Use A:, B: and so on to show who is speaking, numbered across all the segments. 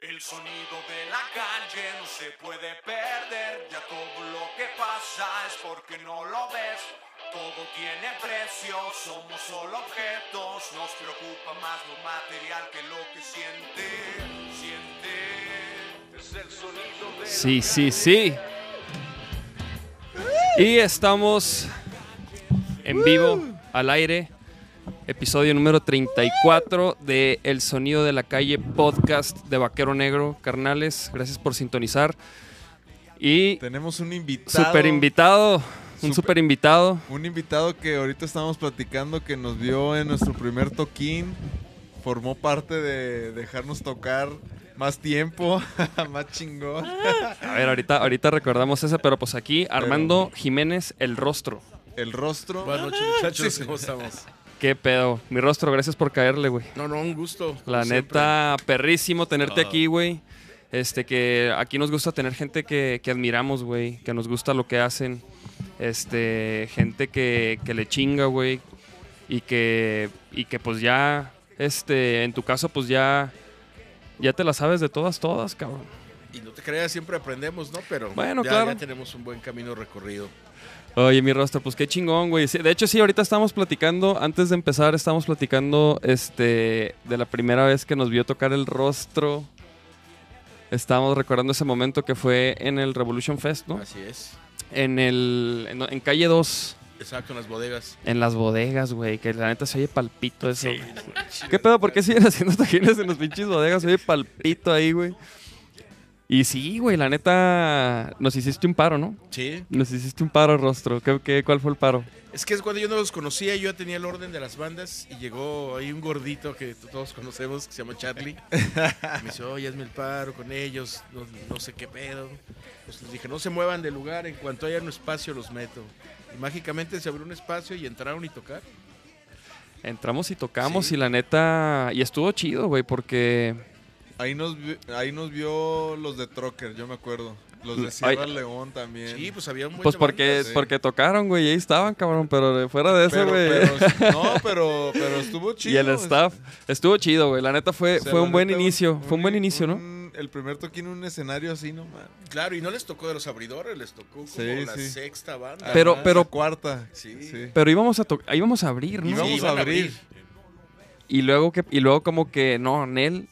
A: El sonido de la calle no se puede perder, ya todo lo que pasa es porque no lo ves. Todo tiene precio, somos solo objetos, nos preocupa más lo material que lo que siente, siente. Es el sonido de la
B: Sí, sí, sí. Y estamos en vivo, al aire, episodio número 34 de El Sonido de la Calle podcast de Vaquero Negro. Carnales, gracias por sintonizar. Y
C: Tenemos un invitado.
B: super invitado, un
C: Super-
B: super invitado.
C: Un invitado que ahorita estábamos platicando que nos vio en nuestro primer toquín. Formó parte de dejarnos tocar más tiempo, más chingón.
B: A ver, ahorita, ahorita recordamos ese, pero pues aquí Armando Jiménez, el rostro.
C: El rostro. Ah,
D: Buenas noches, muchachos. ¿Cómo estamos?
B: Qué pedo. Mi rostro, gracias por caerle, güey.
D: No, no, un gusto. como
B: La
D: siempre.
B: neta, perrísimo tenerte
D: Ah.
B: aquí, güey. Este, que aquí nos gusta tener gente que, que admiramos, güey. Que nos gusta lo que hacen. Este, gente que, que le chinga, güey. Y que, y que pues ya, este, en tu caso, pues ya, ya te la sabes de todas, todas, cabrón.
D: Y no te creas, siempre aprendemos, ¿no? Pero
B: Bueno,
D: ya,
B: claro.
D: ya tenemos un buen camino recorrido.
B: Oye, mi rostro, pues qué chingón, güey. Sí, De hecho, sí, ahorita estamos platicando, antes de empezar, estamos platicando este, de la primera vez que nos vio tocar el rostro. Estábamos recordando ese momento que fue en el Revolution Fest, ¿no?
D: Así es.
B: En, el, en, en calle 2,
D: Exacto, en las bodegas.
B: en las bodegas, güey, que la neta se oye palpito eso. güey. ¿Qué pedo? ¿Por qué siguen haciendo tajines en los pinches bodegas? Se oye palpito ahí, güey. Y sí, güey, la neta, nos hiciste un paro, ¿no?
D: Sí.
B: Nos hiciste un paro, rostro. ¿Qué, qué, ¿Cuál fue el paro?
D: Es que es cuando yo no los conocía, yo ya tenía el orden de las bandas y llegó ahí un gordito que t- todos conocemos, que se llama Charlie. Me dice, oye, hazme el paro con ellos, no, no sé qué pedo. Pues les dije, no se muevan de lugar, en cuanto haya un espacio los meto. Y mágicamente se abrió un espacio y entraron y tocaron.
B: Entramos y tocamos
D: Sí.
B: y la neta... Y estuvo chido, güey, porque...
C: Ahí nos, vi- ahí nos vio los de Trocker, yo me acuerdo. Los
B: Ay.
C: de Sierra León también.
D: Sí, pues había un buen
B: Pues
D: de
B: porque,
D: bandas.
C: sí.
B: porque tocaron, güey, y ahí estaban, cabrón, pero de fuera de eso,
C: pero,
B: güey.
C: pero- no, pero, pero estuvo chido.
B: Y el staff. Estuvo chido, güey. La neta fue,
C: O sea,
B: fue
C: la
B: un buen
C: neta,
B: inicio. fue un buen inicio, ¿no?
C: un- El primer toquín en un escenario así, no man.
D: Claro, y no les tocó de los abridores, les tocó como
C: Sí,
D: la
C: sí.
D: sexta banda.
B: Pero-
C: Ajá, la Ah, cuarta.
D: Sí.
B: Pero íbamos a, to- íbamos a abrir, ¿no?
C: Íbamos
D: Sí,
C: a
D: iban
C: abrir.
B: Y luego que y luego como que no, Nel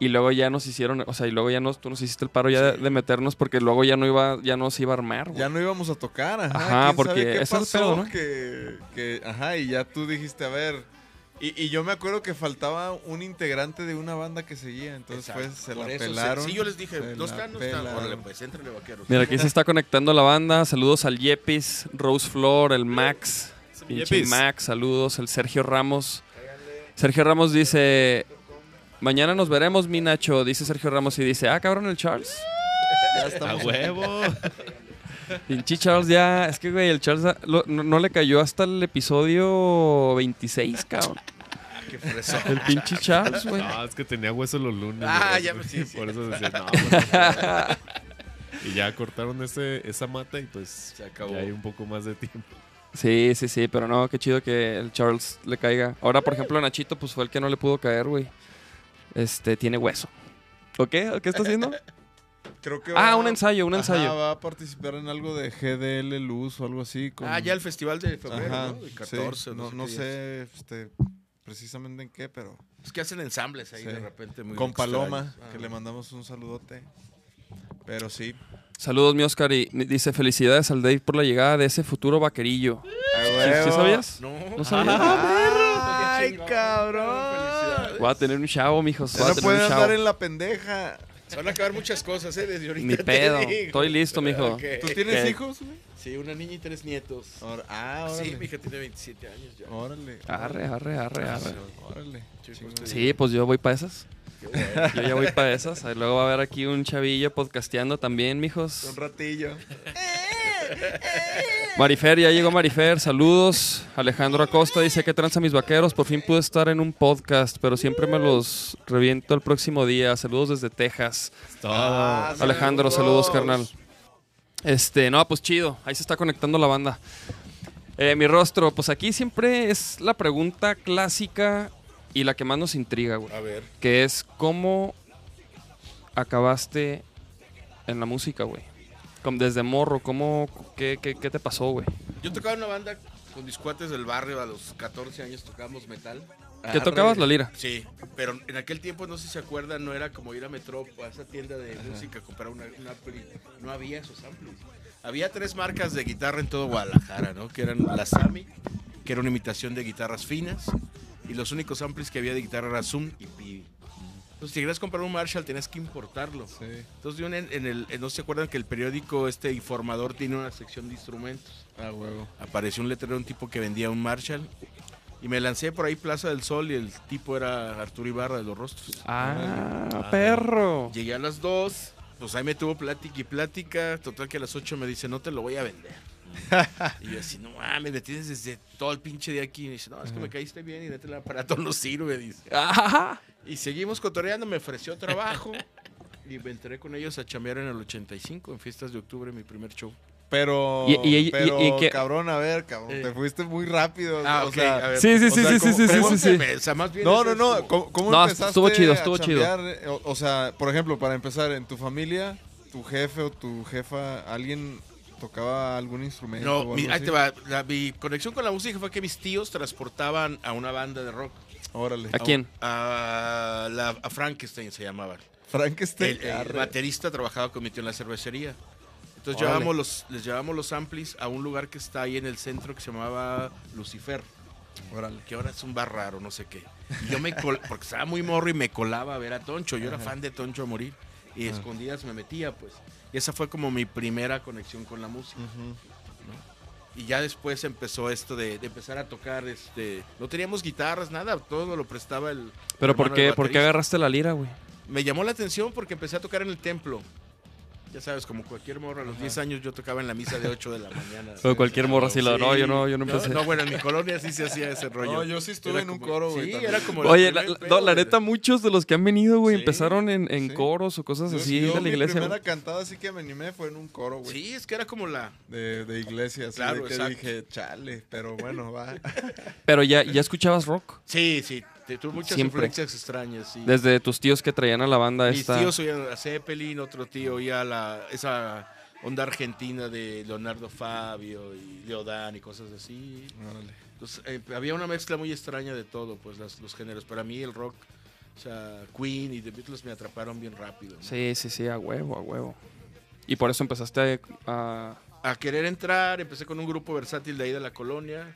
B: y luego ya nos hicieron, o sea, y luego ya nos tú nos hiciste el paro ya de, de meternos porque luego ya no iba ya no se iba a armar, güey.
C: Ya no íbamos a tocar, ajá.
B: Ajá,
C: ¿Quién sabe
B: porque
C: qué
B: ese es el
C: pasó?
B: pedo, ¿no?
C: Que, que- ajá, y ya tú dijiste, a ver. Y, y yo me acuerdo que faltaba un integrante de una banda que seguía, entonces
D: Exacto,
C: pues se la
D: por eso
C: pelaron.
D: sí, yo les dije,
C: se
D: no
C: la
D: están, no están.
C: pelaron.
D: Órale, pues, éntrenle, vaqueros.
B: Mira, aquí se está conectando la banda. Saludos al Yepis, Rose Flor, el Max. Pinche
E: Yepis.
B: Max, saludos. El Sergio Ramos. Sergio Ramos dice: Mañana nos veremos, mi Nacho. Dice Sergio Ramos y dice: Ah, cabrón, el Charles.
C: Ya
E: A
C: estamos
E: huevo.
B: Pinche Charles ya. Es que, güey, el Charles ah, lo- no, no le cayó hasta el episodio 26, cabrón.
D: Ah, Qué fresón.
B: El pinche Charles, güey.
E: No, es que tenía hueso los lunes.
D: Ah,
E: güey.
D: ya me- sí, sí.
E: Por eso decía, no. bueno, y ya cortaron ese, esa mata y pues
D: Se acabó.
E: ya hay un poco más de tiempo.
B: Sí, sí, sí, pero no, qué chido que el Charles le caiga. Ahora, por ejemplo, Nachito, pues fue el que no le pudo caer, güey. Este, tiene hueso. ¿O qué? ¿O ¿Qué está haciendo?
C: Creo que
B: Ah,
C: va-
B: un ensayo, un
C: ajá,
B: ensayo.
C: va a participar en algo de GDL Luz o algo así. con-
D: Ah, ya el festival de febrero,
C: Ajá,
D: ¿no? El
C: sí,
D: 14,
C: no,
D: qué
C: no
D: día es.
C: sé este, precisamente en qué, pero.
D: Es que hacen ensambles ahí
C: Sí.
D: de repente. Muy
C: con
D: extraños.
C: Paloma,
D: Ah.
C: que le mandamos un saludote. Pero sí.
B: Saludos, mi Oscar. Y dice: Felicidades al Dave por la llegada de ese futuro vaquerillo. ¿Sí, sí sabías?
D: No.
B: No sabía.
D: Ah,
C: Ay,
D: chingón,
C: cabrón.
D: felicidades.
B: Voy a tener un chavo, mijos. Voy
C: Ya
B: a
C: no
B: tener
C: pueden
B: un
C: andar
B: chavo.
C: en la pendeja.
D: Se van a acabar muchas cosas, ¿eh? Desde ahorita.
B: Ni
D: te
B: pedo.
D: digo.
B: Estoy listo, mijo.
D: Ok.
C: ¿Tú tienes
B: ¿Qué?
C: hijos, güey?
D: Sí, una niña y tres nietos.
C: Ahora- ah, órale. Oh.
D: Sí, mi hija tiene 27 años ya.
C: Órale. Ah,
B: Arre, arre, arre, arre.
C: Órale.
D: Sí,
C: Chingón.
D: pues,
B: Sí, pues yo voy para esas.
D: Qué bueno.
B: Yo ya voy para esas. Ahí Luego va a haber aquí un chavillo podcasteando también, mijos.
C: Un ratillo.
B: Marifer, ya llegó Marifer, saludos. Alejandro Acosta dice que tranza mis vaqueros, por fin pude estar en un podcast, pero siempre me los reviento el próximo día. Saludos desde Texas.
E: Es todo.
D: Ah,
B: Alejandro, saludos, carnal. Este, no, pues chido, ahí se está conectando la banda. Eh, mi rostro, pues aquí siempre es la pregunta clásica y la que más nos intriga, güey.
D: A ver.
B: Que es cómo acabaste en la música, güey? Como Desde morro, ¿cómo, qué, qué- qué te pasó, güey?
D: Yo tocaba en una banda con mis cuates del barrio, a los 14 años tocábamos metal.
B: ¿Qué tocabas la lira?
D: Sí, pero en aquel tiempo, no sé si se acuerdan, no era como ir a Metrop a esa tienda de música a comprar una, una ampli. No había esos amplis. Había tres marcas de guitarra en todo Guadalajara, ¿no? Que eran la Sami, que era una imitación de guitarras finas, y los únicos amplis que había de guitarra era Zoom y Pibi. Entonces, si querías comprar un Marshall, tenías que importarlo.
C: Sí. ah,
D: Entonces, yo en, en el, en- no se acuerdan que el periódico este informador tiene una sección de instrumentos
C: Ah, huevo.
D: apareció un letrero de un tipo que vendía un Marshall. Y me lancé por ahí Plaza del Sol y el tipo era Arturo Ibarra de los Rostros.
B: Ah, perro.
D: Llegué a las 2, pues ahí me tuvo plática y plática. Total que a las 8 me dice, no te lo voy a vender. y yo así, no mames, me tienes desde todo el pinche día aquí. Y dice, no, es que me caíste bien y neta el aparato no sirve, dice.
B: Ah,
D: Y seguimos cotoreando, me ofreció trabajo. y me enteré con ellos a chambear en el 85, en fiestas de octubre, mi primer show.
C: Pero,
B: Y- y- y-
C: pero
B: y- y que-
C: cabrón, a ver, cabrón,
D: Eh.
C: te fuiste muy rápido. o
D: ok,
C: sea,
D: a ver.
B: Sí, sí, sí,
C: sea,
B: sí, sí,
C: como-
B: sí, sí, sí, sí.
D: Pregúntame, o sea, más bien
C: No,
D: eso
C: no,
D: es
C: no.
D: como-
C: ¿Cómo, cómo
B: No,
C: empezaste
B: estuvo chido,
C: a
B: estuvo chido.
C: chambear? Eh, O, o sea, por ejemplo, para empezar, en tu familia, tu jefe o tu jefa, ¿alguien tocaba algún instrumento? o
D: No,
C: algo
D: mi, ahí
C: así?
D: te va. La- mi conexión con la música fue que mis tíos transportaban a una banda de rock.
C: Órale.
B: ¿A quién?
D: A, la, a Frankenstein se llamaba.
C: Frankenstein.
D: El, el
C: arre.
D: baterista trabajaba con mi tío en la cervecería.
B: Órale.
D: Entonces llevábamos los, les llevábamos los amplis a un lugar que está ahí en el centro que se llamaba Lucifer.
C: Órale.
D: Que ahora es un bar raro, no sé qué. Y yo me col- porque estaba muy morro y me colaba a ver a Toncho. Yo era fan de Toncho a morir.
C: Ah.
D: Y escondidas me metía, pues. Y esa fue como mi primera conexión con la música.
C: Ujú.
D: Y ya después empezó esto de, de empezar a tocar, este, no teníamos guitarras, nada, todo nos lo prestaba el...
B: ¿Pero
D: hermano
B: por
D: del
B: qué, por qué
D: baterista.
B: agarraste la lira, güey?
D: Me llamó la atención porque empecé a tocar en el templo. Ya sabes, como cualquier morra, a los 10 años yo tocaba en la misa de 8 de la mañana.
B: O cualquier morra así lo- no, yo no- yo no empecé.
D: No, bueno, en mi colonia sí se hacía ese rollo.
C: No, yo sí estuve
D: Era
C: en un
D: como-
C: coro, güey,
D: Sí,
C: también.
D: era como... el
B: Oye, la,
D: primer
B: la-
D: pedo,
B: no, la
D: güey.
B: neta, muchos de los que han venido, güey,
D: Sí,
B: empezaron en, en
C: sí.
B: coros o cosas
C: Yo-
B: así
C: yo
B: de la
C: mi
B: iglesia.
C: primera
B: güey.
C: cantada así que me animé fue en un coro, güey.
D: Sí, es que era como la...
C: De, de iglesia, así
D: Claro,
C: de que
D: exacto.
C: dije, chale, pero bueno, va.
B: Pero ya, ya escuchabas rock.
D: Sí, sí, te- tuve muchas
B: Siempre.
D: influencias extrañas, sí.
B: Desde tus tíos que traían a la banda
D: Mis
B: esta.
D: tíos oían a Zeppelin, otro tío oía la, esa onda argentina de Leonardo Fabio y Leodán y cosas así.
C: Órale.
D: Entonces, eh, había una mezcla muy extraña de todo, pues las- los géneros. Para mí el rock, o sea, Queen y The Beatles me atraparon bien rápido. ¿no?
B: Sí, sí, sí, a huevo, a huevo. Y por eso empezaste a... a-
D: A querer entrar, empecé con un grupo versátil de ahí de la colonia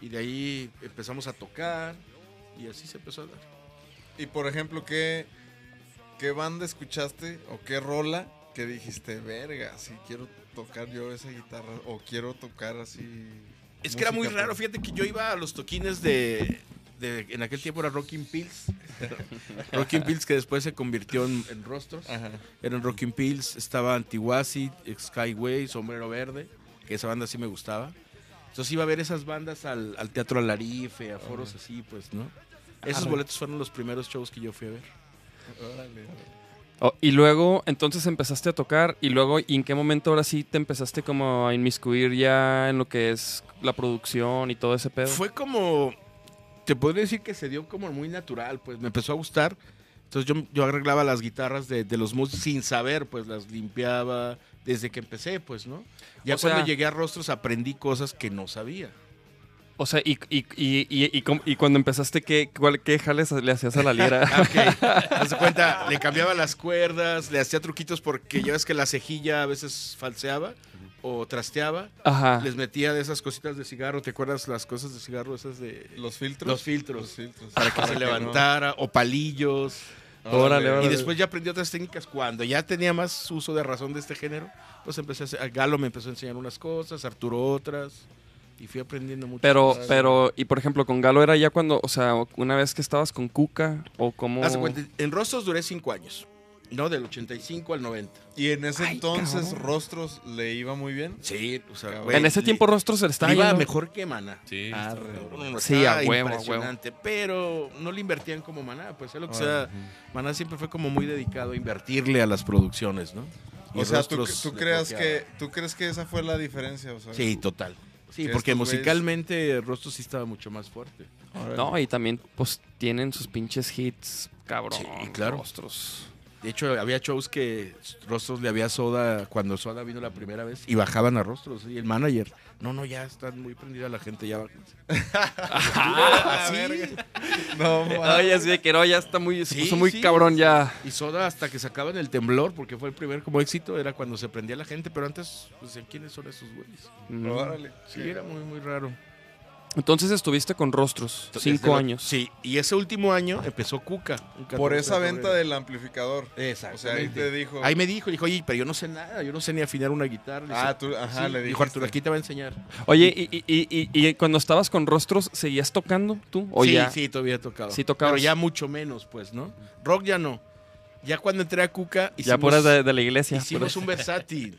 D: y de ahí empezamos a tocar y así se empezó a dar.
C: Y por ejemplo, ¿qué, ¿qué banda escuchaste o qué rola que dijiste, verga, si quiero tocar yo esa guitarra o quiero tocar así?
D: Es que era muy
C: música,
D: raro,
C: pues"?
D: fíjate que yo iba a los toquines de. de- en aquel tiempo era Rocking Pills. Rocking Pills que después se convirtió en, en Rostros.
C: Ajá.
D: Eran Rocking Pills, estaba Antiguasi, Skyway, Sombrero Verde, que esa banda sí me gustaba. Entonces iba a ver esas bandas al, al Teatro Alarife, a foros así, pues, ¿no? Esos
B: Arre.
D: boletos fueron los primeros shows que yo fui a ver.
C: Órale.
B: Oh, y luego, entonces empezaste a tocar y luego, ¿y en qué momento ahora sí te empezaste como a inmiscuir ya en lo que es la producción y todo ese pedo?
D: Fue como, te podría decir que se dio como muy natural, pues me empezó a gustar. Entonces yo, yo arreglaba las guitarras de, de los músicos sin saber, pues las limpiaba desde que empecé, pues, ¿no? Ya
B: O sea-
D: cuando llegué a Rostros aprendí cosas que no sabía.
B: O sea, y, y, y, y, y cómo- y cuando empezaste, ¿qué, cuál, qué jales le hacías a la
D: Ah,
B: lira?
D: ok. Haz de cuenta, le cambiaba las cuerdas, le hacía truquitos porque ya ves que la cejilla a veces falseaba o trasteaba.
B: Ajá.
D: Les metía de esas cositas de cigarro, ¿te acuerdas las cosas de cigarro esas de...
C: ¿Los filtros?
D: Los filtros.
C: Los filtros.
D: Para que se
C: no-
D: levantara, o palillos.
B: Órale,
D: Y
B: órale.
D: después ya aprendí otras técnicas. Cuando ya tenía más uso de razón de este género, pues empecé a hacer- Galo me empezó a enseñar unas cosas, Arturo otras, y fui aprendiendo mucho.
B: Pero, pero, y por ejemplo, con Galo era ya cuando, o sea, una vez que estabas con Cuca o como...
D: Haz de cuenta, en Rostros duré cinco años, ¿no? Del 85 al 90.
C: Y en ese
B: Ay,
C: entonces,
B: cabrón.
C: Rostros le iba muy bien.
D: Sí, o sea,
C: Cabrón.
D: güey,
B: En ese
D: le-
B: tiempo Rostros se le estaba
D: le iba
B: yendo-
D: mejor que Maná.
E: Sí.
C: Arre.
D: Uno no
B: Sí, a
D: estaba
B: huevo, a huevo.
D: impresionante, Pero no le invertían como Maná, pues sea lo que sea. Maná siempre fue como muy dedicado a invertirle a las producciones, ¿no? Y
C: O sea, ¿tú,
D: Rostros
C: tú
D: le
C: creas
D: bloqueaba.
C: que, ¿tú crees que esa fue la diferencia? O sea,
D: Sí, total. Sí,
C: Que
D: porque
C: estos güeyes-
D: musicalmente el rostro sí estaba mucho más fuerte.
C: órale.
B: No, y también pues tienen sus pinches hits, cabrón.
D: Sí, claro.
B: Rostros.
D: De hecho, había shows que Rostros le había soda cuando Soda vino la primera vez y bajaban a Rostros. Y el manager, no, no, ya están muy prendida la gente, ya bájense".
C: Ah, verga. No, mames.
B: Ay, así de que no, ya está muy, se
D: Sí,
B: puso muy
D: sí.
B: cabrón ya.
D: Y Soda hasta que sacaban el temblor, porque fue el primer como éxito, era cuando se prendía la gente, pero antes, pues, ¿quiénes son esos güeyes?
B: Mm.
C: Órale.
D: Sí, era muy, muy raro.
B: Entonces estuviste con rostros,
D: Desde
B: cinco
D: lo-
B: años.
D: Sí, y ese último año empezó Cuca. un 14
C: Por
D: de
C: esa venta
D: febrero.
C: del amplificador. O sea, ahí
D: Exactamente.
C: te dijo.
D: Ahí me dijo, dijo, oye, pero yo no sé nada, yo no sé ni afinar una guitarra. Le
C: Ah,
D: dije,
C: tú, ajá,
D: sí.
C: le
D: Dijo, Arturo,
C: dijiste.
D: aquí te va a enseñar.
B: Oye, y, y- y- y- y cuando estabas con rostros, ¿seguías tocando tú? ¿O
D: sí,
B: ya?
D: sí, todavía tocaba.
B: Sí tocabas.
D: Pero ya mucho menos, pues, ¿no? Rock ya no. Ya cuando entré a Cuca,
B: ya
D: hicimos,
B: puras de, de la iglesia.
D: hicimos
B: puras-
D: un versátil.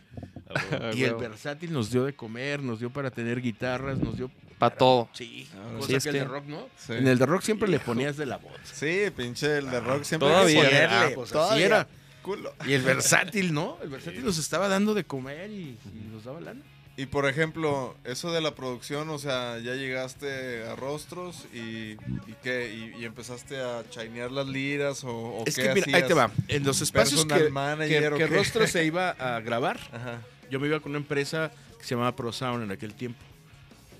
D: y el versátil nos dio de comer, nos dio para tener guitarras, nos dio...
B: Pa' todo.
D: Sí,
C: Ah,
D: cosa
B: sí, es
D: que el
B: que-
D: de rock, ¿no?
C: Sí.
D: En el de rock siempre le ponías de la voz.
C: Sí, pinche el de rock siempre hay
B: todavía.
C: que ponerle.
D: Ah, pues, así
C: todavía.
D: era.
C: Culo.
D: Y el versátil, ¿no? El versátil nos estaba dando de comer y, y nos daba lana.
C: Y por ejemplo, eso de la producción, o sea, ya llegaste a rostros y, y qué, y, y empezaste a chainear las liras o, o
D: Es
C: qué
D: que mira, ahí
C: hacías.
D: te va. En los espacios
C: Personal
D: que,
C: manager,
D: que,
C: ¿o
D: que
C: qué?
D: Rostro se iba a grabar,
C: Ajá.
D: yo me iba con una empresa que se llamaba ProSound en aquel tiempo.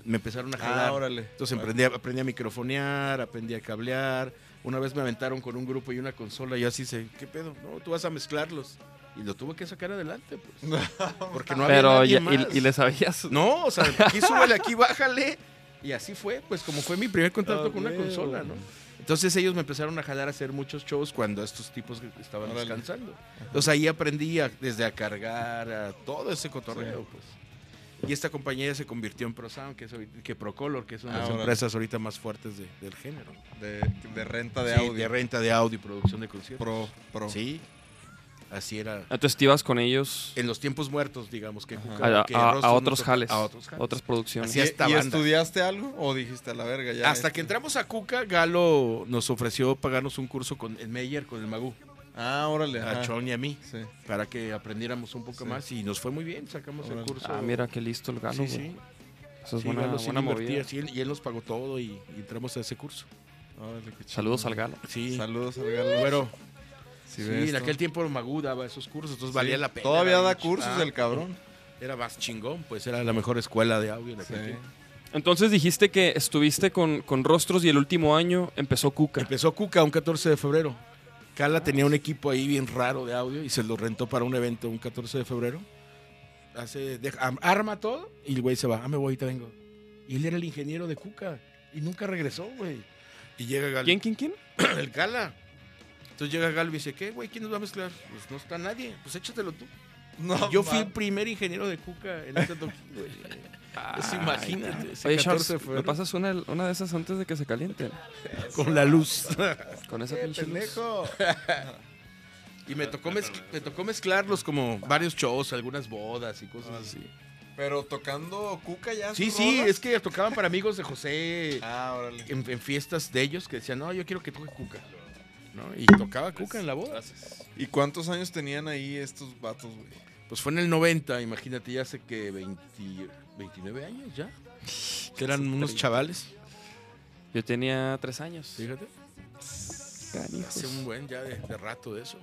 D: Me empezaron a
C: Ah,
D: jalar.
C: órale.
D: Entonces emprendí, a- aprendí a microfonear, aprendí a cablear. Una vez me aventaron con un grupo y una consola y yo así se, ¿qué pedo? No, tú vas a mezclarlos. Y lo tuve que sacar adelante, pues. Porque no había
B: Pero,
D: nadie
B: ya-
D: más.
B: y, y le sabías.
D: No, o sea, aquí súbele, aquí bájale. Y así fue, pues como fue mi primer contacto
C: Ah,
D: con una
C: huevo.
D: consola, ¿no? Entonces ellos me empezaron a jalar a hacer muchos shows cuando estos tipos que estaban
C: Órale.
D: descansando. Entonces ahí aprendí a- desde a cargar, a todo ese cotorreo, pues. Y esta compañía ya se convirtió en ProSound, que es ahorita- que Procolor, que es una de
C: Ah,
D: las
C: órale.
D: empresas ahorita más fuertes de- del género.
C: De, de renta de
D: Sí,
C: audio.
D: de renta de audio y producción de conciertos.
C: Pro, pro.
D: Sí, así era.
B: Entonces te ibas con ellos
D: En los tiempos muertos, digamos, que, Cuca-
B: a,
D: que
B: a- a
D: Rostros nos
B: otros
D: toca-
B: jales,
D: A otros jales.
B: otras producciones.
D: Así
C: ¿Y,
D: es. esta
C: y
D: banda.
C: estudiaste algo o dijiste a la verga ya? este.
D: Hasta que entramos a Cuca, Galo nos ofreció pagarnos un curso con el Meyer, con el Magú,
C: Ah, órale.
D: a
C: ajá.
D: Chon y a mí,
C: Sí.
D: para que aprendiéramos un
C: Sí.
D: poco más y nos fue muy bien, sacamos el
C: Órale.
D: curso.
B: Ah, mira qué listo el galo.
D: sí,
B: güey.
D: sí.
B: Eso es
D: Sí,
B: buena,
D: Galo sí
B: buena
D: invertía,
B: movida.
D: sí, él- y él nos pagó todo y, y entramos a ese curso.
C: Órale, qué chido.
B: Saludos al galo.
D: Sí.
C: Saludos al galo.
D: Bueno,
C: Si
D: sí,
C: ves
D: en
C: esto.
D: aquel tiempo Magú daba esos cursos, entonces valía
C: Sí.
D: la pena.
C: Todavía
D: era
C: da
D: bien-
C: cursos
D: ah,
C: el cabrón.
D: Era más chingón, pues era la mejor escuela de audio en
C: Sí.
D: aquel tiempo.
B: Entonces dijiste que estuviste con, con rostros y el último año empezó Cuca.
D: Empezó Cuca un 14 de febrero. Cala tenía un equipo ahí bien raro de audio y se lo rentó para un evento un 14 de febrero. Hace, deja- am- arma todo y el güey se va. Ah, me voy, te vengo. Y él era el ingeniero de Cuca y nunca regresó, güey. Y llega Gal,
B: ¿Quién, quién, quién?
D: el Cala. Entonces llega Gal y dice, ¿qué, güey? ¿Quién nos va a mezclar? Pues no está nadie. Pues échatelo tú.
C: No,
D: Yo fui el
C: ma-
D: primer ingeniero de Cuca en ese toquín, güey. Pues imagínate, ese
B: Oye,
D: 14
B: Charles,
D: de
B: ¿me
D: febrero.
B: pasas una, una de esas antes de que se caliente?
D: con la luz.
B: Con esa
C: ¡Eh,
B: pinche luz.
C: pendejo!
D: Y me tocó, mezcl- me tocó mezclarlos como varios shows, algunas bodas y cosas así.
C: Pero tocando Cuca ya.
D: Sí,
C: sus
D: sí,
C: rolas?
D: es que tocaban para amigos de José
C: Ah, órale.
D: en, en fiestas de ellos que decían, no, yo quiero que toque Cuca. ¿no? Y tocaba Cuca en la boda.
C: ¿Y cuántos años tenían ahí estos vatos, güey?
D: Pues fue en el 90, imagínate, ya hace que 20 29 años ya. Que eran unos chavales,
B: Yo tenía tres años.
D: fíjate.
B: Pues Canijos.
D: Hace un buen ya de, de rato de eso.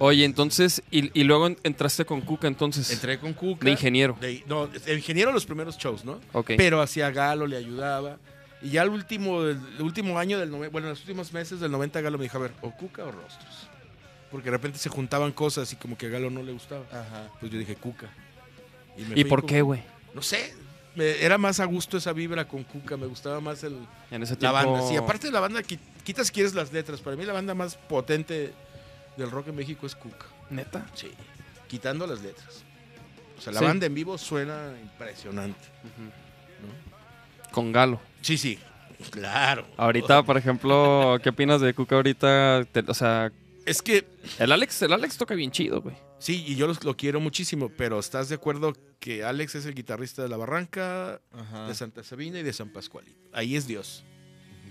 B: Oye, entonces, y, y luego en- entraste con Cuca, entonces.
D: Entré con Cuca.
B: de ingeniero.
D: De- no, de ingeniero los primeros shows, ¿no?
B: Ok.
D: Pero hacía Galo, le ayudaba. Y ya el último, el, último año del noven- bueno, en los últimos meses del 90 Galo me dijo, a ver, o Cuca o Rostros. Porque de repente se juntaban cosas y como que a Galo no le gustaba.
C: Ajá.
D: Pues yo dije, Cuca. me
B: ¿Y
D: fui
B: por
D: con-
B: qué, güey?
D: No sé. Me- era más a gusto esa vibra con Cuca, me gustaba más el,
B: En ese
D: la
B: tiempo.
D: banda. Sí, aparte de la banda, qui- quitas quieres las letras. Para mí la banda más potente del rock en México es Cuca.
B: Neta.
D: Sí, quitando las letras. O sea, la
B: Sí.
D: banda en vivo suena impresionante.
B: Con Galo.
D: Sí, sí, claro.
B: Ahorita, por ejemplo, ¿qué opinas de Cuca ahorita? Te- o sea,
D: Es que,
B: el Alex, el Alex toca bien chido, güey.
D: sí, y yo los- lo quiero muchísimo, pero ¿estás de acuerdo que Alex es el guitarrista de La Barranca,
C: Ajá.
B: Ah.
D: de Santa Sabina y de San Pascualito? Ahí es Dios.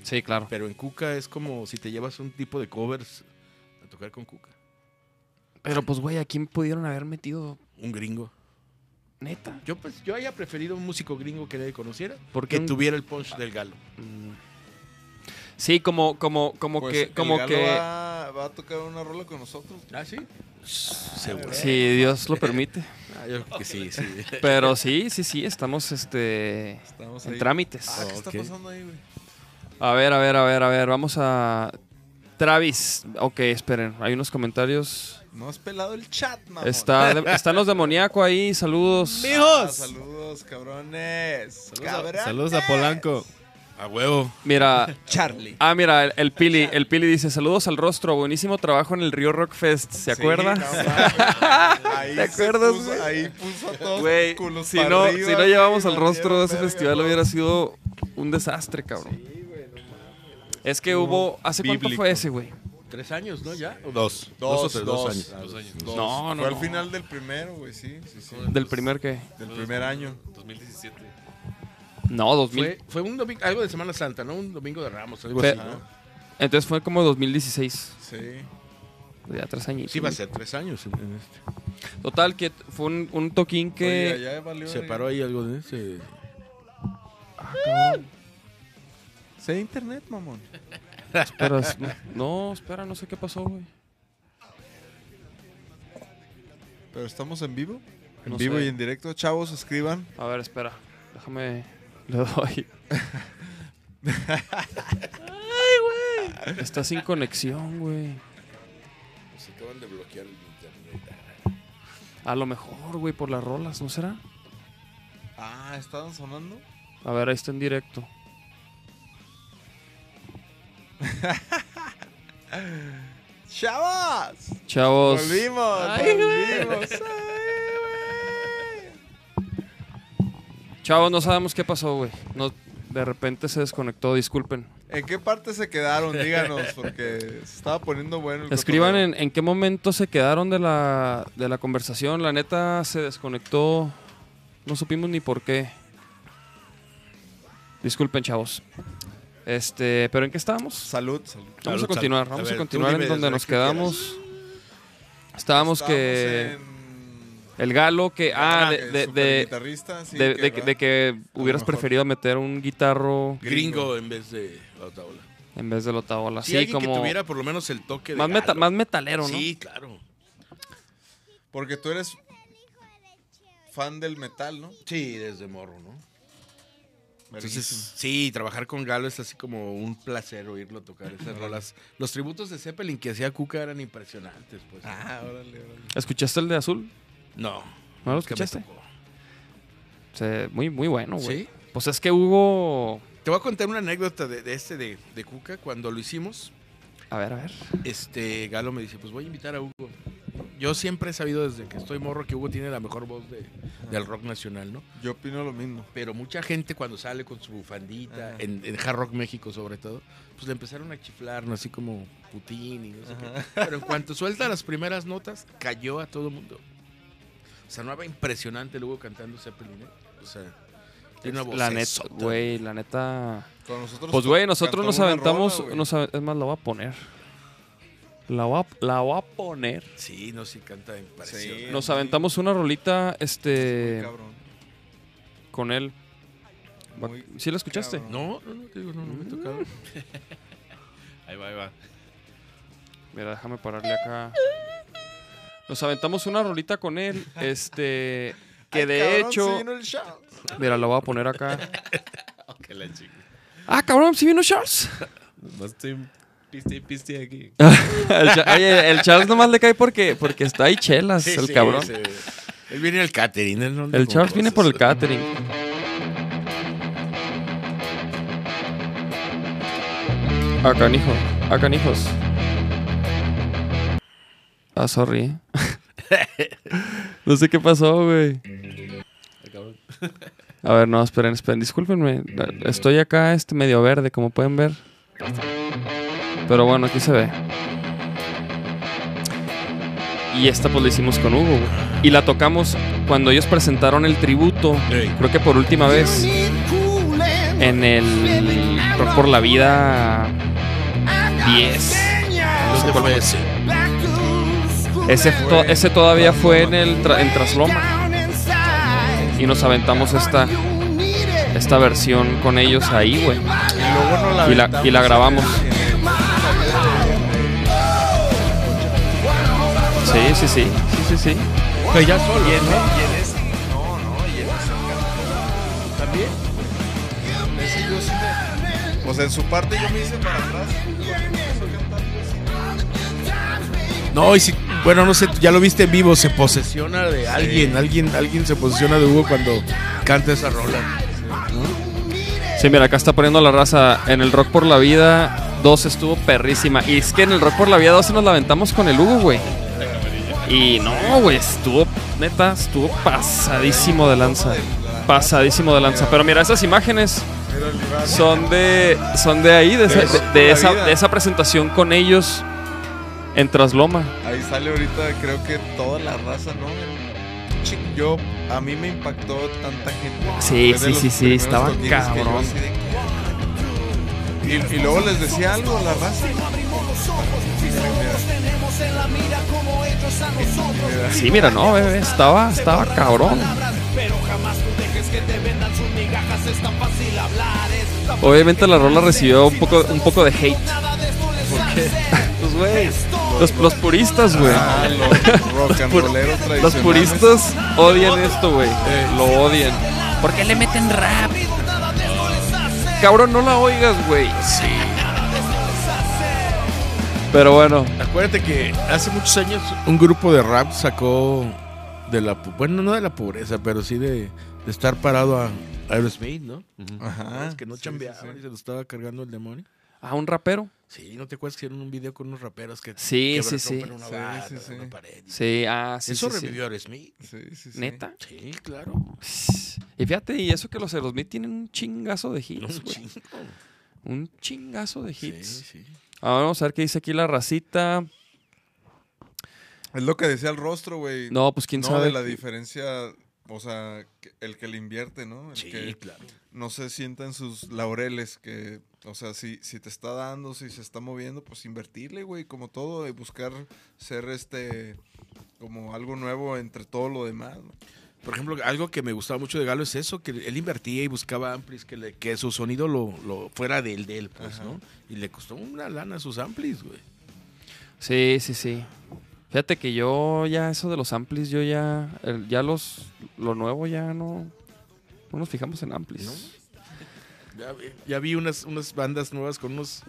B: Sí, claro.
D: Pero en Cuca es como si te llevas un tipo de covers a tocar con Cuca.
B: Pero pues, güey, ¿a quién pudieron haber metido
D: Un gringo.
B: neta?
D: Yo pues yo haya preferido un músico gringo que nadie conociera
B: ¿Por
D: que
B: qué un-
D: tuviera el punch del galo.
B: Mm. Sí, como, como, como
C: Pues,
B: que, como
C: el Galo
B: que.
C: Va, va a tocar una rola con nosotros.
D: ¿Ah, sí? Seguro.
B: Si Dios lo permite.
D: Ah, yo creo que sí, sí.
B: Pero sí, sí, sí, estamos este
C: Estamos ahí.
B: en trámites.
C: Ah, ¿qué está
D: Ok.
C: pasando ahí, güey?
B: A ver, a ver, a ver, a ver, vamos a Travis. Ok, esperen, hay unos comentarios.
C: No has pelado el chat, mamón.
B: Está, están los demoníaco ahí, saludos.
C: Ah, saludos, cabrones. Cabrones.
E: Saludos a Polanco.
D: A huevo.
B: Mira,
C: Charlie.
B: ah, mira, el, el Pili, el Pili dice, saludos al rostro, buenísimo trabajo en el Río Rockfest, ¿se acuerda?
C: ahí
B: ¿Te
C: se
B: acuerdas,
C: puso-
B: güey?
C: ahí puso a todos
B: Güey,
C: culos
B: si
C: para
B: no,
C: arriba,
B: si no llevamos
C: güey,
B: al rostro de ese
C: valieron
B: festival
C: verga,
B: hubiera sido un desastre, cabrón. Es que hubo, ¿hace cuánto
E: bíblico.
B: fue ese, güey?
D: ¿Tres años, no? ¿Ya?
E: Dos. Dos,
C: Dos,
E: o tres,
C: dos.
E: dos
C: Dos
E: años.
C: años.
B: No, no,
C: Fue al
B: no.
C: final del primero, güey, sí, sí, sí.
B: Del primer que...
C: Del primer año.
E: 2017.
B: No, 2000.
D: Fue, fue un domingo, algo de Semana Santa, ¿no? Un domingo de Ramos, algo
B: Fe-
D: así, ¿no?
B: Entonces fue como 2016,
C: Sí.
B: ya tres añitos.
D: Sí, va a ser tres años. en- en este.
B: Total, que fue un, un toquín que...
C: Oye, ya valió
D: Se
C: verga.
D: paró ahí algo de ese.
C: Se ve internet, mamón.
B: Espera, es- no- no, espera, no sé qué pasó, güey.
C: Pero estamos en vivo. En
B: No
C: vivo
B: sé.
C: y en directo. Chavos, escriban.
B: A ver, espera. Déjame. Le doy. Ay, güey. Está sin conexión, güey.
D: Se acaban de bloquear el internet.
B: A lo mejor, güey, por las rolas, ¿no será?
C: Ah, ¿estaban sonando?
B: A ver, ahí está en directo.
C: ¡Chavas!
B: Chavos.
C: Volvimos,
B: Ay, güey.
C: volvimos.
B: Chavos, no sabemos qué pasó, güey. No, de repente se desconectó, disculpen.
C: ¿En qué parte se quedaron? Díganos, porque se estaba poniendo bueno el
B: Escriban
C: cotorreo.
B: en, en qué momento se quedaron de la, de la conversación. La neta se desconectó. No supimos ni por qué. Disculpen, chavos. Este, ¿pero en qué estábamos?
C: Salud, salud.
B: Vamos a
D: Salud,
B: continuar,
D: salud.
B: vamos a,
D: A ver, tú
B: continuar
D: dime
B: en donde
D: desde
B: nos
D: que quieras.
B: quedamos. Estábamos que
C: en-
B: el galo que ah,
C: que
B: de, de-
C: super
B: de-
C: guitarrista, sí,
B: de-
C: que
B: de- de que hubieras
C: mejor.
B: preferido meter un guitarro
D: Gringo en vez de la tabla.
B: en vez de la tabola,
D: Sí,
B: así
D: alguien que
B: como
D: tuviera por lo menos el toque de.
B: más, meta-
D: galo.
B: más metalero, ¿no?
D: Sí, claro.
C: Porque tú eres fan del metal, ¿no?
D: Sí, desde morro, ¿no? Entonces,
C: Verguísima.
D: sí, trabajar con Galo es así como un placer oírlo tocar esas rolas. Los tributos de Zeppelin que hacía Cuca eran impresionantes, pues.
C: Ah, órale, órale.
B: ¿Escuchaste el de azul?
D: No.
B: ¿No lo
D: nunca me
B: escuchaste?
D: tocó.
B: Se- muy, muy bueno, güey.
D: ¿Sí?
B: Pues es que hubo.
D: Te voy a contar una anécdota de, de este de, de Cuca. Cuando lo hicimos,
B: A ver, a ver.
D: este Galo me dice, pues voy a invitar a Hugo. Yo siempre he sabido desde que estoy morro que Hugo tiene la mejor voz de- del rock nacional, ¿no?
C: Yo opino lo mismo.
D: Pero mucha gente cuando sale con su bufandita,
C: Ajá.
D: en, en Hard Rock México sobre todo, pues le empezaron a chiflar, ¿no? Así como Putin y no sé qué. Pero en cuanto suelta las primeras notas, cayó a todo mundo. O sea, no era impresionante luego cantando Zeppelin, ¿eh? O sea, tiene una voz
B: La neta, güey, la neta.
C: Con nosotros
B: Pues,
C: to-
B: güey, nosotros
C: cantó
B: nos
C: una
B: aventamos.
C: rola, güey.
B: nos ave- es más, la voy a poner. La voy a, la voy a poner.
D: Sí, no, sí canta impresionante.
C: Sí.
B: Nos aventamos una rolita
C: Muy
B: este
C: cabrón.
B: con él. Va-
C: Muy
B: ¿Sí la escuchaste?
C: cabrón.
D: No, no, no, te digo, no, no me tocaba.
E: Ahí va, ahí va.
B: Mira, déjame pararle acá. Nos aventamos una rolita con él. Este. Que
C: Ay,
B: de
C: cabrón,
B: hecho.
C: sí vino el show.
B: Mira, la voy a poner acá.
E: Que la chica.
B: Ah, cabrón, si vino Charles.
E: Nomás estoy piste y piste aquí.
B: El Cha- oye, el Charles nomás le cae porque, porque está ahí chelas, el cabrón.
D: Él viene al catering. él no anda
B: El
D: con
B: Charles viene por el
D: cosas.
B: catering. A canijo, a canijos. Ah, sorry. eh. no sé qué pasó, güey. A ver, no, esperen, esperen, discúlpenme. Estoy acá este medio verde, como pueden ver. Pero bueno, aquí se ve. Y esta pues la hicimos con Hugo. güey. Y la tocamos cuando ellos presentaron el tributo,
D: Ey.
B: creo que por última vez, en el Rock por la Vida 10.
D: ¿Dónde fue ese?
B: Ese, to- ese todavía fue en el tra- en Trasloma. Y nos aventamos esta, esta versión con ellos ahí, güey.
C: Y luego nos la
B: Y la- y la
C: Eh, aventamos
B: grabamos.
C: en el- en el-
B: Sí, sí, sí. Sí, sí, sí.
D: Pero ya solo.
A: Y en, y en ese- No, no, y en ese
D: ¿También?
C: Ese yo sí me- O sea, pues, en su parte yo me hice para atrás.
D: No, y si, bueno, no sé, ya lo viste en vivo, se posesiona de alguien, alguien, alguien se posesiona de Hugo cuando canta esa rola.
B: Sí, mira, acá está poniendo la raza. En el Rock por la Vida 2 estuvo perrísima. Y es que en el Rock por la Vida 12 nos la aventamos con el Hugo, güey. Y no, güey, estuvo, neta, estuvo pasadísimo de lanza. Pasadísimo de lanza. Pero mira, esas imágenes son de, son de ahí, de esa, de- de esa, de esa presentación con ellos en Trasloma.
C: Ahí sale ahorita, creo que toda la raza, ¿no? Chi- Yo, a mí me impactó tanta gente.
B: Sí,
C: Fue de
B: sí,
C: los
B: sí, sí,
C: primeros
B: estaba
C: toquines que yo
B: cabrón.
C: así de que- Y, y luego les decía algo a la raza.
B: Sí, mira, no, bebé, estaba, estaba cabrón. Obviamente la rola recibió un poco, un poco de hate. Pues, güey, los, los puristas, güey.
C: Ah, los rock and rolleros tradicionales.
B: Los puristas odian esto, güey. Lo odian. ¿Por qué le meten rap? Cabrón, no la oigas, güey. Sí. Pero bueno,
D: Acuérdate que hace muchos años un grupo de rap sacó de la, pu- bueno, no de la pobreza, pero sí de, de estar parado a Aerosmith, ¿no? Ah,
C: Ajá.
D: Es que no
C: Ah, Sí, sí,
D: chambeaban
C: sí.
D: y se lo estaba cargando el demonio.
B: a un rapero.
D: Sí, ¿no te acuerdas que hicieron un video con unos raperos que
B: Sí, sí,
D: quebran-
B: sí.
D: rompen una
C: Sí,
D: barra,
C: sí, sí.
D: una pared?
B: Sí, ah, sí.
D: Eso
B: sí, sí.
D: revivió Aerosmith.
C: Sí, sí, sí.
B: ¿Neta?
D: Sí, claro.
B: Y fíjate, y eso que los Aerosmith tienen un chingazo de hits,
D: Un
B: güey.
D: chingo.
B: Un chingazo de hits.
D: Sí, sí.
B: Ahora vamos a ver qué dice aquí la racita.
C: Es lo que decía el rostro, güey.
B: No, pues quién
C: No,
B: sabe.
C: de la diferencia, o sea, que- el que le invierte, ¿no? El
D: Sí,
C: que
D: claro.
C: no se sienta en sus laureles, que, o sea, si, si te está dando, si se está moviendo, pues invertirle, güey, como todo, y buscar ser este, como algo nuevo entre todo lo demás. ¿no?
D: Por ejemplo, algo que me gustaba mucho de Galo es eso, que él invertía y buscaba amplis que, le- que su sonido lo, lo fuera del de él, pues,
C: Ajá.
D: ¿no? Y le costó una lana a sus amplis, güey.
B: Sí, sí, sí. Fíjate que yo ya eso de los amplis, yo ya, el- ya los, lo nuevo ya no, no nos fijamos en amplis.
D: Ya, vi- ya vi unas, unas bandas nuevas con unos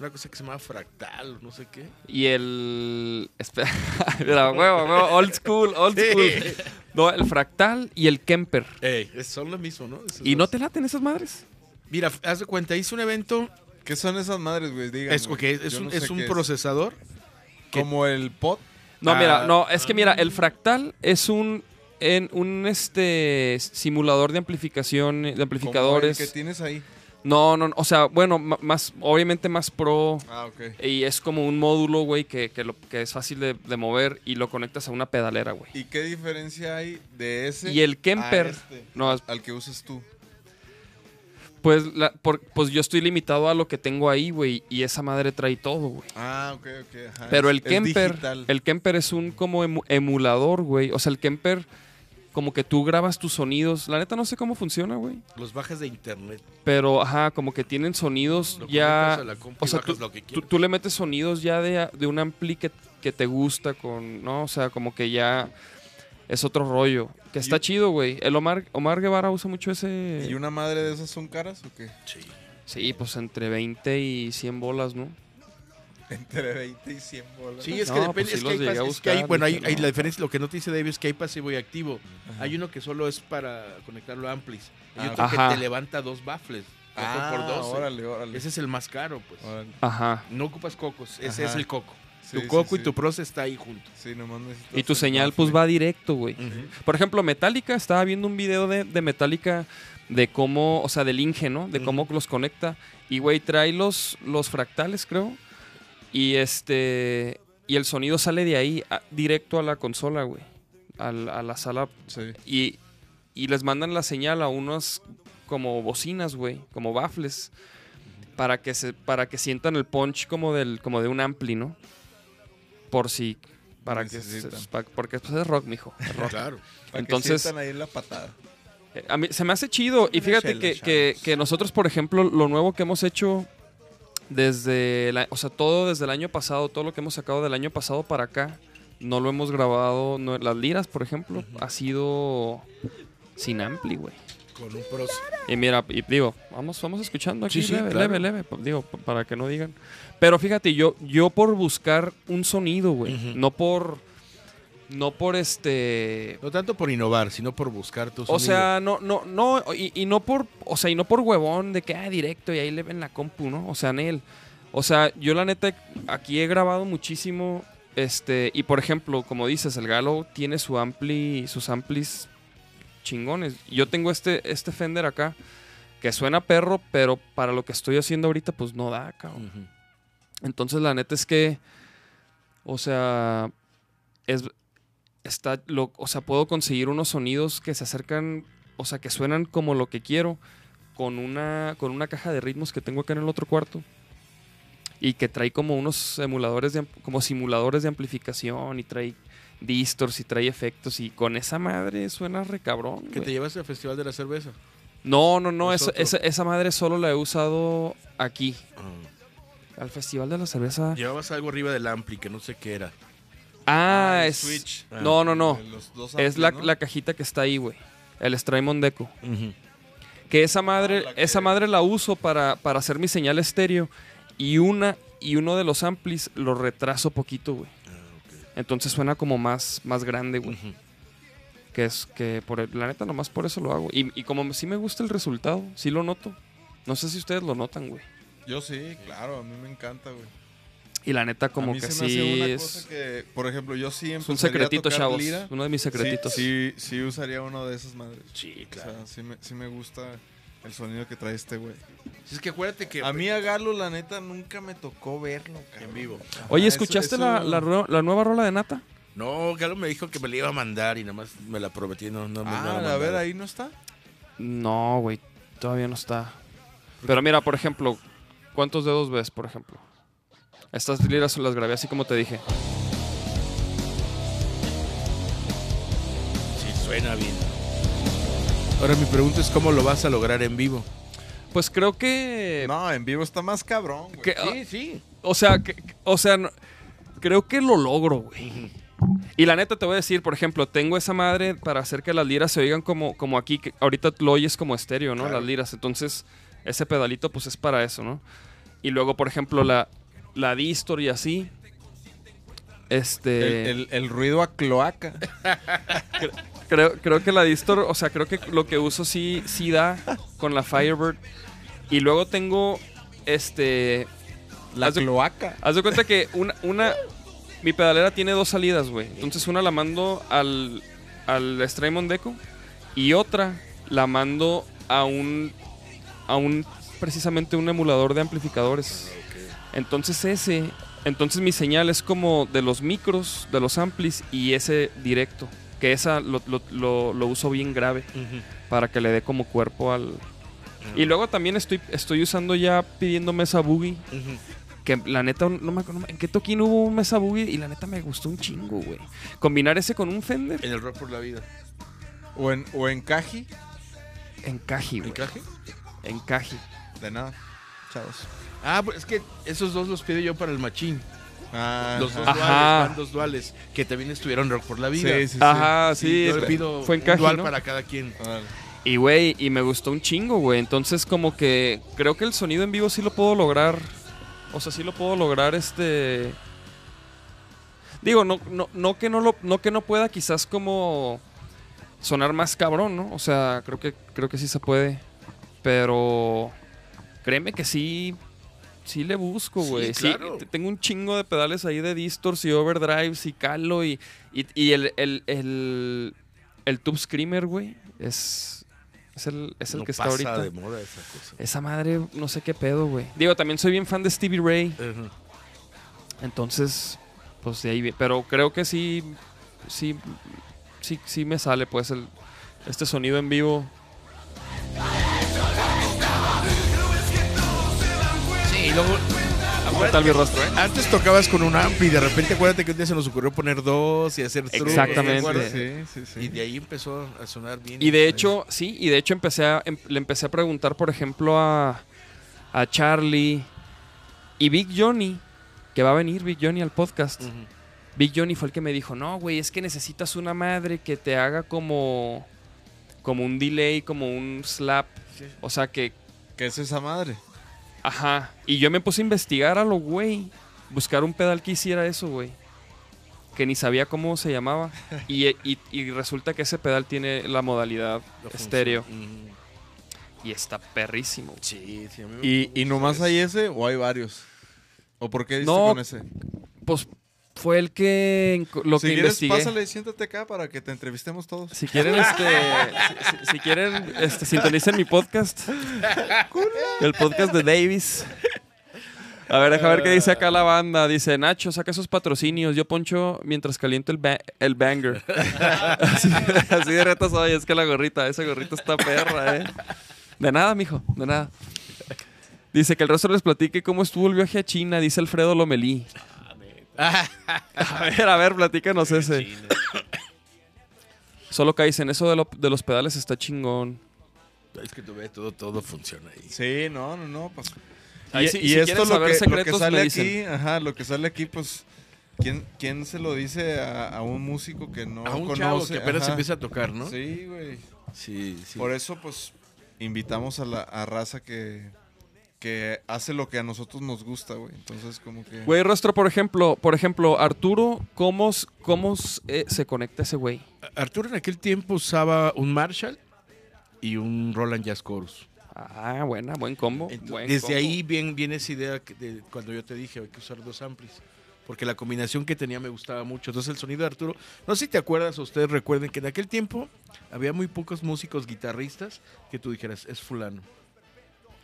D: una cosa que se llama fractal, no sé qué.
B: Y el, espera, mira, huevo, huevo, old school, old
D: Sí.
B: school. No, el fractal y el Kemper.
D: Ey, es- son lo mismo, ¿no? Esos
B: ¿Y no
D: dos.
B: te laten esas madres?
D: Mira, f- haz de cuenta, hice un evento,
C: ¿Qué son esas madres, güey? Digan.
D: es,
C: güey.
D: ok, es
C: Yo
D: un,
C: no
D: es
C: sé
D: un
C: qué
D: procesador. que-
C: Como el pot.
B: No, mira,
D: Ah.
B: no, es que mira, el fractal es un en un este simulador de amplificación, de
C: como
B: amplificadores.
C: el que tienes ahí.
B: No, no, no, o sea, bueno, ma- más obviamente más pro
C: Ah, ok.
B: y es como un módulo, güey, que, que, lo- que es fácil de, de mover y lo conectas a una pedalera, güey.
C: ¿Y qué diferencia hay de ese
B: Y el
C: a
B: Kemper,
C: este,
B: no, es-
C: al que usas tú?
B: pues, la- por- pues yo estoy limitado a lo que tengo ahí, güey, y esa madre trae todo, güey.
C: Ah, ok, ok. ajá,
B: Pero
C: es-
B: el
C: es
B: Kemper,
C: digital.
B: el Kemper es un como emu- emulador, güey. O sea, el Kemper, como que tú grabas tus sonidos. La neta no sé cómo funciona, güey.
D: Los bajas de internet.
B: Pero, ajá, como que tienen sonidos
D: Lo conectas
B: ya...
D: a la
B: O
D: compu y
B: sea,
D: bajas
B: tú,
D: lo que
B: tú,
D: quieras.
B: tú le metes sonidos ya de, de un ampli que, que te gusta con... No, o sea, como que ya es otro rollo. Que está
C: Y-
B: chido, güey. El Omar, Omar Guevara usa mucho ese...
C: ¿Y una madre de esas son caras o qué?
D: Sí.
B: Sí, pues entre 20 y 100 bolas, ¿no?
C: Entre 20 y 100 bolas.
D: Sí, es que
B: No, pues
D: depende.
B: sí
D: es que
B: los
D: hay
B: llegué a
D: pas- es que hay-
B: buscar,
D: bueno, hay,
B: dije,
D: hay
B: no.
D: la diferencia. Lo que no te dice David es que hay pasivo y activo. Hay uno que solo es para conectarlo a amplis. Y
C: Ah,
D: otro
B: Ajá.
D: que te levanta dos baffles. cuatro
C: Ah,
D: por 12.
C: órale, órale.
D: Ese es el más caro, pues.
C: Órale.
B: Ajá.
D: No ocupas cocos. Ese
C: Ajá.
D: es el coco.
C: Sí,
D: tu
C: sí,
D: coco y
C: sí.
D: tu proce está ahí junto.
C: Sí, nomás necesitas
B: Y tu
C: el
B: señal
C: bafle.
B: pues va directo, güey.
D: Ujú.
B: Por ejemplo, Metallica, estaba viendo un video de, de Metallica de cómo, o sea, del Inge, ¿no? De cómo los conecta. Y, güey, trae los, los fractales, creo. Y este. Y el sonido sale de ahí a- directo a la consola, güey. Al- A, la sala.
C: Sí.
B: Y, y les mandan la señal a unas como bocinas, güey. Como baffles. Para que, se, para que sientan el punch como, del, como de un ampli, ¿no? Por si. Para que se-
C: Necesitan.
B: pa- porque pues, es rock, mijo. es rock.
D: Claro.
C: Para que
B: Entonces-
C: sientan ahí la patada.
B: Eh, A mí, se me hace chido. Y
D: Una
B: fíjate
D: chela,
B: que, que-
D: chavos.
B: que nosotros, por ejemplo, lo nuevo que hemos hecho desde, la- o sea, todo desde el año pasado, todo lo que hemos sacado del año pasado para acá, no lo hemos grabado. no- las liras, por ejemplo, ha sido sin ampli, güey.
D: Con un pros.
B: Y mira, y digo, vamos, vamos escuchando aquí,
D: Sí, sí,
B: leve,
D: claro.
B: leve, leve, pa- digo, pa- para que no digan. Pero fíjate, yo, yo por buscar un sonido, güey,
D: Ujú.
B: no por, no por este,
D: No tanto por innovar, sino por buscar tus.
B: o sea, no, no, no, y, y no por, o sea, y no por huevón de que, ah, directo y ahí le ven la compu, ¿no? O sea, en él. O sea, yo la neta, aquí he grabado muchísimo, este, y por ejemplo, como dices, el Galo tiene su ampli, sus amplis chingones. Yo tengo este, este Fender acá, que suena perro, pero para lo que estoy haciendo ahorita, pues no da, cabrón. Entonces, la neta es que, o sea, es, está, lo, o sea, puedo conseguir unos sonidos que se acercan, o sea, que suenan como lo que quiero, con una, con una caja de ritmos que tengo acá en el otro cuarto. Y que trae como unos emuladores, de, am- como simuladores de amplificación, y trae distors, y trae efectos, y con esa madre suena re cabrón.
D: Que
B: güey.
D: te llevas al Festival de la Cerveza.
B: No, no, no,
D: Es
B: esa,
D: otro.
B: esa, esa madre solo la he usado aquí. Ah. Al Festival de la Cerveza.
D: Llevabas algo arriba del Ampli, que no sé qué era.
B: Ah,
C: el
B: es.
C: Switch. Ah,
B: No, no, no.
C: De los dos
B: Es
C: amplis,
B: la,
C: ¿no?
B: la cajita que está ahí, güey. El Strymon Deco. Que esa madre,
C: Ah, la que-
B: esa madre la uso para, para hacer mi señal estéreo. Y una y uno de los amplis lo retraso poquito, güey.
C: Ah,
B: Entonces suena como más, más grande, güey.
C: Mm.
B: Que es que por el- la neta nomás por eso lo hago. Y, y como sí me gusta el resultado, sí lo noto. No sé si ustedes lo notan, güey.
C: Yo sí, claro, a mí me encanta, güey.
B: Y la neta como
C: a mí
B: que
C: se me
B: sí
C: hace una
B: es,
C: cosa que, por ejemplo, yo sí
B: es un
C: empezaría a
B: secretito,
C: tocar
B: chavos.
C: lira.
B: Uno de mis secretitos.
C: Sí, sí, sí usaría uno de esas madres.
D: Sí,
C: O sea, sí me, sí me gusta el sonido que trae este güey.
D: Es que acuérdate que.
C: A mí a Galo, la neta, nunca me tocó verlo, cabrón.
D: En vivo.
B: Oye,
C: Ah,
B: ¿escuchaste
C: eso-
B: la-
C: eso-
B: La, ro- la nueva rola de Nata?
D: No, Galo me dijo que me la iba a mandar y nada más me la prometí. No, no me la
C: Ah,
D: ha
C: a ver,
D: mandado.
C: ahí no está.
B: No, güey, todavía no está. Pero mira, por ejemplo, ¿cuántos dedos ves, por ejemplo? Estas liras las grabé así como te dije.
D: Sí, suena bien. Ahora mi pregunta es cómo lo vas a lograr en vivo.
B: Pues creo que...
C: No, en vivo está más cabrón, güey.
B: que- ah,
D: sí.
B: O sea, que- o sea, no- creo que lo logro, güey. Y la neta te voy a decir, por ejemplo, tengo esa madre para hacer que las liras se oigan como, como aquí, que ahorita lo oyes como estéreo, ¿no? Las liras. Entonces, ese pedalito pues es para eso, ¿no? Y luego, por ejemplo, la, la distor y así.
D: Eh.
C: El,
B: Este.
C: el- el ruido a cloaca.
B: Creo, creo que la distor, o sea, creo que lo que uso sí, sí da con la Firebird. Y luego tengo, este,
C: La
B: Haz de-
C: cloaca.
B: haz de cuenta que una, una mi pedalera tiene dos salidas, güey. Entonces una la mando al, al Strymon Deco y otra la mando a un, a un, precisamente un emulador de amplificadores. Entonces ese, entonces mi señal es como de los micros, de los amplis y ese directo. Que esa lo, lo- lo- lo uso bien grave para que le dé como cuerpo al... Y luego también estoy, estoy usando ya pidiendo mesa boogie. Que la neta, no me acuerdo, ¿en qué toquín hubo un mesa boogie? Y la neta me gustó un chingo, güey. Combinar ese con un Fender
D: En el rock por la vida.
C: O en, o en caji.
B: en Caji, güey.
D: ¿Encaje?
B: En Caji.
C: De nada. Chavos.
D: Ah, pues es que esos dos los pido yo para el machín.
C: Ah,
D: Los dos
C: ajá.
D: duales,
B: Ajá.
D: bandos duales, que también estuvieron rock por la vida.
C: Sí, sí, sí.
B: Ajá, sí.
D: Yo le
B: es-
D: pido
B: fue en
D: un
B: Caji,
D: dual
B: ¿no?
D: para cada quien.
C: Órale.
B: Y, güey, y me gustó un chingo, güey. Entonces, como que creo que el sonido en vivo sí lo puedo lograr. O sea, sí lo puedo lograr, este... Digo, no, no, no, que, no, lo, no que no pueda quizás como sonar más cabrón, ¿no? O sea, creo que, creo que sí se puede. Pero créeme que sí, sí le busco,
D: Sí,
B: güey. Sí,
D: claro.
B: te- tengo un chingo de pedales ahí de distors y overdrives y calo y, y, y el, el, el, el Tube Screamer, güey, es, es el, es el
D: No
B: que está
D: pasa
B: ahorita.
D: de moda esa cosa.
B: Esa madre, no sé qué pedo, güey. Digo, también soy bien fan de Stevie Ray.
D: Ujú.
B: Entonces, pues de ahí, vi- pero creo que sí, sí, sí, sí me sale, pues, el, este sonido en vivo.
D: Sí, y luego.
B: ¿Qué tal mi rostro, eh?
D: Antes tocabas con un ampli y de repente acuérdate que un día se nos ocurrió poner dos y hacer trucos. ¿te
B: Exactamente.
D: acuerdas?
C: Sí, sí, sí.
D: Y de ahí empezó a sonar bien.
B: Y de hecho, sí, y de hecho empecé a- em- le empecé a preguntar, por ejemplo, a, a Charlie y Big Johnny, que va a venir Big Johnny al podcast.
D: Ujú.
B: Big Johnny fue el que me dijo, no, güey, es que necesitas una madre que te haga como, como un delay, como un slap. O sea, que,
C: ¿Qué es esa madre?
B: ajá. Y yo me puse a investigar a lo güey, buscar un pedal que hiciera eso, güey. Que ni sabía cómo se llamaba. Y, eh, y- y resulta que ese pedal tiene la modalidad
D: La función.
B: estéreo.
D: Mm.
B: Y está perrísimo. güey.
D: Sí, sí, a mí me
C: ¿Y,
D: gusta
C: y nomás
D: eso.
C: hay ese o hay varios? ¿O por qué diste
B: No,
C: con ese?
B: Pues fue el que enco- lo
C: si
B: que
C: quieres,
B: investigué.
C: pásale, siéntate acá para que te entrevistemos todos.
B: Si quieren, este, si, si- si quieren, este, sintonicen mi podcast. El podcast de Davis. A ver, deja ver qué dice acá la banda. Dice, Nacho, saca esos patrocinios. Yo poncho mientras caliento el, ba- el banger. así, así de retas soy. Es que la gorrita, esa gorrita está perra, ¿eh? De nada, mijo, de nada. Dice que el resto les platique cómo estuvo el viaje a China, dice Alfredo Lomelí. A ver, a ver, platícanos ese. Solo que dicen, eso de, lo- de los pedales está chingón.
D: Es que tú ves, todo, todo funciona ahí.
C: Sí, no, no, no. Pues.
B: Ahí
C: y
B: sí,
C: y
B: si
C: esto
B: quieres
C: lo
B: saber
C: que, lo que
B: secretos,
C: sale
B: me
C: aquí,
B: dicen.
C: ajá, lo que sale aquí, pues, ¿quién, quién se lo dice a, a un músico que no
D: a un
C: conoce?
D: chavo que apenas
C: Ajá.
D: empieza a tocar, ¿no?
C: Sí, güey.
D: sí. sí.
C: Por eso, pues, invitamos a la a raza que, que hace lo que a nosotros nos gusta, güey. Entonces, como que...
B: Güey, rostro, por ejemplo, por ejemplo, Arturo, ¿cómo, s- cómo s- eh, se conecta ese güey?
D: Arturo en aquel tiempo usaba un Marshall y un Roland Jazz Chorus.
B: Ah, buena, buen combo.
D: Entonces,
B: buen
D: desde
B: combo.
D: ahí bien, viene esa idea que de cuando yo te dije, hay que usar dos amplis. Porque la combinación que tenía me gustaba mucho. Entonces el sonido de Arturo, no sé si te acuerdas o ustedes recuerden que en aquel tiempo había muy pocos músicos guitarristas que tú dijeras, es fulano.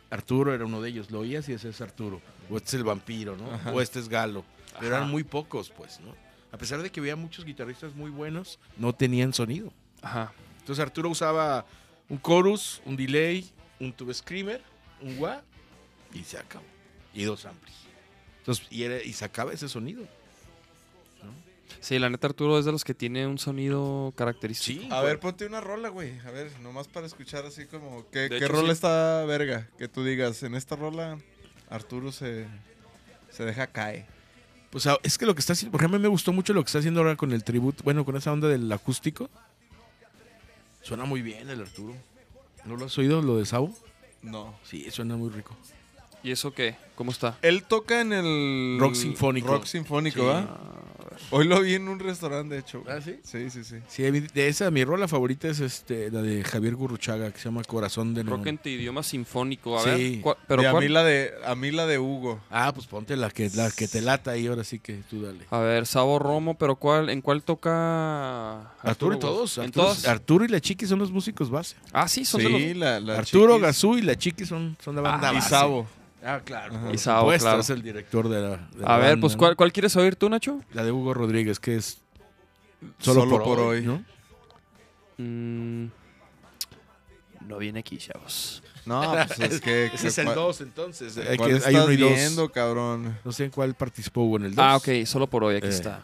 D: Arturo era uno de ellos, lo oías y ese es Arturo. O este es el vampiro, ¿no?
C: Ajá.
D: O este es Galo. Pero
B: Ajá.
D: eran muy pocos, pues, ¿no? A pesar de que había muchos guitarristas muy buenos, no tenían sonido.
B: Ajá.
D: Entonces Arturo usaba un chorus, un delay, un tube screamer, un wah y se acabó. Y dos amplis. Entonces, y, era- y sacaba ese sonido.
B: Sí, la neta Arturo es de los que tiene un sonido característico.
D: Sí.
C: A ver, ponte una rola, güey. A ver, nomás para escuchar así como... ¿Qué,
B: De
C: qué
B: hecho,
C: rola
B: sí.
C: está verga? Que tú digas, en esta rola Arturo se, se deja caer.
D: Pues ah, es que lo que está haciendo, porque a mí me gustó mucho lo que está haciendo ahora con el tributo, bueno, con esa onda del acústico. Suena muy bien el Arturo. ¿No lo has oído lo de Sabo?
C: No.
D: Sí, suena muy rico.
B: ¿Y eso qué? ¿Cómo está?
C: Él toca en el...
D: Rock sinfónico.
C: Rock sinfónico,
D: Sí.
C: ¿ah? Hoy lo vi en un restaurante, de hecho. güey.
D: ¿Ah, sí?
C: Sí, sí, sí.
D: Sí, a mí- de esa, mi rola favorita es este, la de Javier Gurruchaga, que se llama Corazón de
B: Rock
D: Nuevo.
B: en tu idioma sinfónico. A
D: Sí.
B: ver, ¿cuál- pero
C: y a
B: cuál?
C: mí, la de, a mí la de Hugo.
D: Ah, pues ponte la que, la que te lata y ahora sí que tú dale.
B: A ver, Sabo Romo, pero ¿cuál, ¿en cuál toca
D: Arturo, y
B: güey?
D: todos.
B: ¿En
D: Arturo,
B: todos?
D: Arturo y la Chiqui son los músicos base.
B: Ah, sí, son de los...
C: Sí, la, la
D: Arturo,
C: chiquis.
D: Gazú y la Chiqui son, son la banda
B: Ah,
C: Y
D: base.
C: Sabo.
D: Ah, claro.
C: Ajá.
D: por
B: Y Sabo,
D: supuesto,
B: claro.
D: Es el director de la. de la
B: A ver,
D: banda,
B: pues
D: ¿no?
B: ¿cuál, ¿cuál quieres oír tú, Nacho?
D: La de Hugo Rodríguez, que es. Solo, por, hoy. ¿no?
B: Mm, no viene aquí, chavos.
C: No, pues es que...
D: Ese es el
C: ¿cuál-
D: 2, entonces. Hay, que,
C: cuál
D: hay
C: estás
D: uno y dos.
C: viendo, cabrón?
D: No sé en cuál participó Hugo en el 2.
B: Ah, ok, solo por hoy, aquí
D: Eh.
B: está.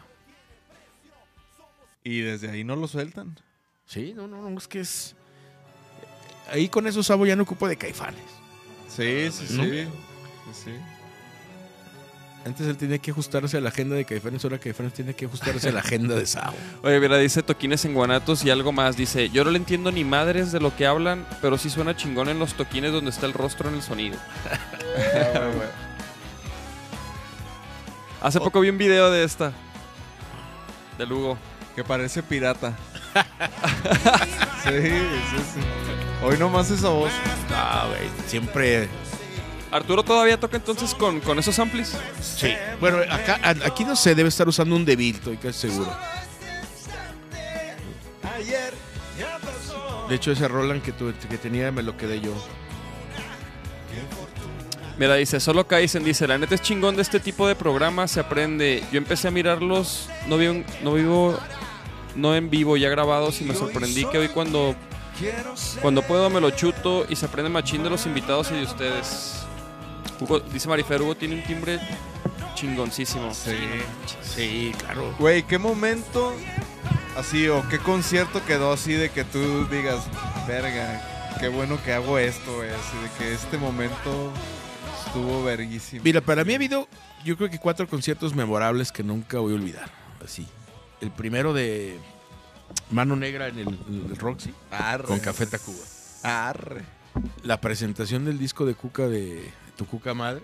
C: Y desde ahí no lo sueltan.
D: Sí, no, no, no, es que es. Ahí con eso Sabo ya no ocupa de caifanes.
C: Sí, sí,
D: ¿No?
C: sí. Ah, Sí.
D: Antes él tenía que ajustarse a la agenda de Caifanes, ahora Caifanes tiene que ajustarse a la agenda de Sabo.
B: Oye, mira, dice Toquines en Guanatos y algo más. Dice, yo no le entiendo ni madres de lo que hablan, pero sí suena chingón en los toquines donde está el rostro en el sonido. Ah, Hace poco vi un video de esta. De Lugo.
C: que parece pirata. sí, sí, sí. Hoy nomás esa voz.
D: Ah, güey, siempre.
B: Arturo todavía toca entonces con, con esos amplis.
D: Sí. Bueno, acá, a- aquí no se debe estar usando un debil, estoy casi seguro. De hecho, ese Roland que, tu- que tenía me lo quedé yo.
B: Mira, dice, solo Kaizen dice, la neta es chingón de este tipo de programas, se aprende. Yo empecé a mirarlos, no, vi un- no vivo, no en vivo, ya grabados y me sorprendí que hoy cuando, cuando puedo me lo chuto y se aprende machín de los invitados y de ustedes. Hugo, dice Marifer, Hugo tiene un timbre chingoncísimo.
D: Sí, claro.
C: Güey, ¿qué momento así o qué concierto quedó así de que tú digas, verga, qué bueno que hago esto, güey? Así de que este momento estuvo verguísimo.
D: Mira, para mí ha habido, yo creo que cuatro conciertos memorables que nunca voy a olvidar. así. El primero de Mano Negra en el, en el Roxy con Café Tacuba.
C: Arre.
D: La presentación del disco de Cuca de Tu Cuca Madre.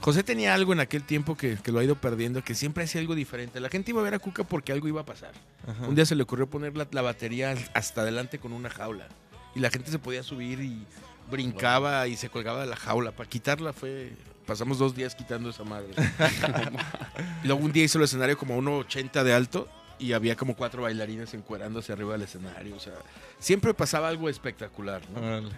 D: José tenía algo en aquel tiempo que, que lo ha ido perdiendo, que siempre hacía algo diferente. La gente iba a ver a Cuca porque algo iba a pasar.
C: Ajá.
D: Un día se le ocurrió poner la, la batería hasta adelante con una jaula. Y la gente se podía subir y brincaba y se colgaba de la jaula. Para quitarla fue... Pasamos dos días quitando esa madre. Y Luego un día hizo el escenario como a 1,80 de alto y había como cuatro bailarines encuerándose arriba del escenario. O sea, siempre pasaba algo espectacular. ¿no?
C: Órale.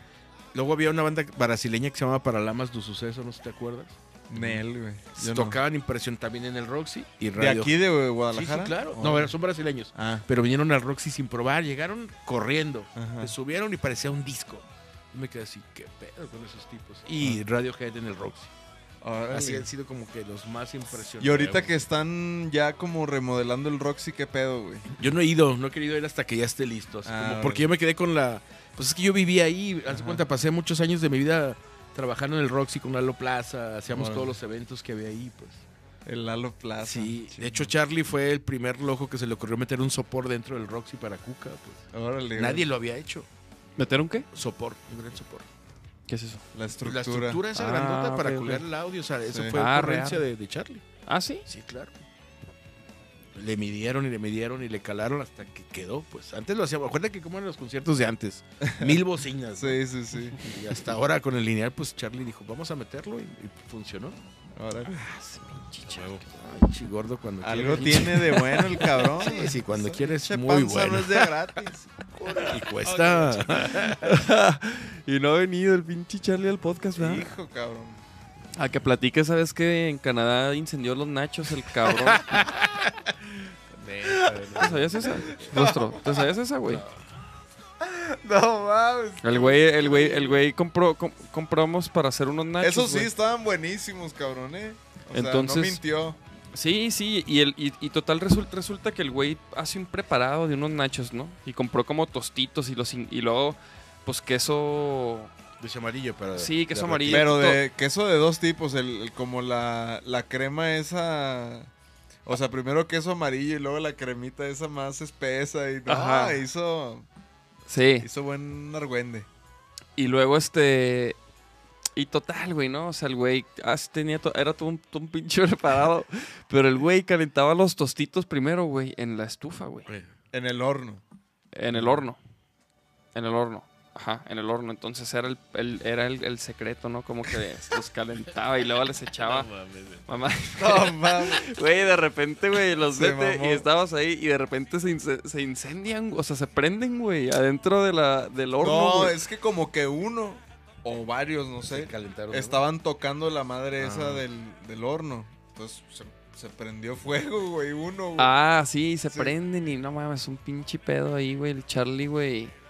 D: Luego había una banda brasileña que se llamaba Paralamas do Suceso, no sé si te acuerdas.
C: Nel, güey. Yo no.
D: Tocaban impresión también en el Roxy y
C: ¿De
D: Radio.
C: aquí, de
D: Sí, sí,
C: Guadalajara? Oh.
D: claro.
C: Órale.
D: No, eran- son brasileños.
C: Ah.
D: Pero vinieron al Roxy sin probar, llegaron corriendo.
C: Ajá.
D: Se subieron y parecía un disco. Y me quedé así, qué pedo con esos tipos. Y Radiohead en el Roxy.
C: Órale.
D: Así han sido como que los más impresionantes.
C: Y ahorita que están ya como remodelando el Roxy, ¿qué pedo, güey?
D: Yo no he ido, no he querido ir hasta que ya esté listo. así
C: Ah,
D: como-
C: órale.
D: porque yo me quedé con la. Pues es que yo vivía ahí, haz de cuenta, pasé muchos años de mi vida trabajando en el Roxy con Lalo Plaza, hacíamos
C: Órale. Ah,
D: todos los eventos que había ahí, pues.
C: El Lalo Plaza.
D: Sí, de hecho Charlie fue el primer loco que se le ocurrió meter un sopor dentro del Roxy para Cuca, pues.
C: Órale, güey.
D: Nadie lo había hecho.
B: ¿Metieron qué?
D: Sopor, un gran sopor.
B: ¿Qué es eso?
C: La estructura.
D: La estructura esa grandota
B: Ah,
D: para
B: ok, ok.
D: colgar el audio, o sea, eso
C: Sí.
D: fue
B: Ah,
D: ocurrencia
B: real.
D: de, de Charlie.
B: Ah, sí.
D: Sí, claro. Le midieron y le midieron y le calaron hasta que quedó, pues. Antes lo hacíamos. Acuérdate que como eran los conciertos de antes. Mil bocinas. ¿no?
C: Sí, sí, sí.
D: Y hasta ahora con el lineal, pues Charlie dijo, vamos a meterlo y, y funcionó.
C: Órale.
D: Ay, chigordo cuando
C: Algo
D: quieres.
C: tiene de bueno el cabrón.
D: Sí, sí, Pues, cuando quieres
C: Ese
D: muy
C: panza
D: bueno.
C: no es de gratis.
D: Y cuesta.
B: y no ha venido el pinche Charlie al podcast,
C: Hijo, cabrón.
B: A que platique, ¿sabes que en Canadá incendió los nachos el cabrón? ¿Te sabías esa? Rostro, ¿te sabías esa, güey?
C: No mames.
B: El güey, el güey, el güey compró, com- compramos para hacer unos nachos.
C: Eso sí,
B: güey.
C: estaban buenísimos, cabrón, eh. O
B: Entonces-
C: sea, no mintió.
B: Sí, sí, y, el, y, y total resul- resulta que el güey hace un preparado de unos nachos, ¿no? Y compró como tostitos y, los, in- y luego, pues queso...
D: De amarillo para.
B: Sí, queso amarillo.
D: derretir.
C: Pero Eh, de queso de dos tipos, el, el- como la, la crema esa... O sea, primero queso amarillo y luego la cremita esa más espesa y no,
B: Ajá.
C: hizo,
B: Sí.
C: hizo buen argüende.
B: Y luego este. Y total, güey, ¿no? O sea, el güey ah, sí tenía to- era todo un, todo un pinche preparado. pero el güey calentaba los tostitos primero, güey, en la estufa, güey.
C: En el horno.
B: En el horno. En el horno. Ajá, en el horno. Entonces era el, el- era el, el secreto, ¿no? Como que los calentaba y luego les echaba. Mamá.
C: No mames.
B: Güey, de repente, güey, los
C: Se
B: vete
C: mamó.
B: y estabas ahí y de repente se, ince- se incendian, o sea, se prenden, güey, adentro de la, del horno.
C: No,
B: güey.
C: es que como que uno o varios, no
D: Se
C: sé,
D: calentaron. ¿no?
C: estaban tocando la madre
D: Ah.
C: esa del, del horno. Entonces se, se prendió fuego, güey, uno, güey.
B: Ah, sí, se
C: Sí.
B: prenden y no mames, un pinche pedo ahí, güey, el Charlie, güey.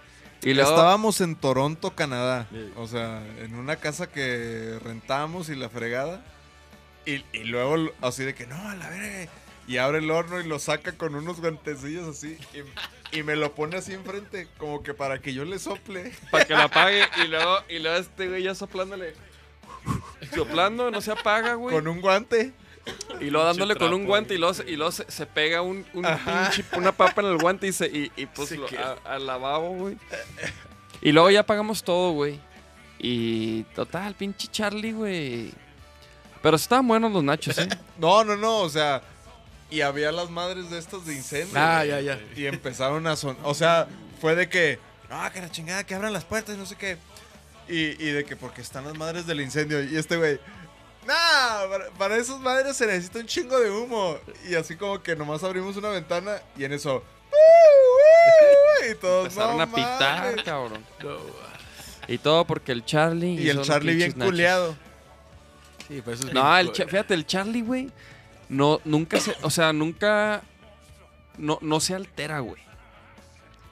B: Y luego,
C: Estábamos en Toronto, Canadá.
D: Sí.
C: O sea, en una casa que rentamos y la fregada. Y, y luego l- así de que no, a la verga. Y abre el horno y lo saca con unos guantecillos así. Y, y me lo pone así enfrente, como que para que yo le sople.
B: para que la apague y luego, y luego este güey ya soplándole. Soplando, no se apaga, güey.
C: Con un guante.
B: Y luego dándole con un
E: trapo,
B: guante y luego, se- y luego se, se pega un, un
C: Ajá.
B: pinche- una papa en el guante y, se, y, y pues
D: Se
B: lo-
D: queda.
B: a- al lavabo, güey. Y luego ya apagamos todo, güey. Y total, pinche Charlie, güey. Pero estaban buenos los nachos, ¿eh?
C: No, no, no, o sea. Y había las madres de estas de incendio.
D: Ah,
C: güey.
D: ya, ya.
C: Y empezaron a sonar. O sea, fue de que. Ah, que la chingada, que abran las puertas, no sé qué. Y, y de que porque están las madres del incendio. Y este güey. Nah, para, para esas madres se necesita un chingo de humo. Y así como que nomás abrimos una ventana y en eso. "Uh, uh", Y todos
B: Empezaron
C: "No
B: a pitar,
C: mames".
B: cabrón.
D: No,
B: Y todo porque el Charlie.
C: Y
B: hizo
C: el
B: los
C: Charlie bien
B: pinches nachos.
C: culeado.
D: sí, pero eso es
B: No, el
D: bien-
B: Cha- fíjate, el Charlie, güey. No, nunca se. O sea, nunca. No, no se altera, güey.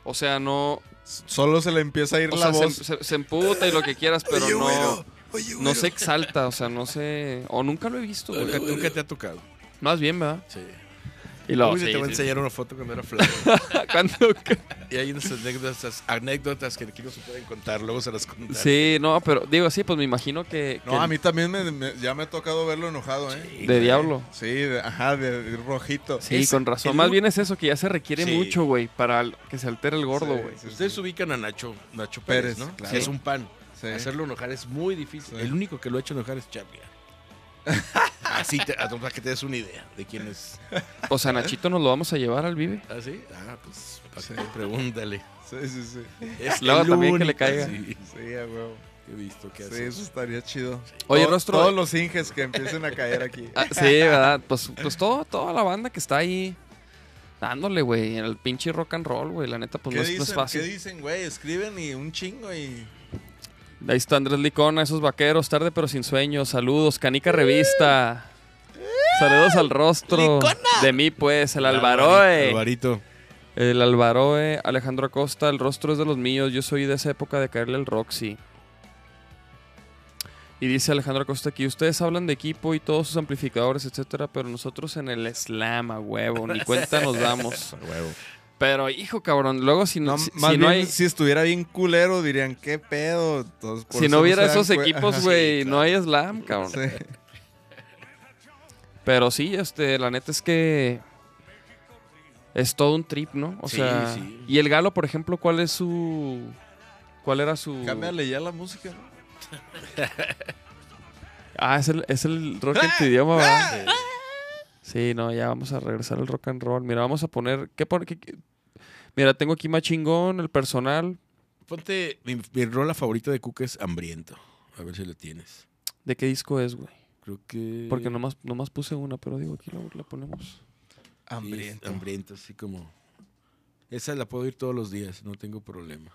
B: O sea, no.
C: Solo se le empieza a ir
B: O
C: la
B: sea, se,
C: voz.
B: se- se emputa y lo que quieras, pero
D: Oye,
B: no.
D: güero, oye,
B: No
D: güero.
B: se exalta, o sea, no se. O nunca lo he visto, güey.
D: Nunca, nunca te ha tocado.
B: Más bien, ¿verdad?
D: Sí.
B: Y luego,
D: Uy,
B: sí,
D: te voy a
B: sí,
D: enseñar una foto cuando era flaco.
B: Cuando-
D: y hay unas anécdotas, anécdotas que aquí no se pueden contar, luego se las contaré.
B: sí, no, pero digo, sí, pues me imagino que... que
C: No, a mí también me- me- ya me ha tocado verlo enojado, ¿eh?
B: De diablo.
C: Sí, de- ajá, de, de rojito.
B: Sí,
D: Es-
B: con razón.
D: el
B: Más
D: u-
B: bien es eso, que ya se requiere
D: Sí.
B: mucho, güey, para al- que se altere el gordo,
C: Sí,
B: güey.
C: sí,
D: Ustedes
C: sí.
D: ubican a Nacho, Nacho Pérez,
C: Pérez,
D: ¿no?
C: claro.
D: Que es un pan.
C: Sí.
D: Hacerlo enojar es muy difícil.
C: Sí.
D: El único que lo ha hecho enojar es Charlie. Así te, a- para que te des una idea de quién es.
B: O sea, Nachito nos lo vamos a llevar al Vive.
D: ¿Ah, sí? Ah, pues para
C: Sí.
D: que pregúntale.
C: Sí, sí, sí.
D: Es
B: Luego
D: el
B: también que
D: único,
B: le caiga.
D: sí,
C: Sí, a huevo.
D: que he visto que
C: Sí,
D: hace.
C: eso estaría chido.
B: Oye,
C: To-
B: Rostro-
C: Todos los inges que empiecen a caer aquí.
B: Ah, sí, ¿verdad? Pues, pues todo, toda la banda que está ahí dándole, güey, en el pinche rock and roll, güey. La neta, pues no es, no es
C: ¿Qué
B: fácil.
C: dicen, güey? Escriben y un chingo y...
B: Ahí está Andrés Licona, esos vaqueros, tarde pero sin sueños. Saludos, Canica Revista.
D: Eh.
B: Saludos al rostro. De mí, pues, el Alvaroe.
E: Alvarito.
B: El Alvaroe, Alejandro Acosta, el rostro es de los míos. Yo soy de esa época de caerle al Roxy. Y dice Alejandro Acosta aquí, ustedes hablan de equipo y todos sus amplificadores, etcétera, pero nosotros en el slam, a huevo, ni cuenta nos damos.
E: A huevo.
B: Pero, hijo, cabrón, luego si no,
C: No,
B: si, si
C: más
B: no
C: bien,
B: hay-
C: si estuviera bien culero, dirían, ¿qué pedo? Entonces, por
B: si
C: eso
B: no hubiera
C: se dan
B: esos
C: cue-
B: equipos,
C: Ajá.
B: güey, no hay slam, cabrón.
C: Sí.
B: Pero sí, este, la neta es que es todo un trip, ¿no? O
D: Sí,
B: sea,
D: sí.
B: y el Galo, por ejemplo, ¿cuál es su cuál era su
C: Cámbiale ya la música, ¿no?
B: Ah, es el es el rock en tu idioma, ¿verdad? Sí, no, ya vamos a regresar al rock and roll. Mira, vamos a poner ¿qué pon- qué- qué? Mira, tengo aquí más chingón, el personal.
D: Ponte mi, mi rola favorita de Cuca es Hambriento. A ver si la tienes.
B: ¿De qué disco es, güey?
D: Creo que.
B: Porque nomás, nomás puse una, pero digo, aquí la, la ponemos.
D: Hambriento. hambriento, así como. Esa la puedo ir todos los días, no tengo problema.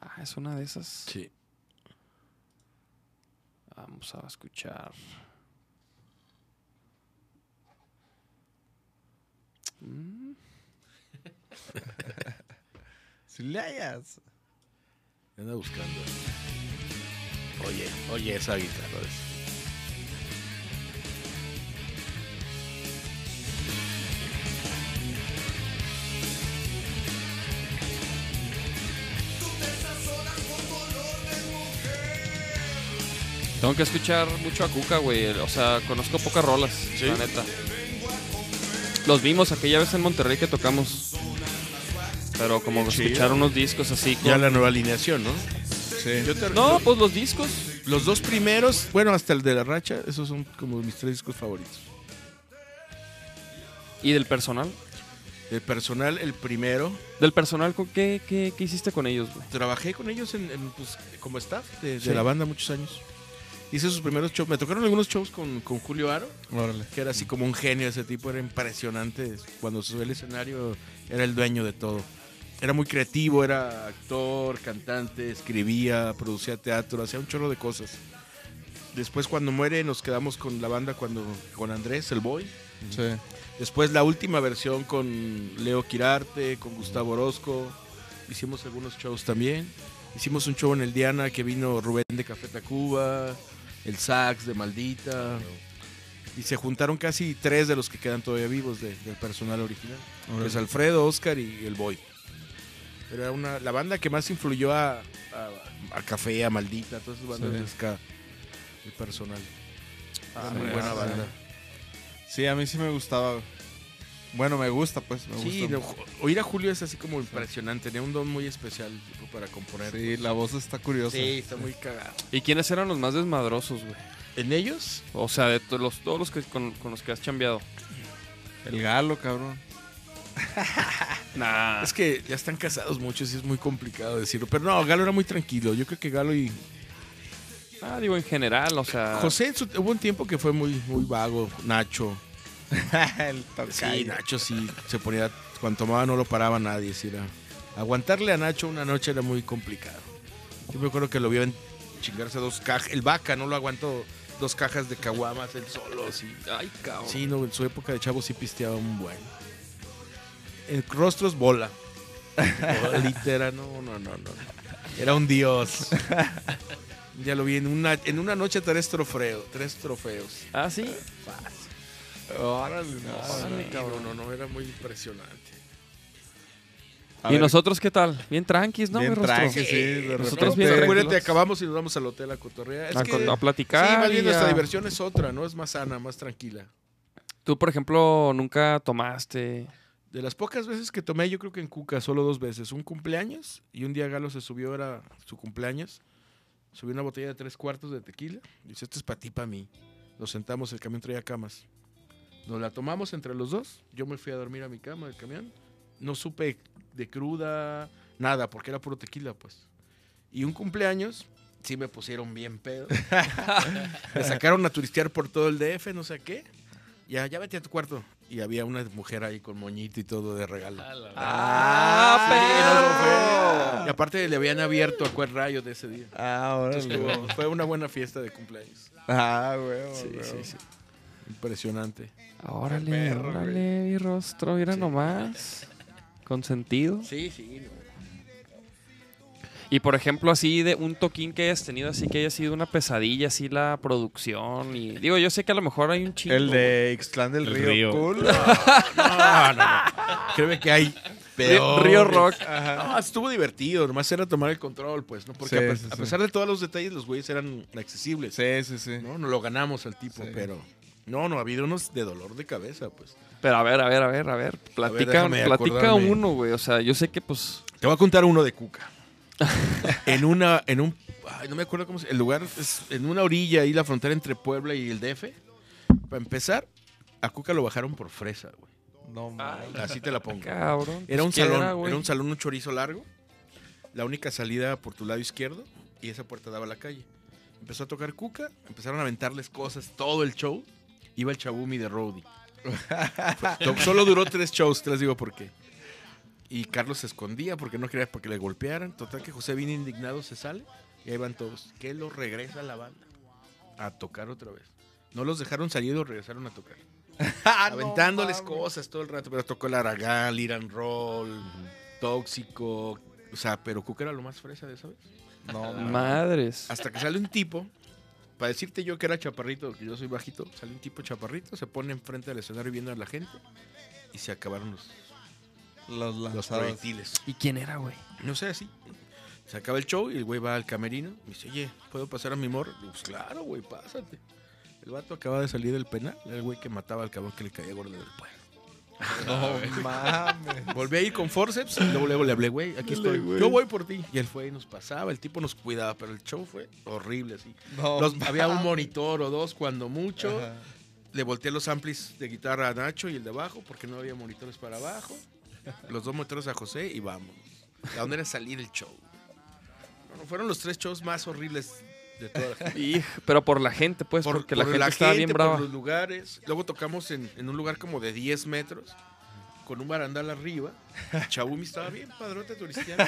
B: Ah, es una de esas.
D: Sí.
B: Vamos a escuchar. Mm.
C: Si le hayas.
D: Anda buscando. Oye, oye esa guitarra. es-
B: Tengo que escuchar mucho a Cuca, güey. O sea, conozco pocas rolas, la neta. Los vimos aquella vez en Monterrey que tocamos. Pero como escuchar unos discos así. con-
D: Ya la nueva alineación, ¿no?
C: Sí.
D: Yo te-
B: No, pues los discos.
D: Los dos primeros, bueno, hasta el de la racha, esos son como mis tres discos favoritos.
B: ¿Y del personal?
D: El personal, el primero.
B: ¿Del personal ¿con qué, qué, qué hiciste con ellos, güey?
D: Trabajé con ellos en, en, pues, como staff de, de
B: Sí.
D: la banda muchos años. Hice sus primeros shows. Me tocaron algunos shows con, con Julio Aro,
C: Órale.
D: que era así como un genio ese tipo, era impresionante. Cuando subió al escenario, era el dueño de todo. Era muy creativo, era actor, cantante, escribía, producía teatro, hacía un chorro de cosas. Después cuando muere nos quedamos con la banda cuando con Andrés, el boy.
C: Sí.
D: Después la última versión con Leo Quirarte, con Gustavo Orozco. Hicimos algunos shows también. Hicimos un show en el Diana que vino Rubén de Café Tacuba, el Sax de Maldita. Y se juntaron casi tres de los que quedan todavía vivos de- del personal original.
C: Órale.
D: Que es Alfredo, Oscar y el Boy. Pero era una, la banda que más influyó a, a- a Café, a Maldita, a todas esas bandas
C: Sí.
D: de ska, el personal.
C: Ah,
D: muy
C: mira,
D: buena
C: sí.
D: banda.
C: Sí, a mí sí me gustaba. Bueno, me gusta, pues. Me
D: Sí,
C: gusta
D: no,
C: mucho.
D: Ju- oír a Julio es así como impresionante. Tenía un don muy especial tipo, para componer.
C: Sí, la voz está curiosa.
D: Sí, está muy cagado.
B: ¿Y quiénes eran los más desmadrosos, güey?
D: ¿En ellos?
B: O sea, de to- los, todos los que con, con los que has chambeado.
C: El galo, cabrón.
B: Nah.
D: Ah. Es que ya están casados muchos y es muy complicado decirlo. Pero no, Galo era muy tranquilo. Yo creo que Galo y.
B: Ah, digo, en general, o sea.
C: Ah.
D: José, en su- hubo un tiempo que fue muy, muy vago. Nacho.
C: el
D: Sí,
C: tocayo.
D: Nacho sí se ponía. Cuando tomaba no lo paraba nadie. sí era- Aguantarle a Nacho una noche era muy complicado. Yo me acuerdo que lo vio en chingarse dos cajas. El vaca no lo aguantó. Dos cajas de caguamas él solo, así.
B: Ay, cabrón.
D: Sí, no, en su época de chavo sí pisteaba un buen. El rostros bola. Bolita era, no, no, no, no. Era un dios. Ya lo vi en una, en una noche tres trofeos, tres trofeos.
B: Ah, sí.
E: Órale,
D: Órale, cabrón, Ah, no, no, era muy impresionante.
C: A
B: ¿Y
C: ver,
B: nosotros qué tal? Bien tranquis, ¿no?
C: bien
B: mi rostro?
C: tranqui, sí, de
B: Nosotros
C: repente-
B: bien
D: Acuérdate,
B: tranquilos.
D: acabamos y nos vamos al hotel a cotorrear. Es
B: a,
D: que-
B: Ah, con- a
D: sí,
B: platicar.
D: más bien
B: y
D: nuestra
B: a-
D: diversión es otra, ¿no? Es más sana, más tranquila.
B: Tú, por ejemplo, nunca tomaste.
D: De las pocas veces que tomé, yo creo que en Cuca, solo dos veces. Un cumpleaños y un día Galo se subió, era su cumpleaños. Subió una botella de tres cuartos de tequila. Dice, esto es para ti, para mí. Nos sentamos, el camión traía camas. Nos la tomamos entre los dos. Yo me fui a dormir a mi cama del camión. No supe de cruda, nada, porque era puro tequila, pues. Y un cumpleaños, sí me pusieron bien pedo. me sacaron a turistear por todo el DF, no sé qué. Ya, ya vete a tu cuarto. Y había una mujer ahí con moñito y todo de regalo.
B: ¡Ah,
D: Y aparte le habían abierto a cuál rayo de ese día.
C: Ah, órale,
D: Entonces,
C: güey.
D: estuvo- fue una buena fiesta de cumpleaños. Oh,
C: Ah, güey. güey.
D: Impresionante.
B: Órale,
C: perro,
B: órale, mi rostro, mira nomás. Consentido.
D: Sí, sí.
B: Y por ejemplo, así de un toquín que hayas tenido, así que haya sido una pesadilla, así la producción. Y digo, yo sé que a lo mejor hay un chingo.
C: El de Ixtlán del
E: El
C: Río.
E: río.
C: Cool.
D: No, no, no. Créeme que hay
B: Río,
D: peor.
B: Río Rock.
D: No, estuvo divertido. Nomás era tomar el control, pues, ¿no? Porque
C: Sí,
D: a, pe-
C: sí,
D: a
C: sí.
D: pesar de todos los detalles, los güeyes eran accesibles.
C: Sí, sí, sí.
D: No, no lo ganamos al tipo,
C: Sí.
D: pero... No, no, ha habido unos de dolor de cabeza, pues.
B: Pero a ver, a ver, a ver, a ver. Platica,
D: déjame
B: platica
D: acordarme.
B: uno, güey. O sea, yo sé que pues.
D: Te voy a contar uno de Cuca. en una, en un, ay, no me acuerdo cómo se, el lugar es en una orilla ahí la frontera entre Puebla y el DF. Para empezar, a Cuca lo bajaron por fresa, güey.
C: No, mames.
D: Así te la pongo.
B: Cabrón.
D: Era un
B: pues, ¿qué
D: salón,
B: era, güey?
D: era un salón un chorizo largo. La única salida por tu lado izquierdo y esa puerta daba a la calle. Empezó a tocar Cuca, empezaron a aventarles cosas, todo el show. Iba el Chabumi de Rowdy. To- Solo duró tres shows, te les digo por qué. Y Carlos se escondía porque no quería que le golpearan. Total que José viene indignado, se sale y ahí van todos. Que lo regresa a la banda a tocar otra vez. No los dejaron salir, los regresaron a tocar.
C: Ah,
D: aventándoles cosas todo el rato, pero tocó el Aragán, Liran Roll, Tóxico. O sea, pero Cook era lo más fresa de esa vez.
C: No, mames.
B: Madres.
D: Hasta que sale un tipo, para decirte yo que era chaparrito, que yo soy bajito, sale un tipo chaparrito, se pone enfrente del escenario viendo a la gente y se acabaron los,
C: Los
D: los
C: lanzados.
D: proyectiles.
B: ¿Y quién era, güey?
D: No sé, así. Se acaba el show y el güey va al camerino. Me dice, oye, ¿puedo pasar a mi morro? Digo, Pues claro, güey, pásate. El vato acaba de salir del penal. Era el güey que mataba al cabrón que le caía gordo del pueblo.
C: No mames.
D: Volví a ir con forceps y luego, luego le hablé, güey, aquí estoy. Yo voy por ti. Y él fue y nos pasaba, el tipo nos cuidaba, pero el show fue horrible, así.
C: No
D: Los-
C: Oh, mames.
D: había un monitor o dos cuando mucho.
C: Ajá.
D: Le volteé los amplis de guitarra a Nacho y el de abajo porque no había monitores para abajo. Los dos monitores a José y vamos. ¿A dónde era salir el show? Bueno, fueron los tres shows más horribles de toda la gente.
B: Hij, pero por la gente, pues, porque la gente estaba bien
D: gente,
B: brava.
D: Por los lugares. Luego tocamos en, en un lugar como de 10 metros, con un barandal arriba. Chabumi estaba bien padrote turistiano.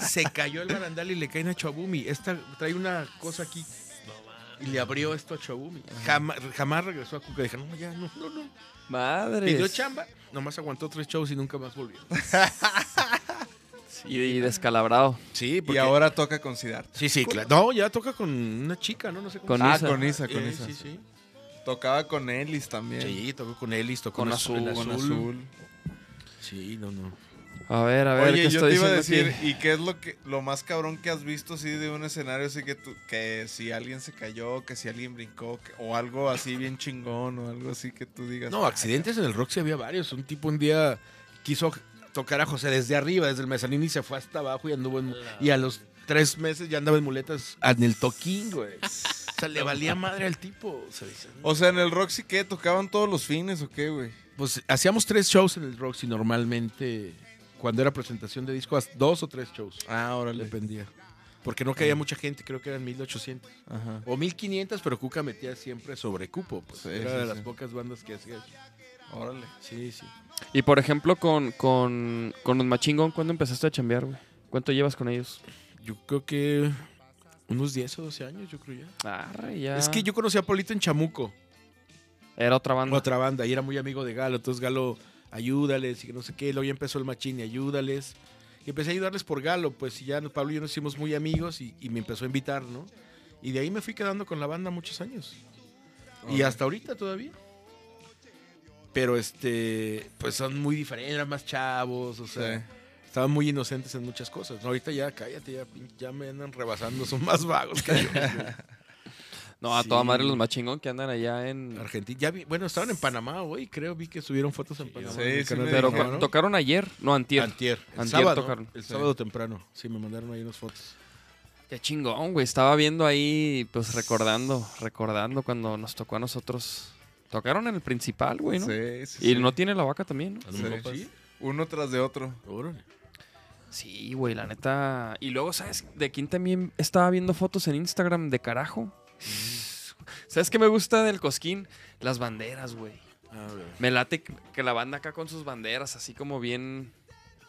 D: Se cayó el barandal y le caen a Chabumi. Esta trae una cosa aquí. Y le abrió esto a Chabumi. Jamás, jamás regresó a Cuca. Dije, no, ya, no, no, no.
B: Madres.
D: Pidió chamba, nomás aguantó tres shows y nunca más volvió.
B: Y, y descalabrado.
D: Sí,
C: Y ahora toca con Siddhartha.
D: Sí, sí, claro. No, ya toca con una chica, ¿no? No sé cómo
B: Con
D: se
C: Ah,
B: Isa.
C: con Isa, con
D: Eh,
C: Isa.
D: Sí, sí.
C: Tocaba con Ellis también.
D: Sí, tocó con Ellis, tocó
B: Con
D: en
B: Azul,
D: en
C: Con Azul.
D: Sí, no, no.
B: A ver, a ver, ¿qué
C: Oye, yo
B: estoy
C: te iba a
B: diciendo
C: decir,
B: aquí?
C: ¿y qué es lo que lo más cabrón que has visto así de un escenario así que tú, que si alguien se cayó, que si alguien brincó, que- o algo así bien chingón, o algo así que tú digas?
D: No, accidentes en el rock sí había varios. Un tipo un día quiso tocar a José desde arriba, desde el mezanín y se fue hasta abajo y anduvo en, y a los tres meses ya andaba en muletas en el toquín, güey. O sea, le valía madre al tipo. se dice.
C: O sea, en el Roxy qué tocaban todos los fines o qué, güey.
D: Pues hacíamos tres shows en el Roxy normalmente, cuando era presentación de disco, haz- dos o tres shows.
C: Ah, órale.
D: Dependía. Porque no caía mucha gente, creo que eran 1800
C: Ajá.
D: o 1500, pero Cuca metía siempre sobre cupo. Pues
C: Sí,
D: era
C: sí,
D: de
C: sí.
D: las pocas bandas que hacía. eso.
C: Órale.
D: Sí, sí.
B: Y por ejemplo, con, con, con los machingón, ¿cuándo empezaste a chambear, güey? ¿Cuánto llevas con ellos?
D: Yo creo que unos 10 o 12 años, yo creo ya.
B: Arre, ya.
D: Es que yo conocí a Polito en Chamuco,
B: Era otra banda.
D: otra banda, y era muy amigo de Galo. Entonces Galo, ayúdales y que no sé qué. Luego ya empezó el machín y ayúdales. Y empecé a ayudarles por Galo, pues y ya no- Pablo y yo nos hicimos muy amigos y, y me empezó a invitar, ¿no? Y de ahí me fui quedando con la banda muchos años. Y
C: Órale.
D: hasta ahorita todavía. Pero este, pues son muy diferentes, eran más chavos, o sea,
C: Sí.
D: estaban muy inocentes en muchas cosas. No, ahorita ya, cállate, ya, pin- ya me andan rebasando, son más vagos que yo.
B: No, a
D: Sí.
B: toda madre los más chingón que andan allá en.
D: Argentina, ya vi- bueno, estaban en Panamá hoy, creo, vi que subieron fotos en Panamá.
C: sí,
D: en el
C: sí
D: canal
C: me
D: de
B: Pero
D: Panamá,
B: ca-
D: ¿no?
B: tocaron ayer, no antier.
D: Antier, el
B: Antier
D: sábado,
B: tocaron.
D: el
B: Sí.
D: sábado temprano, sí, me mandaron ahí unas fotos.
B: Qué chingón, güey. Estaba viendo ahí, pues recordando, recordando cuando nos tocó a nosotros. Tocaron en el principal, güey, ¿no?
C: Sí, sí,
B: Y
C: sí.
B: no tiene la vaca también, ¿no?
E: A lo mejor,
D: Sí.
C: Uno tras de otro.
D: Órale.
B: Sí, güey, la neta. Y luego, ¿sabes? De quién también estaba viendo fotos en Instagram de carajo.
C: Mm.
B: ¿Sabes qué me gusta del Cosquín? Las banderas, güey.
D: Ah, güey,
B: Me late que- que la banda acá con sus banderas, así como bien.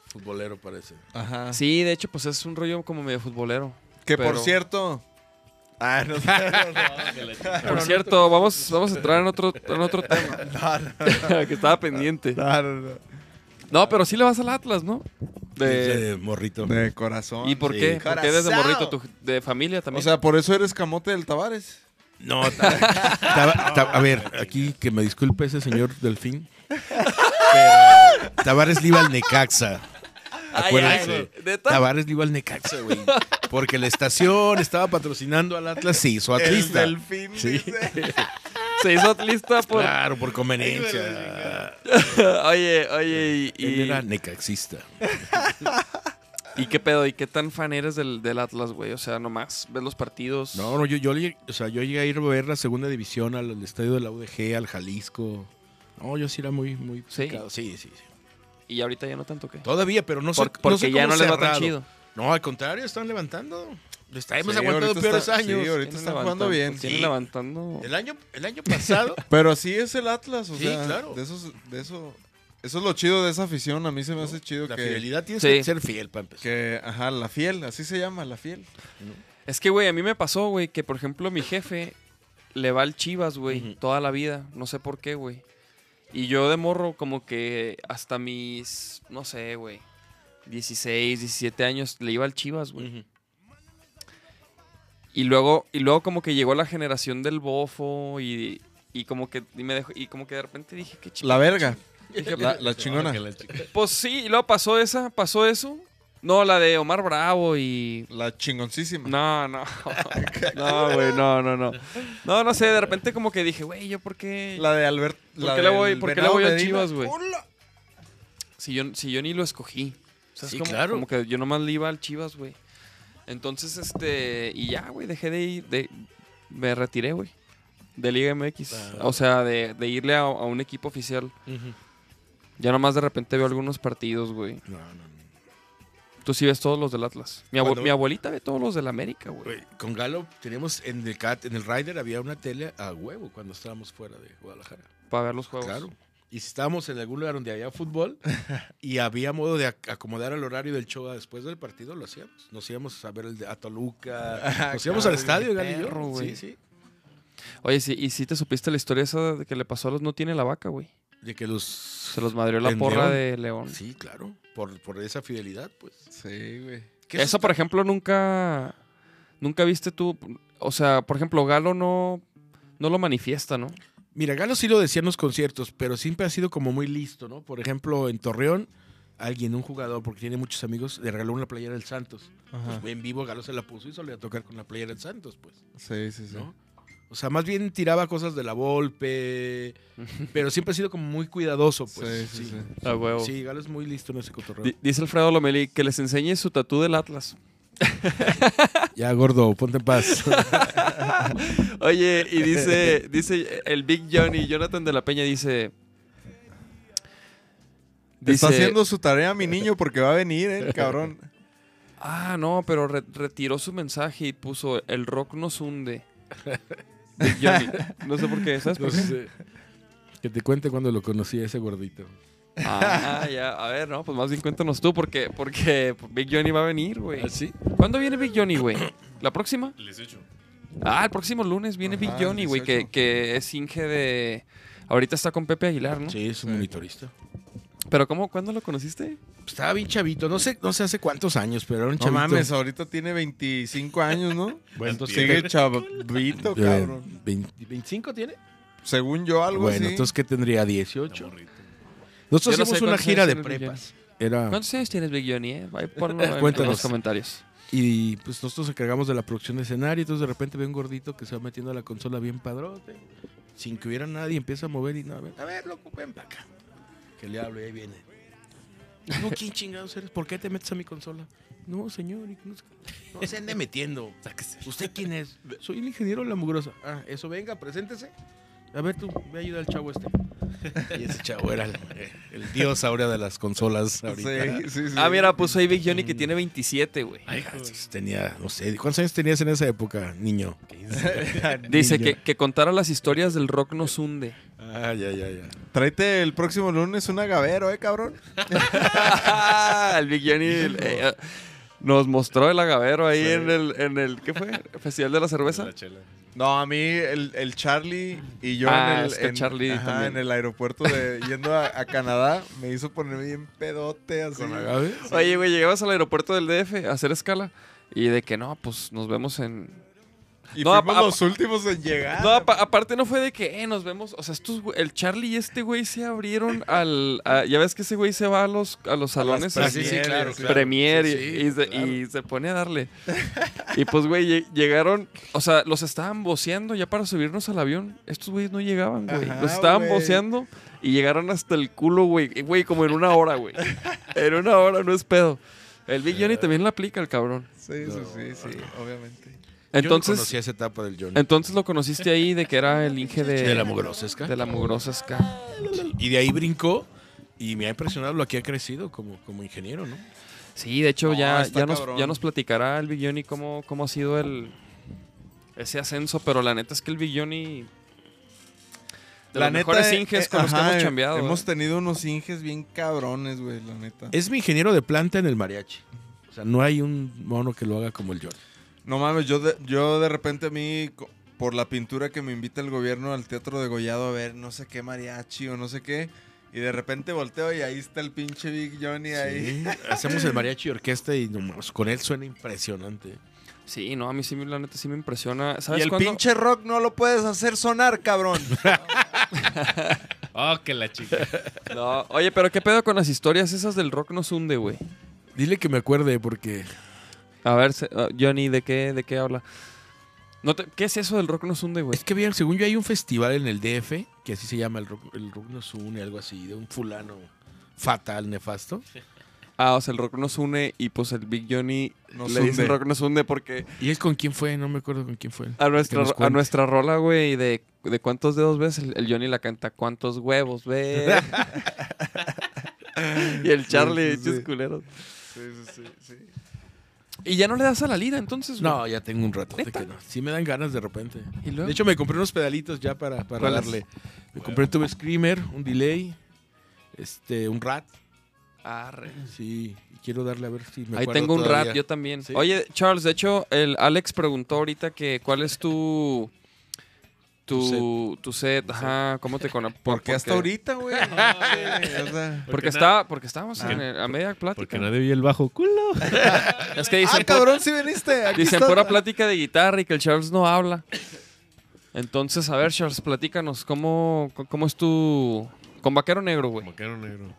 D: futbolero parece.
C: Ajá.
B: Sí, de hecho, pues es un rollo como medio futbolero.
C: que por
B: pero-
C: cierto. Ah, no sé.
B: Por cierto, vamos, vamos a entrar en otro, en otro tema
C: No, no,
B: que estaba pendiente.
C: no, no,
B: No, pero sí le vas al Atlas, ¿no? De-
D: Ese morrito.
C: no. De corazón.
B: ¿Y por
D: sí.
B: qué? Porque desde
C: Corazón.
B: morrito, tu- de familia
C: O
B: también.
C: sea, por eso eres camote del Tavares.
D: No, ta- ta- ta- a ver, aquí que me disculpe ese señor Delfín. Pero Tavares le iba al Necaxa. Acuérdense.
B: ¿neta?
C: Ah,
D: Tavares le iba al Necaxa, güey. Porque la estación estaba patrocinando al Atlas, sí, su atlista.
C: delfín.
D: Sí.
C: dice.
B: Se hizo atlista por.
D: Claro, por conveniencia.
B: Oye, oye, y,
D: Él
B: y,
D: era necaxista.
B: ¿y qué pedo? ¿Y qué tan fan eres del, del Atlas, güey? O sea, nomás ves los partidos.
D: No, no, yo, yo, le- o sea, yo llegué a ir a ver la segunda división al, al estadio de la UDG, al Jalisco. No, yo sí era muy, muy
B: Sí.
D: picado. Sí, sí, sí.
B: Y ahorita ya no tanto que.
D: Todavía, pero no sé,
B: Por-
D: no
B: porque
D: sé
B: ya
D: cómo
B: no les va tan
D: cerrado.
B: chido.
D: No, al contrario, están levantando. Está- Hemos
C: Sí,
D: aguantado
C: ahorita
D: peores
C: está-
D: años.
C: sí, ahorita
B: Tienen
C: están
B: levantando-
C: jugando bien.
B: Tienen
D: Sí.
B: levantando.
D: el, año, el año pasado.
C: Pero así es el Atlas, o
D: Sí,
C: sea,
D: claro.
C: de esos, de eso, eso es lo chido de esa afición. A mí se me hace chido
D: la
C: que,
D: fidelidad tienes
B: Sí.
D: que ser fiel para empezar.
C: que, ajá, la fiel, así se llama, la fiel.
B: Es que, güey, a mí me pasó, güey, que por ejemplo mi jefe le va al Chivas, güey, toda la vida. No sé por qué, güey. Y yo de morro, como que hasta mis. No sé, güey. 16, 17 años le iba al Chivas, güey.
D: Ujú.
B: Y luego, y luego como que llegó la generación del bofo y, y como que y me dejó, y como que de repente dije, qué chido.
C: La verga,
B: Dije,
C: la, la chingona.
E: que la chica-
B: Pues sí, y luego pasó esa, pasó eso. No, la de Omar Bravo y.
C: La chingoncísima.
B: No, no. No, güey, no, no, no. No, no sé, de repente como que dije, güey, yo por qué.
C: La de Albert.
B: ¿Por
C: la
B: qué le
C: del
B: voy, por qué le
C: Venado
B: voy a
C: Medina.
B: Chivas, güey? Si yo, si yo ni lo escogí. O sea, es
D: Sí,
B: como,
D: claro.
B: como que yo nomás le iba al Chivas, güey. Entonces, este. Y ya, güey, dejé de ir. De, me retiré, güey. De Liga MX.
D: Ah.
B: O sea, de, de irle a, a un equipo oficial. Ya nomás de repente veo algunos partidos, güey.
D: No, no, no.
B: Tú sí ves todos los del Atlas. Mi, abue-
D: Cuando-
B: mi abuelita ve todos los del América, güey.
D: Güey, Con Galo teníamos en el cat, en el Rider había una tele a huevo cuando estábamos fuera de Guadalajara.
B: Para ver los juegos.
D: Claro. Y si estábamos en algún lugar donde había fútbol y había modo de ac- acomodar el horario del show a después del partido, lo hacíamos. Nos íbamos a ver el de, a
B: Ah,
D: Toluca, nos íbamos al estadio, Galo y yo.
B: perro, güey.
D: Sí, sí.
B: Oye, sí, ¿y si te supiste la historia esa de que le pasó a los No Tiene la Vaca, güey?
D: De que los.
B: Se los madrió la
D: ¿En
B: porra
D: León?
B: de León.
D: Sí, claro. Por, por esa fidelidad, pues.
C: Sí, güey.
D: Que
B: Eso, por ejemplo, nunca. Nunca viste tú. O sea, por ejemplo, Galo no. No lo manifiesta, ¿no?
D: Mira, Galo sí lo decía en los conciertos, pero siempre ha sido como muy listo, ¿no? Por ejemplo, en Torreón, alguien, un jugador, porque tiene muchos amigos, le regaló una playera del Santos. Pues,
C: Ajá.
D: güey, en vivo Galo se la puso y solo iba a tocar con la playera del Santos, pues,
C: Sí, sí, sí.
D: ¿no? O sea, más bien tiraba cosas de la Volpe, pero siempre ha sido como muy cuidadoso, pues.
C: Sí, sí,
D: Sí,
C: sí.
B: A huevo.
D: Sí, Galo es muy listo en ese cotorreo.
B: Oh. Di- Dice Alfredo Lomelí que les enseñe su tatú del Atlas.
D: Ya, gordo, ponte en paz.
B: Oye, y dice, dice el Big Johnny, Jonathan de la Peña, dice.
C: Está haciendo su tarea mi niño porque va a venir, el cabrón.
B: Ah, no, pero re- retiró su mensaje y puso: El rock nos hunde. Big Johnny. No sé por qué, ¿sabes por qué?
D: que te cuente cuando lo conocí ese gordito.
B: Ah, ya. A ver, no, pues más bien cuéntanos tú, porque, porque Big Johnny va a venir, güey.
D: Ah, ¿Sí?
B: ¿Cuándo viene Big Johnny, güey? ¿La próxima?
E: el 18.
B: Ah, el próximo lunes viene Big
C: Ajá, el
B: Johnny, güey, que,
C: 18.
B: que es Inge de... Ahorita está con Pepe Aguilar, ¿no?
D: Sí, es un monitorista.
B: ¿Pero cómo? ¿Cuándo lo conociste?
D: Estaba bien chavito, no sé, no sé hace cuántos años, pero era un
C: No
D: chavito.
C: mames, ahorita tiene 25 años, ¿no?
E: Bueno,
C: Sigue chavito,
D: Eh,
C: cabrón.
D: vein- ¿25 tiene?
C: Según yo, algo
D: bueno,
C: así.
D: entonces, ¿qué tendría? ¿18? Nosotros
B: Yo no sé
D: hicimos una
B: cuántos
D: gira de
B: años tiene Big
D: prepas. Era,
B: ¿Cuántos años tienes, Big Johnny? Eh? Ahí ponlo en- en,
D: Cuéntanos.
B: los comentarios.
D: y pues nosotros nos encargamos de la producción de escenario. Entonces, de repente ve un gordito que se va metiendo a la consola bien padrote. Sin que hubiera nadie, empieza a mover y no, a ver, a ver, loco, ven para acá. Que le hablo y ahí viene. No, ¿quién chingados eres? ¿Por qué te metes a mi consola? No, señor. y que No, sé qué. No se ande metiendo. ¿Usted quién es? Soy el ingeniero de la mugrosa. Ah, eso, venga, preséntese. A ver tú, ve a ayudar al chavo este. Y ese chavo era el, el dios ahora de las consolas ahorita.
C: Sí, sí, sí.
B: Ah, mira, puso ahí Big Johnny que tiene 27, güey.
D: Ay, Jesús, tenía, no sé, ¿cuántos años tenías en esa época, niño?
B: Dice
D: Niño.
B: que, que contara las historias del rock nos hunde.
D: Ah, ya, ya, ya.
C: Tráete el próximo lunes un agavero, eh, cabrón.
B: el Big Johnny el- eh, nos mostró el agavero ahí en, el, en el. ¿Qué fue? ¿Festival de la cerveza?
E: La chela.
C: No, a mí el, el Charlie y yo
B: Ah,
C: en, el,
B: es que
C: en-
B: Charlie
C: ajá,
B: también.
C: en el aeropuerto de yendo a, a Canadá me hizo poner bien pedote así.
D: ¿Con agave?
B: Oye, güey, llegabas al aeropuerto del DF a hacer escala y de que no, pues nos vemos en.
C: Y
B: No,
C: fuimos
B: apa-
C: los últimos en llegar.
B: No, apa- aparte no fue de que eh, nos vemos. O sea, estos, güey- el Charlie y este güey se abrieron al. a- ya ves que ese güey se va a los, a los salones.
C: Las
B: así,
C: sí, claro, claro.
B: Premier y-
D: Sí, sí,
B: y, se,
D: claro.
B: y se pone a darle. y pues, güey, lle- llegaron, o sea, los estaban voceando ya para subirnos al avión. Estos güeyes no llegaban, güey.
C: Ajá,
B: Los estaban
C: güey.
B: voceando y llegaron hasta el culo, güey. Eh, Güey, como en una hora, güey. En una hora, no es pedo. El Big Johnny también la aplica, el cabrón.
C: Sí, sí, sí, sí, obviamente.
D: Yo no
B: Entonces,
D: conocía esa etapa del Johnny.
B: entonces lo conociste ahí de que era el Inge de,
D: de la mugrosa Ska.
B: de la mugrosa ska.
D: Y de ahí brincó y me ha impresionado lo que ha crecido como, como ingeniero, ¿no?
B: Sí, de hecho,
C: No,
B: ya,
C: está
B: ya, nos,
C: cabrón.
B: ya nos platicará el Big Johnny cómo, cómo ha sido el, ese ascenso, pero la neta es que el Big Johnny. De los mejores
C: eh,
B: inges
C: eh,
B: con los que
C: ajá,
B: hemos chambeado. eh.
C: Hemos
B: güey.
C: tenido unos inges bien cabrones, güey, la neta.
D: Es mi ingeniero de planta en el mariachi. O sea, no hay un mono que lo haga como el Johnny.
C: No mames, yo de, yo de repente a mí, co- por la pintura que me invita el gobierno al Teatro de Gollado a ver no sé qué mariachi o no sé qué, y de repente volteo y ahí está el pinche Big Johnny ahí.
D: Sí. Hacemos el mariachi y orquesta y nomás con él suena impresionante.
B: Sí, no, a mí sí, la neta sí me impresiona.
C: Y
B: ¿Sabes
C: el
B: cuándo?
C: pinche rock no lo puedes hacer sonar, cabrón.
E: Oh, que la chica.
B: No, oye, pero ¿qué pedo con las historias esas del rock nos hunde, güey?
D: Dile que me acuerde porque
B: A ver, se- ah, Johnny, ¿de qué, de qué habla? No te- ¿Qué es eso del rock nos hunde, güey?
D: es que bien, según yo hay un festival en el DF que así se llama el rock, el rock nos une, algo así, de un fulano fatal, nefasto.
B: Ah, o sea, el rock nos une y pues el Big Johnny
C: Nos
B: le dice
C: hunde.
B: rock nos hunde porque
D: ¿Y él con quién fue? No me acuerdo con quién fue.
B: a nuestra,
D: nos
B: a
D: cuente.
B: nuestra rola, güey, de, de cuántos dedos ves, el, el Johnny la canta, cuántos huevos ves. y el Charlie,
C: sí,
B: chis
C: sí.
B: culeros.
C: Sí, sí, sí, sí.
B: Y ya no le das a la lira, entonces, güey.
D: No, ya tengo un rato
B: ¿Neta?
D: que no. Sí me dan ganas de repente.
B: ¿Y luego?
D: De hecho, me compré unos pedalitos ya para, para
B: ¿Cuáles?
D: darle. Me compré un Tube Screamer, un Delay, este, un Rat.
B: Arre.
D: Sí, y quiero darle a ver si me
B: Ahí
D: acuerdo
B: tengo un
D: todavía.
B: rap, yo también.
D: Sí.
B: Oye, Charles, de hecho, el Alex preguntó ahorita que cuál es tu. Tu, tu set, ajá, ¿cómo te conozco?
C: ¿Por qué hasta ahorita, güey? No, güey, o sea.
B: Porque,
E: Porque
B: estaba, porque estábamos
E: Ah.
B: en el- a media
E: Porque
B: plática.
E: nadie vio el bajo culo.
B: Es que
C: Ah,
B: dicen, pu-
C: cabrón, si viniste. Aquí
B: dicen
C: está.
B: pura plática de guitarra y que el Charles no habla. Entonces, a ver, Charles, platícanos, ¿cómo, cómo es tu. Con vaquero negro, güey?
E: Como que era negro.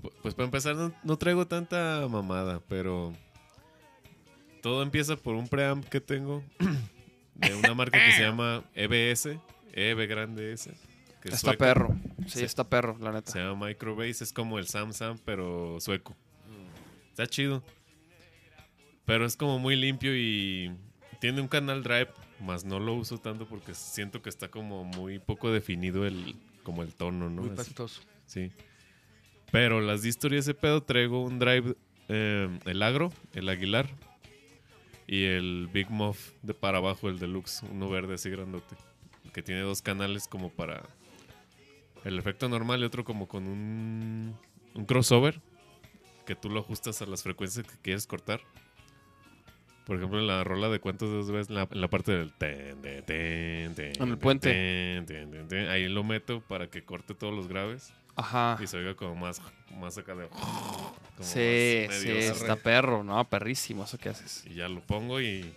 E: Pues, Pu- Pues para empezar, no, no traigo tanta mamada, pero todo empieza por un preamp que tengo de una marca que se llama E EBS, EB E grande S. Que es
B: Está
E: sueca.
B: perro. Sí,
E: Sí.
B: está perro, la neta.
E: Se llama Microbase, es como el Samsung, pero sueco. Está chido. Pero es como muy limpio y tiene un canal drive, más no lo uso tanto porque siento que está como muy poco definido el, como el tono, ¿no?
D: Muy
E: Así.
D: pastoso.
E: Sí. Pero las distor y ese pedo traigo un drive, eh, el agro, el aguilar y el Big Muff de para abajo, el deluxe, uno verde así grandote, que tiene dos canales como para el efecto normal y otro como con un, un crossover, que tú lo ajustas a las frecuencias que quieres cortar. Por ejemplo, en la rola de cuántos dedos ves, en la, en la parte del... ten, ten, ten, ten,
B: En el
E: ten,
B: puente.
E: ten, ten, ten, ten, ahí lo meto para que corte todos los graves.
B: Ajá.
E: Y se oiga como más, más acá de. como
B: Sí,
E: más
B: sí,
E: medio así.
B: está perro, no, perrísimo, eso que haces.
E: Y ya lo pongo y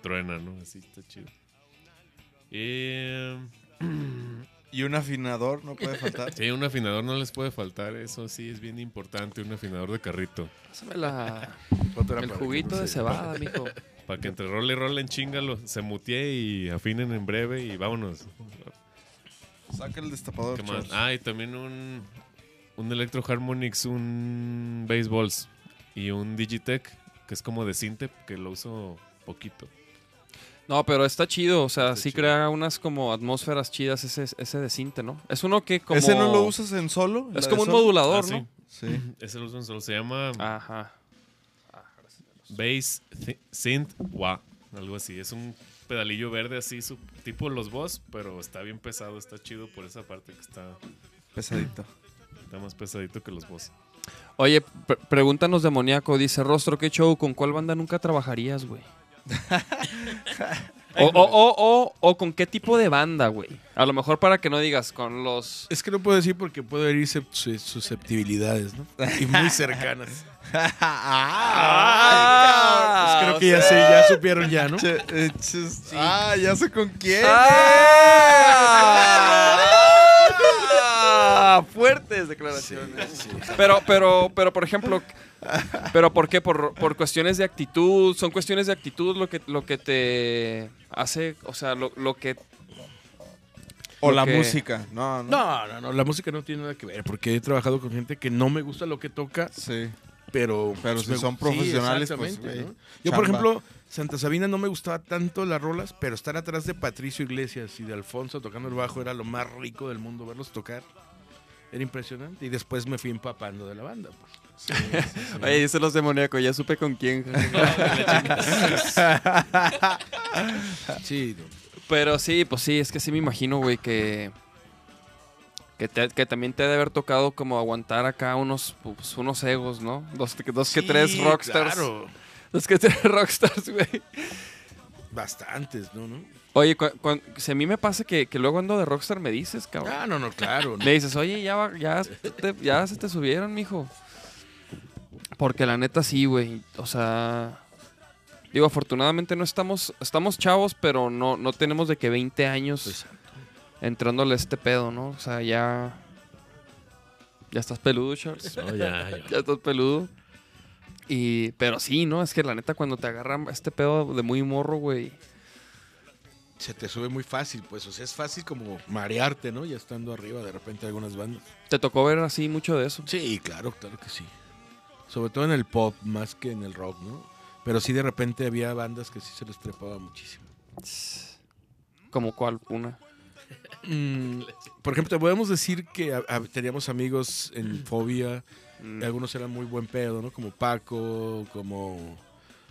E: truena, ¿no? Así está chido. Y.
C: Y un afinador no puede faltar.
E: Sí, un afinador no les puede faltar, eso sí es bien importante, un afinador de carrito.
B: Pásame la-
D: Otra
B: el
D: para-
B: juguito de cebada, mijo.
E: Para que entre rol y rol en chingalo, se mutee y afinen en breve y vámonos.
C: Saca el destapador.
E: ¿Qué más?
C: Charles.
E: Ah, y también un, un Electro Harmonix, un Baseballs y un Digitech, que es como de Sintep, que lo uso poquito.
B: No, pero está chido, o sea,
E: Está
B: sí
E: chido.
B: crea unas como atmósferas chidas ese, ese de cinte, ¿no? Es uno que como...
C: ¿Ese no lo usas en solo? ¿La
B: Es
C: de
B: como un
C: solo?
B: modulador,
E: Ah, sí.
B: ¿no?
C: Sí.
E: Ese lo uso en solo, se llama
B: Ajá.
E: Bass Thi- Synth Wah, algo así. Es un pedalillo verde así, su- tipo los Boss, pero está bien pesado, está chido por esa parte que está,
C: Pesadito.
E: está más pesadito que los Boss.
B: Oye, pre- pregúntanos demoníaco, dice Rostro, ¿qué show? ¿Con cuál banda nunca trabajarías, güey? o, o, o, o, o con qué tipo de banda, güey. A lo mejor para que no digas con los...
D: Es que no puedo decir porque puedo herir sep- su- susceptibilidades, ¿no? Y muy cercanas.
B: Ah,
D: Pues creo que ya sé, ya supieron ya, ¿no?
C: Che, eh, chis- Ah, ya sé con quién.
B: Ah, fuertes declaraciones. Pero, pero, pero, por ejemplo, pero ¿por qué? Por, por cuestiones de actitud. Son cuestiones de actitud lo que, lo que te hace, o sea, lo, lo que
C: O la
B: Porque-
C: música. No, no.
D: No, no, no, la música no tiene nada que ver, porque he trabajado con gente que no me gusta lo que toca,
C: Sí.
D: pero...
C: Pero
D: pues,
C: si
D: me-
C: son profesionales, pues,
D: exactamente,
C: güey,
D: ¿no? Yo, por
C: chamba.
D: ejemplo, Santa Sabina no me gustaba tanto las rolas, pero estar atrás de Patricio Iglesias y de Alfonso tocando el bajo era lo más rico del mundo, verlos tocar. Era impresionante. Y después me fui empapando de la banda. pues.
B: Oye, dice los demoníacos, ya supe con quién.
D: Sí, no.
B: Pero sí, pues sí, es que sí me imagino, güey, que. Que, te- que también te ha de haber tocado como aguantar acá unos, pues, unos egos, ¿no? Dos, dos que tres
D: Sí,
B: rockstars.
D: Claro,
B: Dos que tres rockstars, güey.
D: bastantes, ¿no? ¿no?
B: Oye, cu- cu- si a mí me pasa que, que luego ando de rockstar, me dices, cabrón.
D: Ah, no, no, claro. ¿no?
B: Me dices, oye, ya, va- ya, te- ya se te subieron, mijo. Porque la neta sí, güey. O sea. Digo, afortunadamente no estamos. Estamos chavos, pero no, no tenemos de que 20 años entrándole a este pedo, ¿no? O sea, ya. Ya estás peludo, Charles.
E: No, ya, ya.
B: Ya estás peludo. Y. Pero sí, ¿no? Es que la neta, cuando te agarran este pedo de muy morro, güey.
D: Se te sube muy fácil, pues. O sea, es fácil como marearte, ¿no? Ya estando arriba de repente algunas bandas.
B: Te tocó ver así mucho de eso.
D: Sí, claro, claro que sí. Sobre todo en el pop, más que en el rock, ¿no? Pero sí de repente había bandas que sí se les trepaba muchísimo.
B: Como cual, una.
D: Mm, por ejemplo, te podemos decir que a- a- teníamos amigos en Fobia, y algunos eran muy buen pedo, ¿no? Como Paco, como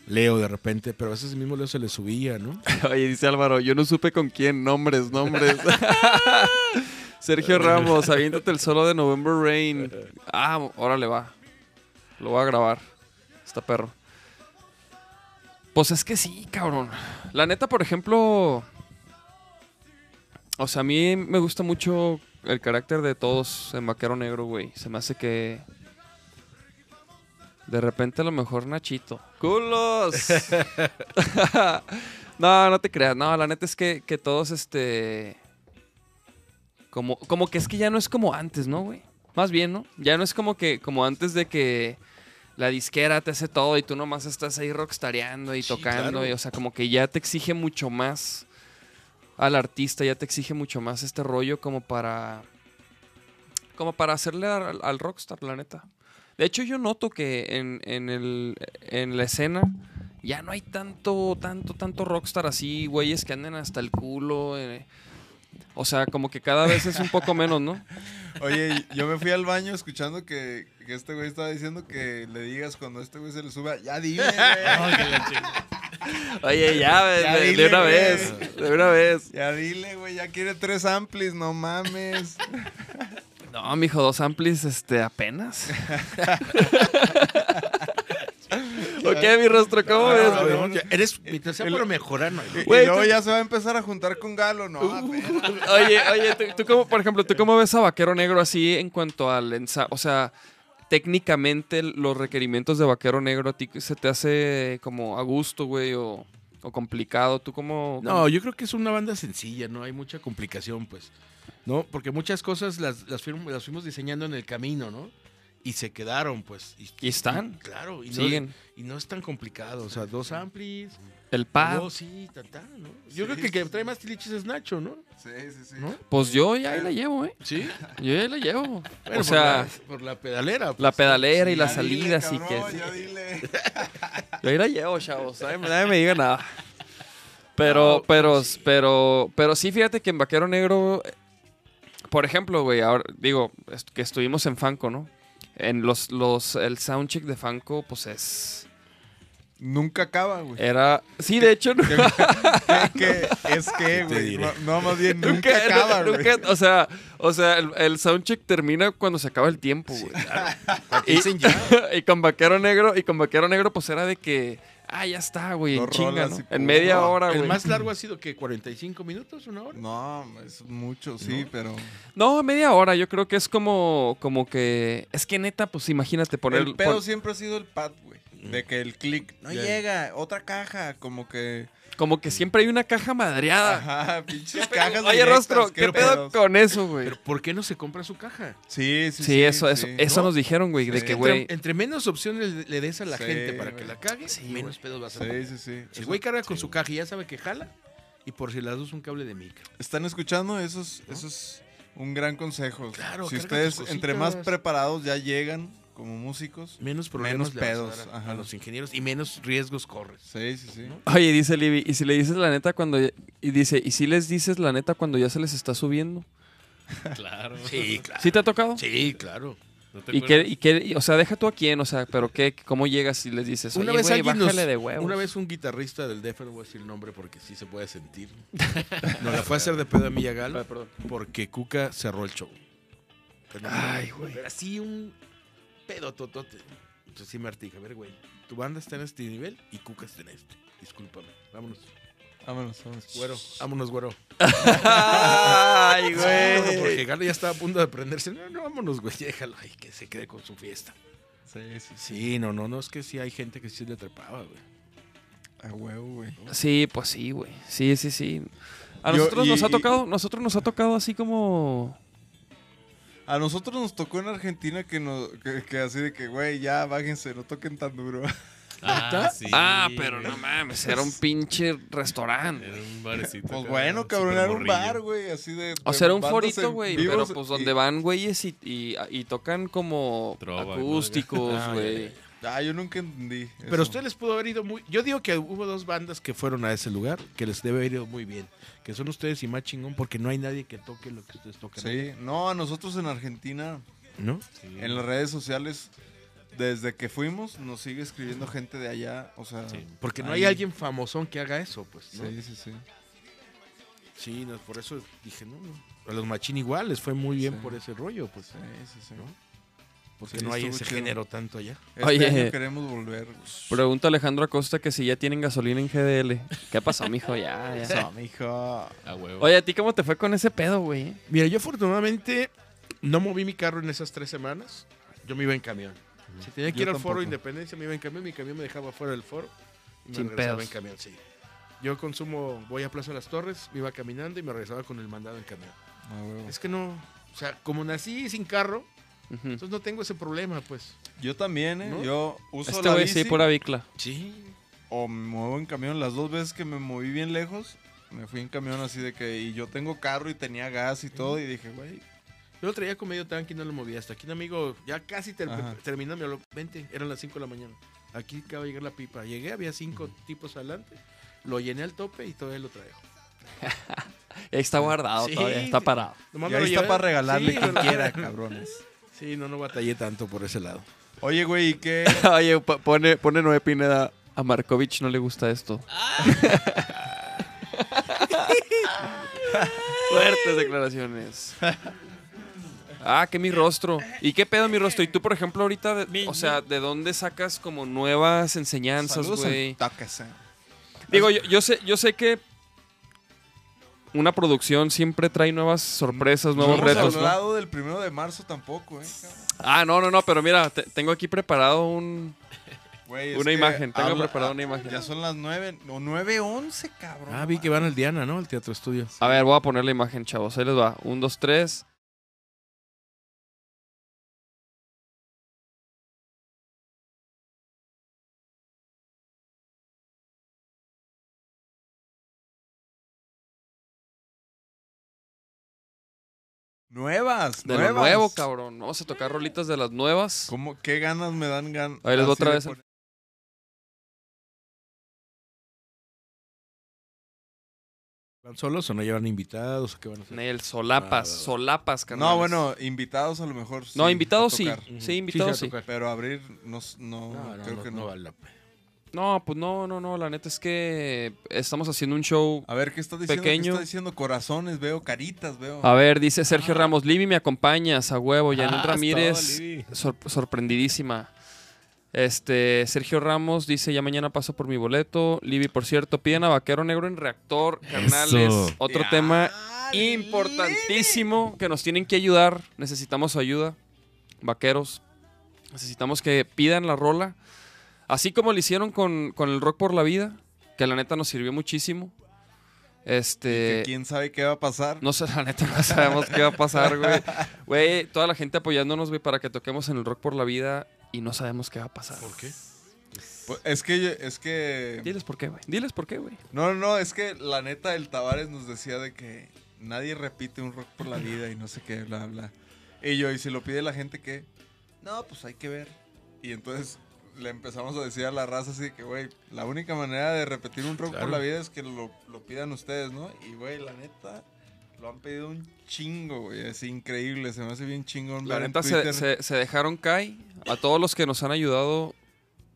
D: Leo de repente, pero a veces el mismo Leo se le subía, ¿no?
B: Oye, dice Álvaro, yo no supe con quién, nombres, nombres. Sergio Ramos, aviéntate el solo de November Rain. Ah, órale, va. Lo voy a grabar. Está perro. Pues es que sí, cabrón. La neta, por ejemplo. O sea, a mí me gusta mucho el carácter de todos en Vaquero Negro, güey. Se me hace que. De repente, a lo mejor Nachito. ¡Culos! No, no te creas. No, la neta es que, que todos, este. Como, como que es que ya no es como antes, ¿no, güey? Más bien, ¿no? Ya no es como que, como antes de que la disquera te hace todo y tú nomás estás ahí rockstareando y
D: Sí,
B: tocando.
D: claro.
B: y, o sea, como que ya te exige mucho más al artista, ya te exige mucho más este rollo como para. Como para hacerle al, al rockstar, la neta. De hecho, yo noto que en, en el, en la escena ya no hay tanto, tanto, tanto rockstar así, güeyes que anden hasta el culo. eh. O sea, como que cada vez es un poco menos, ¿no?
C: Oye, y yo me fui al baño escuchando que, que este güey estaba diciendo que le digas cuando este güey se le suba, ya dime, güey.
B: Oye, ya, de,
C: Ya
B: de- de
C: dile,
B: una
C: güey.
B: vez, de una vez.
C: Ya dile, güey, ya quiere tres amplis, no mames.
B: No, mijo, dos amplis, este, apenas. ok, mi rostro, ¿cómo
D: Ah, e
B: ves?
D: no,
B: güey?
D: no, ya eres, mientras sea para mejorar, no hay-
C: Y, y
B: Güey,
C: luego
B: tú-
C: ya se va a empezar a juntar con Galo, no, apenas.
B: Uh. Oye, oye, ¿tú, tú cómo, por ejemplo, ¿tú cómo ves a Vaquero Negro así en cuanto al ensa- O sea, técnicamente los requerimientos de Vaquero Negro a ti se te hace como a gusto, güey, o... o complicado? ¿Tú cómo?
D: No, yo creo que es una banda sencilla, no hay mucha complicación, pues. No, porque muchas cosas las, las, fuimos, las fuimos diseñando en el camino, ¿no? Y se quedaron, pues. Y,
B: ¿Y están?
D: Claro, y no,
B: Siguen.
D: y no es tan complicado. O sea, dos amplis,
B: El pad.
D: dos sí, tan, tan, ¿no?
C: Sí,
D: Yo creo que el
C: sí,
D: que
C: sí.
D: trae más tiliches es Nacho, ¿no?
C: Sí, sí, sí.
D: ¿No?
B: Pues yo ya ahí la llevo, ¿eh?
D: Sí.
B: Yo ya la llevo.
D: Bueno,
B: o sea,
D: por la, por la pedalera.
B: la
D: pues.
B: pedalera y
C: Ya
B: las
C: dile,
B: salidas y que...
C: cabrón, ya dile.
B: Yo ahí la llevo, chavos. Nadie, nadie me diga nada. Pero, pero,
C: pues
B: pero, pero sí, fíjate que en Vaquero Negro, eh, por ejemplo, güey, ahora digo, est- que estuvimos en Fanco, ¿no? En los, los, el soundcheck de Fanco, pues es.
C: Nunca acaba, güey.
B: Era. Sí, de hecho, nunca,
C: que, es que, güey.
D: diré.
C: No, no, más bien, nunca,
B: nunca-
C: acaba, güey.
B: nunca- o sea, o sea, el, el soundcheck termina cuando se acaba el tiempo, güey. y, y con Vaquero Negro, y con Vaquero Negro, pues era de que. Ah, ya está, güey, en
C: Dos
B: chinga,
C: rolas
B: ¿no?
C: y
B: En
C: pum.
B: media
C: No,
B: hora, güey.
D: El más largo ha sido que 45 minutos, una hora.
C: No, es mucho, sí, pero.
B: No, media hora, yo creo que es como, como que. Es que neta, pues imagínate poner.
C: el pedo
B: pon-
C: siempre ha sido el pad, güey. De que el clic no
D: Ya.
C: llega, otra caja, como que.
B: como que siempre hay una caja madreada.
C: Ajá, pinches cajas.
B: Oye,
C: directas,
B: rostro, ¿qué pedo
C: pedos.
B: con eso, güey?
D: Pero ¿por qué no se compra su caja?
C: Sí,
B: Sí,
C: sí, sí,
B: eso, eso,
C: sí.
B: eso
C: No,
B: nos dijeron, güey, de
C: Sí.
B: que,
D: Entre-
B: güey.
D: Entre, menos opciones le des a la
C: Sí,
D: gente para que
C: güey.
D: la cague, menos pedos vas a tener.
C: Sí, sí, sí.
D: Si
C: Eso-
D: el güey carga con su caja y ya sabe que jala, y por si las dos un cable de micro.
C: ¿Están escuchando? Eso es, eso es un gran consejo.
D: Claro,
C: si
D: carga
C: ustedes,
D: tus
C: entre más
D: cositas.
C: preparados ya llegan como músicos.
D: Menos
C: Menos
D: problemas le vas a dar
C: pedos,
D: a,
C: ajá.
D: a los ingenieros y menos riesgos corres.
C: Sí, sí, sí.
B: Oye, dice Libby, ¿y si le dices la neta cuando.? ya- Y dice, ¿y si les dices la neta cuando ya se les está subiendo?
E: Claro.
D: Sí, claro.
B: ¿Sí te ha tocado?
D: Sí, claro.
E: ¿No te
B: ¿Y qué,
E: acuerdas?
B: y qué- y- o sea, deja tú a quién, o sea, pero qué, cómo llegas si les dices,
D: Una
B: oye,
D: vez,
B: güey,
D: alguien
B: bájale
D: nos-
B: de huevos?
D: una vez un guitarrista del DF, no voy a decir el nombre porque sí se puede sentir, nos la fue a hacer de pedo a Millagal
B: Ay, perdón.
D: porque Cuca cerró el show. Pero no,
B: Ay, güey.
D: Era así un pedo totote. Entonces sí me artija, a ver, güey, tu banda está en este nivel y Cuca está en este. Discúlpame, vámonos.
C: Vámonos, vámonos.
D: Güero, vámonos, güero.
B: Ay,
D: Sí,
B: güey.
D: porque Galo ya estaba a punto de prenderse. No, no, vámonos, güey, déjalo ahí, que se quede con su fiesta.
C: Sí, sí, sí.
D: Sí, no, no, no, es que sí hay gente que sí le trepaba, güey.
C: A huevo, güey.
B: Sí, pues sí, güey. Sí, sí, sí. A
C: Yo-
B: nosotros
C: y-
B: nos ha
C: y-
B: tocado, nosotros nos ha tocado así como
C: A nosotros nos tocó en Argentina que, nos, que, que así de que, güey, ya bájense, no toquen tan duro.
E: Ah, sí,
B: Ah, pero
E: güey.
B: no mames, era un pinche restaurante.
E: Era un barecito.
C: Pues
E: acá,
C: bueno, cabrón,
E: súper
C: era un
E: morrillo.
C: bar, güey, así de.
B: O
C: de
B: sea, era un
C: bandas
B: forito,
C: en
B: güey,
C: vivos
B: pero pues donde
C: y-
B: van güeyes y, y, y tocan como
E: Trova, ¿no?
B: acústicos,
D: Ah, ya,
B: güey.
D: ya,
C: Ah, yo nunca entendí.
D: Pero a ustedes les pudo haber ido muy. Yo digo que hubo dos bandas que fueron a ese lugar que les debe haber ido muy bien. Que son ustedes y más chingón porque no hay nadie que toque lo que ustedes tocan.
C: Sí, no, a nosotros en Argentina,
D: ¿No?
E: Sí.
C: en las redes sociales, desde que fuimos, nos sigue escribiendo gente de allá, o sea.
E: Sí.
D: Porque no
C: Ahí.
D: hay alguien famosón que haga eso, pues. ¿no?
C: Sí, sí, sí.
D: Sí, no, por eso dije, no, no. A los machín igual les fue muy bien
C: Sí.
D: por ese rollo, pues.
C: Sí, sí, sí.
D: ¿No? Porque
C: Sí,
D: no hay
C: estuvo
D: ese
C: chido.
D: género Pues, tanto allá.
C: Este
B: Oye.
C: año queremos volver. güey.
B: Pregunta Alejandro Acosta que si ya tienen gasolina en GDL. ¿Qué pasó, mijo? Ya, ya.
C: Eso, mijo.
E: A huevo.
B: Oye, ¿a ti cómo te fue con ese pedo, güey?
D: Mira, yo afortunadamente no moví mi carro en esas tres semanas. Yo me iba en camión. Si tenía que
C: Yo
D: ir al foro
C: tampoco.
D: de Independencia, me iba en camión. Mi camión me dejaba fuera del foro. Y me
B: Sin
D: regresaba
B: pedos.
D: en camión, sí. Yo consumo, voy a Plaza de las Torres, me iba caminando y me regresaba con el mandado en camión.
C: A huevo.
D: Es que no, o sea, como nací sin carro,
C: Pues,
B: Ujú.
D: entonces no tengo ese problema, pues.
C: Yo también, ¿eh?
D: ¿No?
C: Yo uso
B: Este
C: la
B: güey sí,
C: bici
B: pura bicla.
D: Sí.
C: o me muevo en camión. Las dos veces que me moví bien lejos, me fui en camión así de que... Y yo tengo carro y tenía gas y todo y dije, güey,
D: Yo lo traía con medio tanque y no lo movía. Hasta aquí un amigo, ya casi ter-
C: Ajá.
D: terminó, me habló, vente, eran las 5 de la mañana. Aquí acaba de llegar la pipa. Llegué, había cinco tipos adelante, lo llené al tope y todavía lo traigo.
B: Ahí está guardado
D: Sí,
B: todavía, está
D: sí.
B: parado.
D: Nomás
C: Y
D: me
C: ahí
D: lo
C: está
D: llevé.
C: para regalarle
D: Sí,
C: quien
D: me lo-
C: quiera, cabrones.
D: Sí, no, no batallé tanto por ese lado.
C: Oye, güey, ¿y qué?
B: Oye, po- pone, pone Noé Pineda. A Markovich no le gusta esto. Fuertes declaraciones. Ah, que mi rostro. ¿Y qué pedo mi rostro? Y tú, por ejemplo, ahorita, de- o sea, ¿de dónde sacas como nuevas enseñanzas,
C: Saludos
B: güey?
C: en Tacasa.
B: Digo, yo, yo sé, yo sé que una producción siempre trae nuevas sorpresas,
C: No
B: nuevos
C: hemos
B: retos. ¿no?
C: hablado del primero de marzo tampoco, ¿eh? cabrón?
B: Ah, no, no, no, pero mira, te- tengo aquí preparado un,
F: Güey, es
B: Una
F: que
B: imagen, tenga
F: habla-
B: preparada
F: ah,
B: una imagen.
F: Ya son las 9, o 9.11, cabrón.
D: Ah, vi que van al Diana, ¿no? Al Teatro Estudio.
C: Ah.
B: A ver, voy a poner la imagen, chavos. Ahí les va. Un, dos, tres.
F: Nuevas,
B: De
F: nuevas.
B: lo nuevo, cabrón. Vamos a tocar rolitas de las nuevas.
F: ¿Cómo, ¿Qué ganas me dan ganas?
B: Ahí les va otra vez.
D: ¿Van solos o no llevan invitados? ¿O qué van a hacer?
B: Nel, solapas,
D: Ah, va, va.
B: solapas, carnal.
C: No, bueno, invitados a lo mejor.
B: No,
C: sí,
B: invitados
C: a
B: sí.
C: tocar.
D: Ujú.
B: Sí, invitados sí.
D: se va a tocar.
C: Pero abrir, no, s- no,
D: No, no,
C: creo
D: no,
C: que
D: no
C: no.
D: vale la pena.
B: No, pues no, no, no. La neta es que estamos haciendo un show.
C: A ver, ¿qué estás diciendo? ¿Qué
B: Pequeño.
C: estás diciendo? Corazones, veo, caritas, veo.
B: A ver, dice Sergio Ramos, Libby me acompañas, a huevo. Yanel
E: Ah, estaba
B: Ramírez,
E: Libby.
B: sor- sorprendidísima. Este, Sergio Ramos dice, ya mañana paso por mi boleto. Libby, por cierto, piden a Vaquero Negro en Reactor, carnales.
E: Eso.
B: Otro tema importantísimo que nos tienen que ayudar. Necesitamos su ayuda, vaqueros. Necesitamos que pidan la rola. Así como lo hicieron con, con el Rock por la Vida, que la neta nos sirvió muchísimo. Este,
C: Que quién sabe qué va a pasar.
B: no sé, la neta, no sabemos qué va a pasar, güey. Güey, toda la gente apoyándonos, güey, para que toquemos en el Rock por la Vida y no sabemos qué va a pasar.
D: ¿Por qué?
C: Pues, es que, yo- es que.
B: Diles por qué, güey. Diles por qué, güey.
C: No, no, es que la neta, el Tavares nos decía de que nadie repite un rock por la vida y no sé qué, bla, bla. Y yo, y si lo pide la gente, ¿qué? No, pues hay que ver. Y entonces le empezamos a decir a la raza así de que, güey, la única manera de repetir un rock
D: Claro.
C: por la vida es que lo, lo pidan ustedes, ¿no? Y, güey, la neta, lo han pedido un chingo, güey. Es increíble, se me hace bien chingón.
B: La
C: ver en
B: neta se,
C: Twitter.
B: se- se dejaron caer a todos los que nos han ayudado.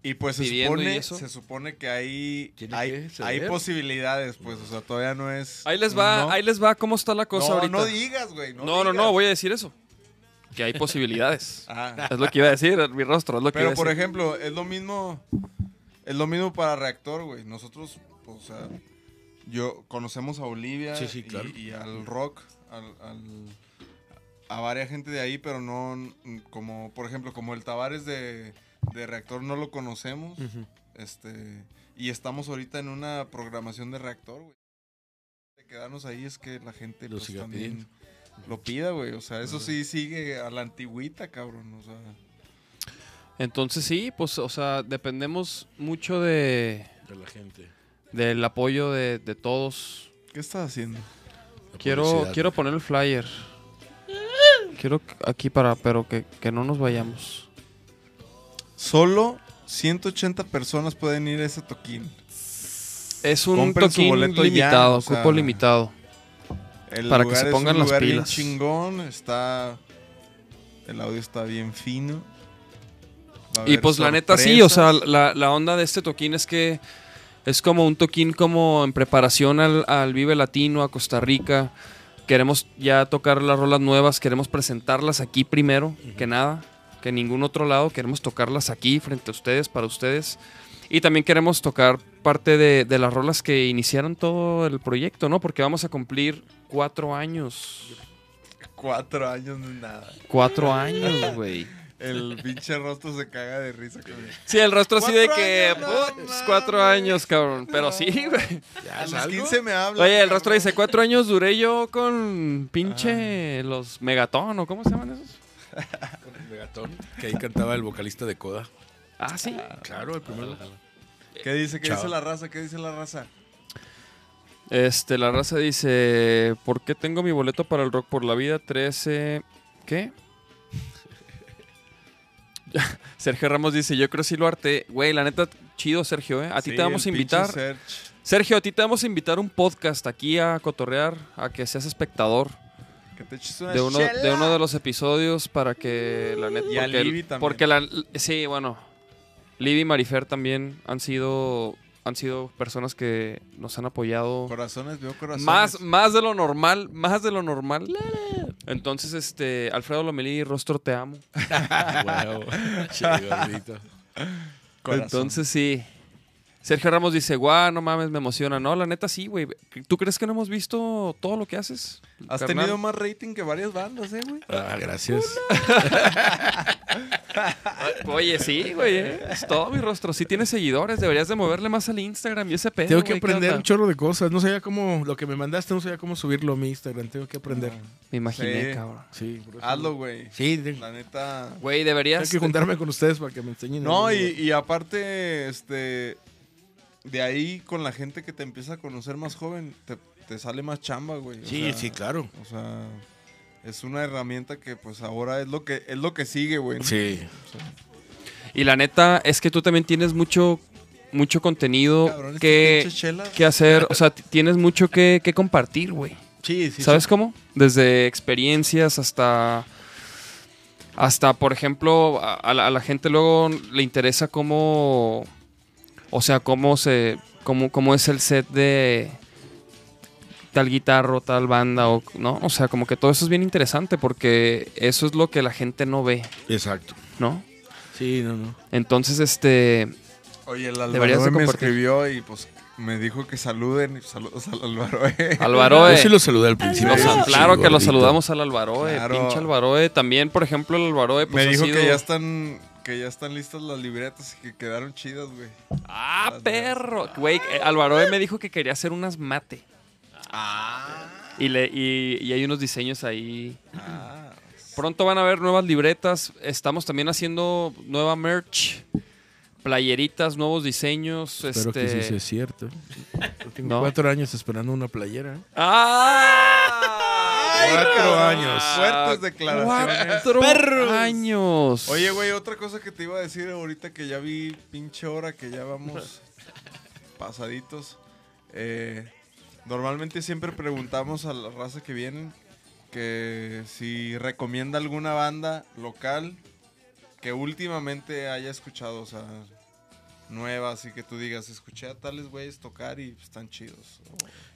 C: Y pues se
B: pidiendo y
C: supone,
B: eso.
C: se supone que hay,
D: Tiene
C: hay,
D: que ceder.
C: hay posibilidades, pues, o sea, todavía no es...
B: Ahí les va,
C: no.
B: ahí les va cómo está la cosa
C: no,
B: ahorita.
C: no digas, güey. No,
B: no, no,
C: digas.
B: no, voy a decir eso. Que hay posibilidades.
C: Ah,
B: es lo que iba a decir, mi rostro, es lo que iba
C: pero
B: a
C: por
B: decir.
C: ejemplo, es lo mismo. Es lo mismo para reactor, güey. Nosotros, o sea, yo conocemos a Olivia
D: Sí, sí, claro.
C: y, y al rock, al, al- a varias gente de ahí, pero no mm, como, por ejemplo, como el Tavares de, de reactor no lo conocemos. Este. Y estamos ahorita en una programación de reactor, güey. De quedarnos ahí es que la gente
D: Lo
C: pues,
D: siga
C: también lo pida, güey. O sea, eso sí sigue a la antigüita, cabrón. O sea.
B: Entonces sí, pues, o sea, dependemos mucho de,
D: De la gente.
B: del apoyo de, de todos.
C: ¿Qué estás haciendo?
D: La
B: Quiero,
D: publicidad.
B: quiero poner el flyer. Quiero que- aquí para, pero que, que no nos vayamos.
C: Solo 180 personas pueden ir a ese toquín.
B: Es un
C: Compren su
B: toquín
C: boleto ya,
B: limitado,
C: o sea,
B: cupo limitado.
C: El
B: Para que
C: lugar
B: se
C: es
B: pongan
C: un
B: las
C: lugar bien
B: pilas.
C: chingón, está el audio está bien fino. Va a
B: Y
C: haber
B: pues la neta sí, o sea,
C: sorpresas.
B: la, la onda de este toquín es que es como un toquín como en preparación al, al Vive Latino, a Costa Rica. Queremos ya tocar las rolas nuevas, queremos presentarlas aquí primero que nada, que en ningún otro lado. Queremos tocarlas aquí frente a ustedes, para ustedes. Y también queremos tocar parte de, de las rolas que iniciaron todo el proyecto, ¿no? Porque vamos a cumplir cuatro años.
C: cuatro años no es nada.
B: Cuatro años, güey.
C: El pinche rostro se caga de risa. cabrón.
B: Sí, el rostro así de
C: Cuatro
B: que.
C: años, no
B: "Putz, cuatro
C: mames".
B: años, cabrón. Pero sí, güey.
D: Ya,
C: A
D: haz
C: los
D: algo.
C: 15 me habla.
B: Oye, el rostro
C: cabrón.
B: dice: Cuatro años duré yo con pinche los Megatón, ¿o cómo se llaman esos?
D: Con el megatón, que ahí cantaba el vocalista de Coda.
B: Ah, sí.
D: Claro, el primero.
C: ¿Qué dice? ¿Qué
D: Chao.
C: dice la raza? ¿Qué dice la raza?
B: Este, la raza dice: ¿Por qué tengo mi boleto para el rock por la vida? 13. ¿Qué? Sergio Ramos dice: Yo creo que sí lo harté. Güey, la neta, chido, Sergio, ¿eh? A ti
C: Sí,
B: te vamos a
C: el pinche
B: invitar.
C: Serge.
B: Sergio, a ti te vamos a invitar un podcast aquí a cotorrear, a que seas espectador.
C: Que te eches una
B: de uno,
C: chela.
B: de uno de los episodios para que la neta.
C: Y
B: porque,
C: a Libby también.
B: porque la. Sí, bueno. Libby y Marifer también han sido. Han sido personas que nos han apoyado.
C: Corazones, veo corazones.
B: Más, más de lo normal, más de lo normal. Entonces, este, Alfredo Lomelí, rostro te amo.
D: Huevo. Che, gordito.
C: Corazón.
B: Entonces sí. Sergio Ramos dice, guau, no mames, me emociona. No, la neta sí, güey. ¿Tú crees que no hemos visto todo lo que haces?
C: Has
B: carnal?
C: tenido más rating que varias bandas, ¿eh, güey?
D: Ah, gracias.
B: Ah, Oye, sí, güey. eh. Es todo mi rostro. Si tienes seguidores, deberías de moverle más al Instagram y ese pedo.
C: Eh,
D: Tengo que
B: güey, ¿qué
D: aprender
B: onda?
D: un chorro de cosas. No sabía cómo, lo que me mandaste, no sabía cómo subirlo a mi Instagram. Tengo que aprender.
B: Me imaginé,
C: Sí.
B: cabrón.
D: Pues Sí, por eso-
C: Hazlo, güey.
D: Sí, tengo
C: La neta.
B: Güey,
D: tengo
B: deberías.
D: que juntarme con ustedes para que me enseñen.
C: No,
D: algo.
C: y, y aparte, este. De ahí con la gente que te empieza a conocer más joven, te, te sale más chamba, güey. O
D: Sí,
C: sea,
D: sí, claro.
C: O sea, es una herramienta que pues ahora es lo que es lo que sigue, güey. ¿no?
D: Sí.
B: Y la neta es que tú también tienes mucho, mucho contenido
C: Cabrón,
B: que,
C: estas pinches chelas.
B: que hacer. O sea, t- tienes mucho que, que compartir, güey.
C: Sí, sí.
B: ¿Sabes cómo? Desde experiencias hasta. Hasta, por ejemplo, a, a la, a la gente luego le interesa cómo. O sea, cómo se. cómo, cómo es el set de tal guitarro, tal banda, o, ¿no? O sea, como que todo eso es bien interesante porque eso es lo que la gente no ve,
D: Exacto.
B: ¿no?
D: Sí, no, no.
B: Entonces, este.
C: Oye, el
B: Deberías de
C: Álvaro me
B: compartir.
C: escribió y pues me dijo que saluden. y Saludos al Álvaro. eh.
B: Álvaro.
D: Yo sí lo saludé al principio.
B: O sea,
D: Sí,
B: claro que lo
D: gordito.
B: saludamos al Alvaroe,
C: Claro.
B: pinche Alvaroe. También, por ejemplo, el Alvaroe, pues
C: me
B: ha
C: dijo
B: sido-
C: que ya están que ya están listas las libretas y que quedaron chidas, güey.
B: Ah, perro. Güey, eh, Alvaroe me dijo que quería hacer unas mate. Y, le, y, y hay unos diseños ahí.
C: Ah,
B: Pronto van a ver nuevas libretas. Estamos también haciendo nueva merch. Playeritas, nuevos diseños.
D: Espero
B: este...
D: que sí sea cierto. Yo tengo
B: No.
D: cuatro años esperando una playera.
B: ¡Ah!
D: Cuatro años.
C: Fuertes declaraciones.
B: Cuatro años.
C: Oye, güey, otra cosa que te iba a decir ahorita que ya vi pinche hora que ya vamos pasaditos. Eh, normalmente siempre preguntamos a la raza que vienen que si recomienda alguna banda local que últimamente haya escuchado, o sea, nuevas y que tú digas, escuché a tales güeyes tocar y están chidos.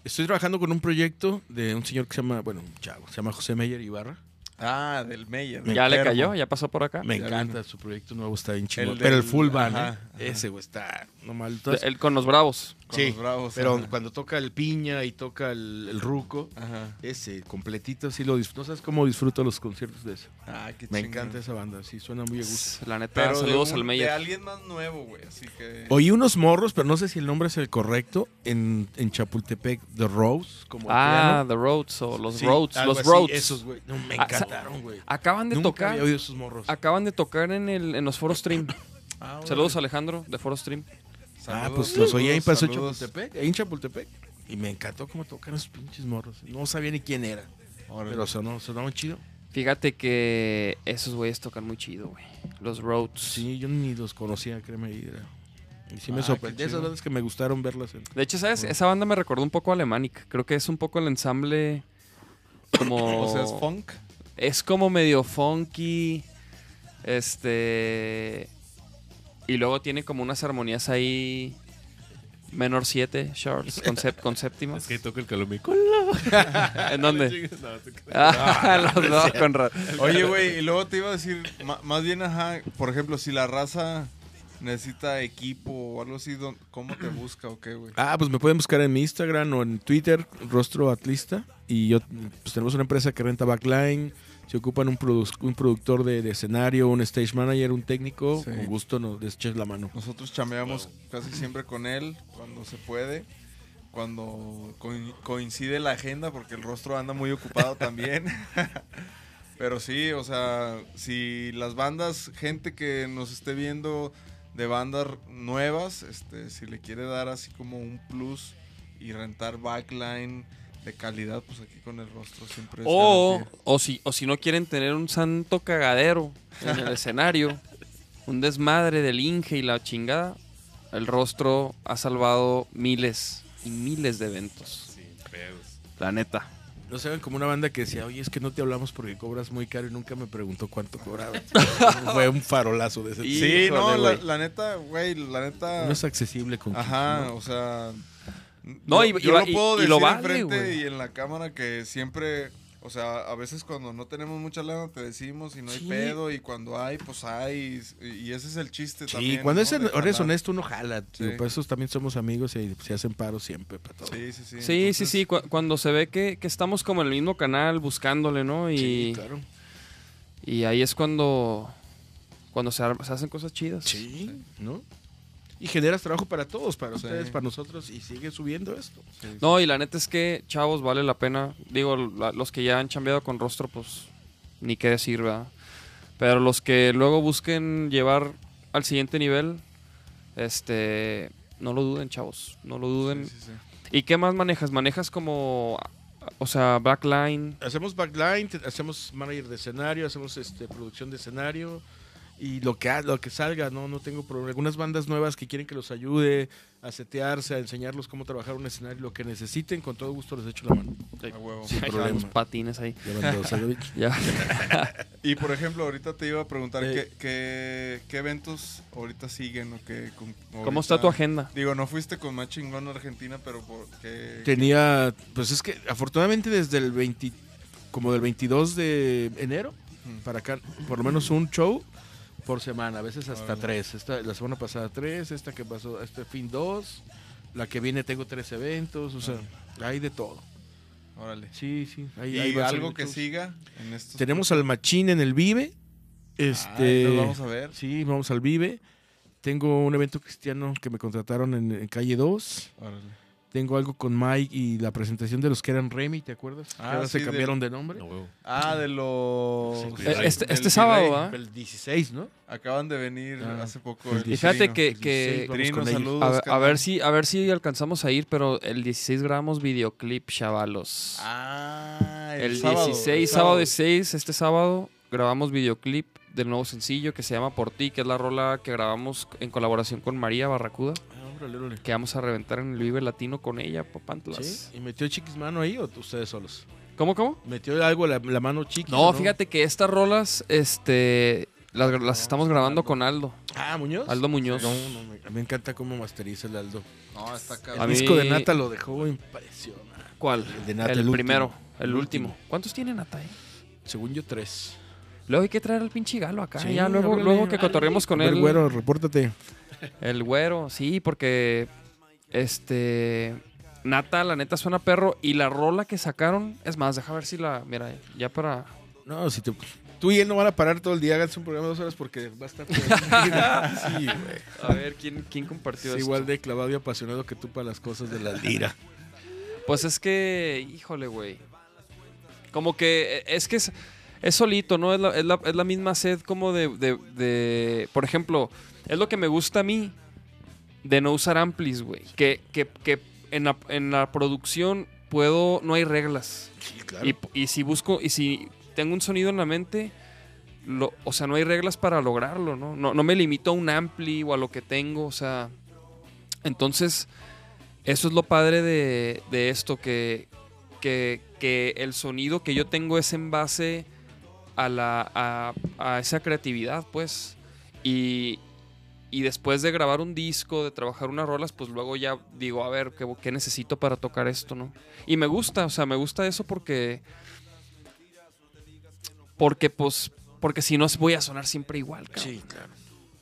D: Estoy trabajando con un proyecto de un señor que se llama, bueno, un chavo, se llama José Meyer Ibarra.
C: Ah, del Meyer.
B: Ya le
D: enfermo.
B: cayó, ya pasó por acá.
D: Me encanta su proyecto nuevo, está bien chido.
C: El
D: Pero el
C: del-
D: full band,
C: ajá,
D: ¿eh? Ese, güey, está normal. Entonces,
B: El, con los bravos.
C: con
D: sí,
C: los bravos,
D: pero
C: ajá.
D: cuando toca el piña y toca el, el ruco,
C: Ajá.
D: ese completito sí lo disfruto. No sabes cómo disfruto los conciertos de eso.
C: Ah, qué
D: Me
C: chingón.
D: encanta esa banda, sí, suena muy a gusto.
B: La neta,
C: Pero
B: Ah, saludos
C: de, un-
B: al
C: de
B: Meyer.
C: alguien más nuevo, güey, así que...
D: Oí unos morros, pero no sé si el nombre es el correcto, en, en Chapultepec, The Rose, como el
B: Ah,
D: piano.
B: The Roads o los
D: pues Sí,
B: Roads.
D: algo
B: Los
D: así,
B: Roads.
D: Esos, güey. No, me
B: Ah, sa-
D: encantaron, güey.
B: Acaban de
D: Nunca
B: tocar.
D: había oído esos morros.
B: Acaban de tocar en, el, en los Foros Stream.
C: Ah, bueno.
B: Ah, Saludos Alejandro de Foros Stream.
D: Ah,
C: Saludos,
D: pues los oí ahí
C: saludos,
D: pasó
C: saludos.
D: Chapultepec, ahí en Chapultepec. Y me encantó cómo tocan esos pinches morros. No sabía ni quién era.
C: Órale.
D: Pero sonó, sonó muy chido.
B: Fíjate que esos güeyes tocan muy chido, güey. Los Roads.
D: Sí, yo ni los conocía, créeme. Y, era- y sí me
C: Ah,
D: sorprendió.
C: qué
D: Esas
C: chido.
D: bandas que me gustaron verlas. en-
B: De hecho, ¿sabes? Esa banda me recordó un poco a Alemanic. Creo que es un poco el ensamble como...
C: O sea, es funk.
B: es como medio funky. Este. Y luego tiene como unas armonías ahí. Menor 7, Charles, con, sep- con séptimas.
E: Es que ahí toca el calomico.
B: ¿En dónde? Ah, los dos con ra-
C: Oye, güey, y luego te iba a decir, ma- más bien, ajá, por ejemplo, si la raza necesita equipo o algo así, ¿dó- ¿cómo te busca o qué, güey?
D: Ah, pues me pueden buscar en mi Instagram o en Twitter, Rostro Atlista. Y yo, pues tenemos una empresa que renta backline. Se ocupan un, produ- un productor de, de escenario, un stage manager, un técnico.
C: Sí.
D: Con gusto nos eches la mano.
C: Nosotros chameamos casi siempre con él cuando se puede. Cuando coin- coincide la agenda, porque el rostro anda muy ocupado también. Pero sí, o sea, si las bandas, gente que nos esté viendo de bandas r- nuevas, este, si le quiere dar así como un plus y rentar backline de calidad, pues aquí con el rostro siempre es
B: O,
C: garantía.
B: o, si, o si no quieren tener un santo cagadero en el escenario, un desmadre del Inge y la chingada, el rostro ha salvado miles y miles de eventos.
E: Sin pedos.
B: La neta.
D: No saben como una banda que decía, oye, es que no te hablamos porque cobras muy caro y nunca me preguntó cuánto cobraba. Fue un farolazo de ese
B: Y-
D: tipo.
C: Sí, no,
B: Híjole,
C: la,
B: güey.
C: la neta, güey, la neta...
D: No es accesible con
C: Ajá, o sea.
B: No,
C: yo-
B: y- y
C: yo
B: va-
C: lo
B: y-
C: puedo
B: y lo
C: decir
B: vale,
C: enfrente
B: güey.
C: y en la cámara que siempre O sea, a veces cuando no tenemos mucha lana te decimos y no hay
D: Sí.
C: pedo y cuando hay, pues hay. y- Y ese es el chiste
D: Sí,
C: también.
D: cuando
C: ¿no?
D: es,
C: De jalar.
D: eres honesto uno jala.
C: Sí.
D: Digo, por eso también somos amigos y se hacen paro siempre para todo.
C: Sí, sí, sí.
B: Sí, sí,
C: Entonces,
B: sí, cu- cuando se ve que, que estamos como en el mismo canal buscándole, ¿no? Y,
D: Sí, claro.
B: y ahí es cuando, cuando se, ar- se hacen cosas chidas.
D: Sí, ¿no? Y generas trabajo para todos, para
C: Sí.
D: ustedes, para nosotros y sigue subiendo esto.
B: No, y la neta es que, chavos, vale la pena. Digo, la- los que ya han chambeado con rostro, pues ni qué decir, ¿verdad? Pero los que luego busquen llevar al siguiente nivel, este, no lo duden, chavos, no lo duden.
C: sí, sí.
B: ¿Y qué más manejas? ¿Manejas como, o sea, backline?
D: Hacemos backline, te- hacemos manager de escenario, hacemos este producción de escenario y lo que ha- lo que salga, no no tengo problema. Algunas bandas nuevas que quieren que los ayude a setearse, a enseñarlos cómo trabajar un escenario, lo que necesiten, con todo gusto les echo la mano.
C: A huevo.
D: Sin
B: Ahí van
D: problema.
B: los patines ahí.
D: Ya van dos, ¿sabes?
B: Ya.
C: Y por ejemplo, ahorita te iba a preguntar
D: Eh.
C: qué, qué, qué eventos ahorita siguen o qué. con-
B: ¿Cómo
C: ahorita-
B: está tu agenda?
C: Digo, no fuiste con más chingón a Argentina, pero porque.
D: Tenía, pues es que afortunadamente desde el 20, como del 22 de enero para acá, por lo menos un show por semana, a veces hasta
C: Órale.
D: tres. Esta, la semana pasada tres, esta que pasó, este fin dos, la que viene tengo tres eventos, o sea, hay de todo.
C: Órale.
D: Sí, sí. Hay,
C: Ah. Y,
D: hay varios
C: algo que
D: shows.
C: siga en estos.
D: Tenemos al Machín en el Vive. Este,
C: Ay, nos vamos a ver.
D: Sí, vamos al Vive. Tengo un evento cristiano que me contrataron en, en Calle 2.
C: Órale.
D: Tengo algo con Mike y la presentación de los que eran Remy, ¿te acuerdas? Que
C: Ah,
D: ahora
C: sí,
D: se
C: de-
D: cambiaron de, nombre.
E: No, huevo.
C: Ah, de los.
E: Sí,
B: Eh,
E: Virrey.
B: Este,
C: del
B: este sábado,
C: Virrey.
B: ¿verdad?
D: El 16, ¿no?
C: Acaban de venir
D: Ah.
C: hace poco.
D: El
C: el
B: Y fíjate
C: Trino.
B: que,
D: El
B: que
D: 16 vamos
C: Trino,
D: con ellos.
C: saludos.
B: a, ver- a
C: carnal.
B: ver si, a ver si alcanzamos a ir, pero el 16 grabamos videoclip, chavalos.
C: Ah,
B: el,
C: sábado,
B: 16,
C: el
B: sábado 16, este sábado grabamos videoclip del nuevo sencillo que se llama Por ti, que es la rola que grabamos en colaboración con María Barracuda,
D: Ah, órale, órale.
B: que vamos a reventar en el Vive Latino con ella, papantlas.
D: ¿Sí? ¿Y metió Chiquis mano ahí o ustedes solos?
B: ¿Cómo, cómo?
D: ¿Metió algo la, la mano Chiquis?
B: No,
D: o
B: fíjate que estas rolas, este, las, las estamos grabando con Aldo,
D: Ah, Muñoz.
B: Aldo Muñoz.
D: No, no, me, me encanta cómo masteriza el Aldo.
C: No, está
D: El
B: A
C: cabrón.
B: mí-
D: disco de Nata lo dejó impresionante.
B: ¿Cuál?
D: El de Nata,
B: el,
D: el último.
B: primero, el
D: El
B: último.
D: último.
B: ¿Cuántos tiene Nata? eh?
D: Según yo, tres.
B: Luego hay que traer al pinche galo acá.
D: Sí,
B: ya luego,
D: háblale,
B: luego que
D: háblale.
B: cotorremos con
D: A ver,
B: él.
D: güero, repórtate.
B: El güero, sí, porque este Nata, la neta suena perro y la rola que sacaron, es más, deja ver si la, mira, ya para
D: No, si te... Tú y él no van a parar todo el día. Háganse un programa de dos horas porque va a estar... todo el día. sí, güey.
B: a ver quién quién compartió
D: Es
B: esto?
D: igual de clavado y apasionado que tú para las cosas de la lira.
B: Pues es que, híjole, güey. Como que eh, es que es, es solito, ¿no? Es la, es la- es la misma sed como de, de- de- Por ejemplo, es lo que me gusta a mí de no usar amplis, güey. Que, que- que en, la, en la producción puedo... No hay reglas.
D: Sí, claro.
B: Y, y si busco... Y si tengo un sonido en la mente... lo- o sea, no hay reglas para lograrlo, ¿no? ¿no? No me limito a un ampli o a lo que tengo, o sea... Entonces... Eso es lo padre de, de esto, que, que, que el sonido que yo tengo es en base a, la, a, a esa creatividad, pues. Y, y después de grabar un disco, de trabajar unas rolas, pues luego ya digo, a ver, ¿qué, qué necesito para tocar esto, no? Y me gusta, o sea, me gusta eso porque... Porque, pues, porque si no voy a sonar siempre igual, cabrón.
D: Sí, claro.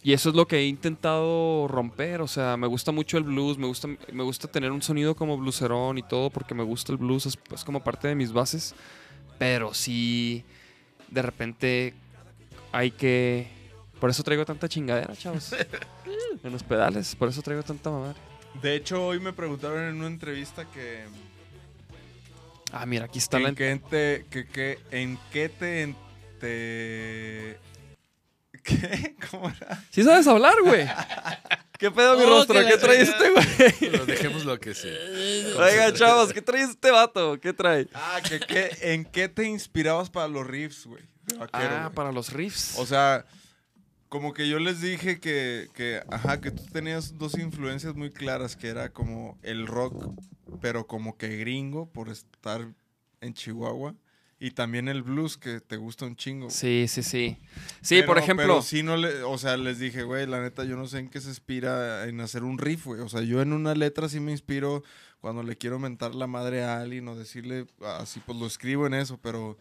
B: Y eso es lo que he intentado romper, o sea, me gusta mucho el blues, me gusta, me gusta tener un sonido como blucerón y todo, porque me gusta el blues, es, es como parte de mis bases, pero sí, de repente hay que... Por eso traigo tanta chingadera, chavos. En los pedales, por eso traigo tanta mamada.
C: De hecho, hoy me preguntaron en una entrevista que.
B: Ah, mira, aquí está la...
C: en, qué te, que, que- en qué te. en- te- ¿Qué? ¿Cómo era?
B: ¿Sí sabes hablar, güey? Oh, ¿Qué pedo, mi rostro? ¿Qué trae este, güey?
D: Pero dejemos lo que sea.
B: Oiga, chavos, ¿qué trae este vato? ¿Qué trae?
C: Ah, que, que- ¿en qué te inspirabas para los riffs, güey? de vaquero,
B: Ah,
C: güey?
B: para los riffs.
C: O sea, como que yo les dije que, que, ajá, que tú tenías dos influencias muy claras, que era como el rock, pero como que gringo por estar en Chihuahua, y también el blues, que te gusta un chingo. güey.
B: Sí, sí, sí. Sí,
F: Pero-
B: por ejemplo.
F: Pero sí, no le, o sea, les dije, güey, la neta, yo no sé en qué se inspira en hacer un riff, güey. O sea, yo en una letra sí me inspiro cuando le quiero mentar la madre a alguien o decirle así, pues lo escribo en eso, pero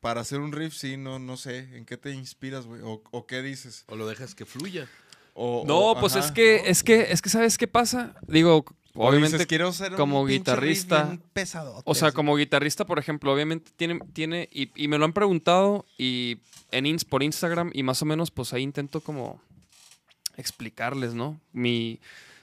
F: para hacer un riff sí, no, no sé en qué te inspiras, güey, o, o qué dices.
D: O lo dejas que fluya.
F: O-
B: No,
F: o-
B: pues
F: ajá.
B: es que, es que, es que, ¿sabes qué pasa? Digo,
F: O
B: obviamente,
F: dices, quiero ser un
B: como
F: pinche riff
B: guitarrista,
F: bien pesadote,
B: o sea,
F: así.
B: como guitarrista, por ejemplo, obviamente tiene, tiene, y, y me lo han preguntado, y en ins- por Instagram, y más o menos, pues ahí intento como explicarles, ¿no? Mi,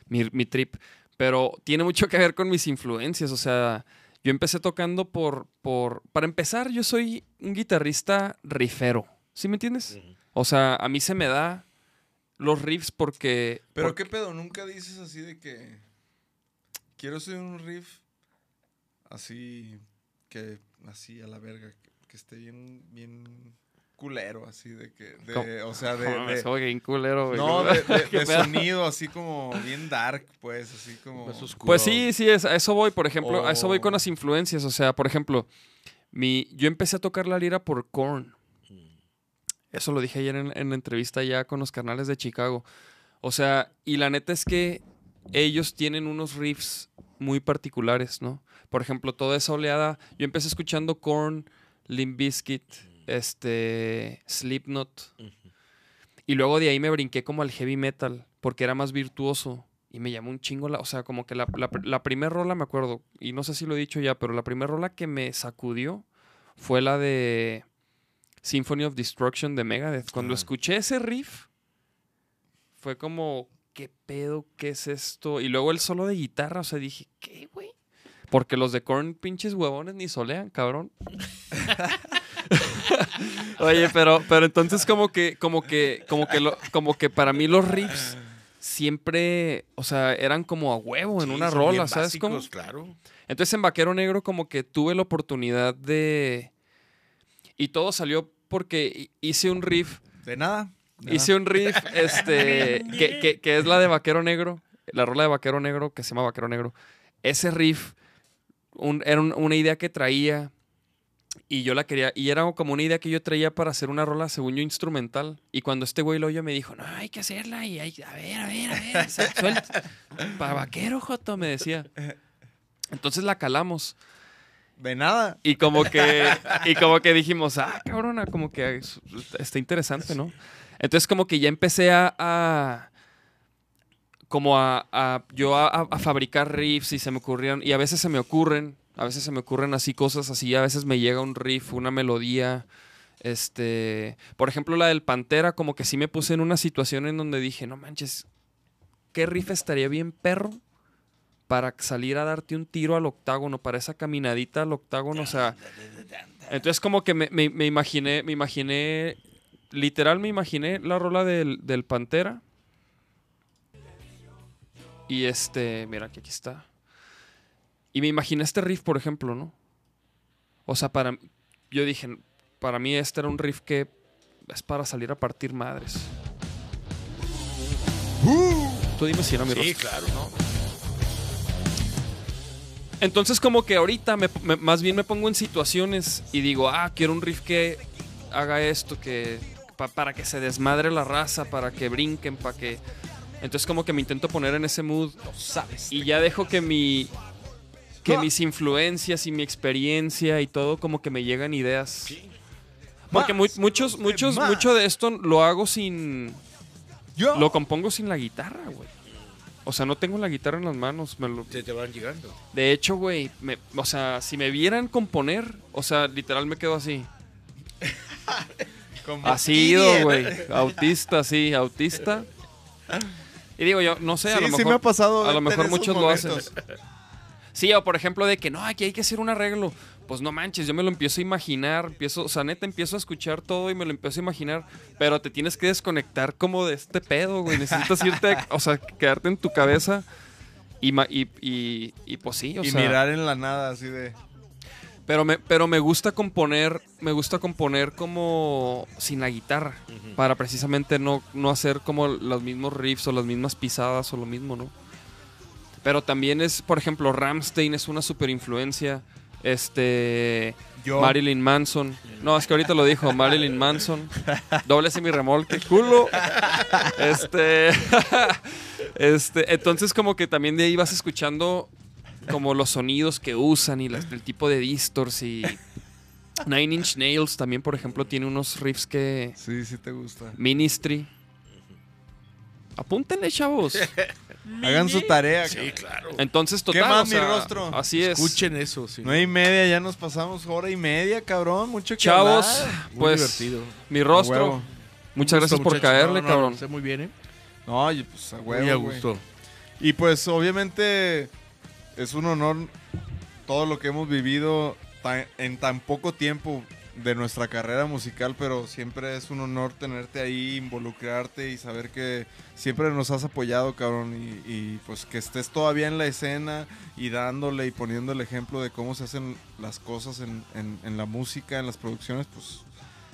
B: mi, mi trip. Pero tiene mucho que ver con mis influencias, o sea, yo empecé tocando por, por, para empezar, yo soy un guitarrista rifero, ¿sí me entiendes? O sea, a mí se me da los riffs porque...
F: Pero
B: porque-
F: qué pedo, nunca dices así de que quiero hacer un riff así que así a la verga, que, que esté bien bien culero así de que de-
B: ¿Cómo?
F: o sea, de,
B: No, mames,
F: de-
B: como que bien culero, güey.
F: no, de, de-
B: ¿Qué
F: de
B: pedo?
F: sonido así como bien dark, pues, así como
D: Más oscuro.
B: Pues sí, sí, es- a eso voy, por ejemplo, a eso voy con
F: O-
B: las influencias. O sea, por ejemplo, mi, yo empecé a tocar la lira por Korn. Eso lo dije ayer en, en la entrevista ya con los carnales de Chicago. O sea, y la neta es que ellos tienen unos riffs muy particulares, ¿no? Por ejemplo, toda esa oleada, yo empecé escuchando Korn, Limp Bizkit, este, Slipknot. Y luego de ahí me brinqué como al heavy metal, porque era más virtuoso. Y me llamó un chingo la... O sea, como que la, la, primera rola, me acuerdo, y no sé si lo he dicho ya, pero la primera rola que me sacudió fue la de Symphony of Destruction de Megadeth. Cuando
D: Ah.
B: escuché ese riff, fue como, ¿qué pedo? ¿Qué es esto? Y luego el solo de guitarra, o sea, dije, ¿qué, güey? Porque los de Korn, pinches huevones, ni solean, cabrón. Oye, pero, pero entonces como que, como que, como que lo- como que para mí los riffs siempre, o sea, eran como a huevo en
D: Sí,
B: una
D: son
B: rola,
D: bien
B: ¿sabes? cómo?
D: básicos, Claro.
B: Entonces en Vaquero Negro como que tuve la oportunidad de... Y todo salió porque hi- hice un riff,
F: de nada. de nada.
B: hice un riff, este, que, que- que es la de Vaquero Negro, la rola de Vaquero Negro, que se llama Vaquero Negro. Ese riff un- era un- una idea que traía y yo la quería, y era como una idea que yo traía para hacer una rola, según yo, instrumental. Y cuando este güey lo oyó, me dijo, no, hay que hacerla, y hay, a ver, a ver, a ver, sa- suelta. Para vaquero, Joto, me decía. Entonces la calamos.
F: de nada.
B: Y como que, y como que dijimos, ah, cabrona, como que es- está interesante, ¿no? Entonces como que ya empecé a, a- como a, a- yo a, a- a fabricar riffs y se me ocurrieron, y a veces se me ocurren, a veces se me ocurren así cosas así, a veces me llega un riff, una melodía, este, por ejemplo la del Pantera, como que sí me puse en una situación en donde dije, no manches, ¿qué riff estaría bien perro? Para salir a darte un tiro al octágono, para esa caminadita al octágono, o sea, entonces como que me, me- me imaginé, me imaginé, literal me imaginé la rola del, del Pantera. Y este, mira que aquí está. Y me imaginé este riff, por ejemplo, ¿no? O sea, para yo dije, para mí este era un riff que es para salir a partir madres. Tú dime si no, mi
D: Sí,
B: rostro.
D: claro, ¿no?
B: Entonces como que ahorita me- me- más bien me pongo en situaciones y digo, ah, quiero un riff que haga esto, que pa- para que se desmadre la raza, para que brinquen, para que... Entonces como que me intento poner en ese mood y ya dejo que mi... Que mis influencias y mi experiencia y todo como que me llegan ideas. Porque mu- muchos, muchos,
F: más.
B: mucho de esto lo hago sin...
F: Yo
B: Lo compongo sin la guitarra, güey. O sea, no tengo la guitarra en las manos. Me lo,
D: Se te van llegando.
B: de hecho, güey, me- o sea, si me vieran componer, o sea, literal me quedo así.
F: Como
B: Así ido, Ah, güey. Autista, sí, autista. Y digo yo, no sé, a
F: Sí,
B: lo
F: sí
B: mejor,
F: me ha pasado
B: a lo
F: en
B: mejor
F: esos
B: muchos lo
F: momentos.
B: hacen. Sí, o por ejemplo de que no, aquí hay que hacer un arreglo. Pues no manches, yo me lo empiezo a imaginar, empiezo, o sea, neta, empiezo a escuchar todo y me lo empiezo a imaginar, pero te tienes que desconectar como de este pedo, güey. Necesitas irte, o sea, quedarte en tu cabeza y, ma- y, y, y pues sí, o
F: y
B: sea.
F: mirar en la nada así de
B: Pero me, pero me gusta componer, me gusta componer como sin la guitarra, para precisamente no, no hacer como los mismos riffs o las mismas pisadas o lo mismo, ¿no? Pero también es, por ejemplo, Ramstein es una super influencia. Este. Marilyn Manson. No, es que ahorita lo dijo, Marilyn Manson. Doblese mi remolque, culo. Este. este. Entonces, como que también de ahí vas escuchando como los sonidos que usan y las- el tipo de distors y. Nine Inch Nails también, por ejemplo, tiene unos riffs que.
C: Sí, sí te gusta.
B: Ministry. Apúntenle, chavos.
C: Hagan su tarea.
D: Sí,
C: cabrón.
D: claro.
B: Entonces, total.
C: más,
B: o sea,
C: mi rostro?
B: Así es.
D: Escuchen eso. Sí.
C: Nueve y media, ya nos pasamos hora y media, cabrón. Mucho que
B: Chavos,
C: hablar.
D: Muy
B: pues,
D: divertido.
B: mi
C: A
B: rostro.
C: huevo.
B: Muchas gracias por
D: Muchachos,
B: caerle,
D: no, no,
B: cabrón.
D: no, sé muy bien, ¿eh?
C: No, y pues a huevo.
D: muy a
C: güey.
D: gusto.
C: Y pues obviamente es un honor todo lo que hemos vivido tan- en tan poco tiempo de nuestra carrera musical, pero siempre es un honor tenerte ahí, involucrarte y saber que siempre nos has apoyado, cabrón, y, y, pues que estés todavía en la escena y dándole y poniendo el ejemplo de cómo se hacen las cosas en, en- en la música, en las producciones, pues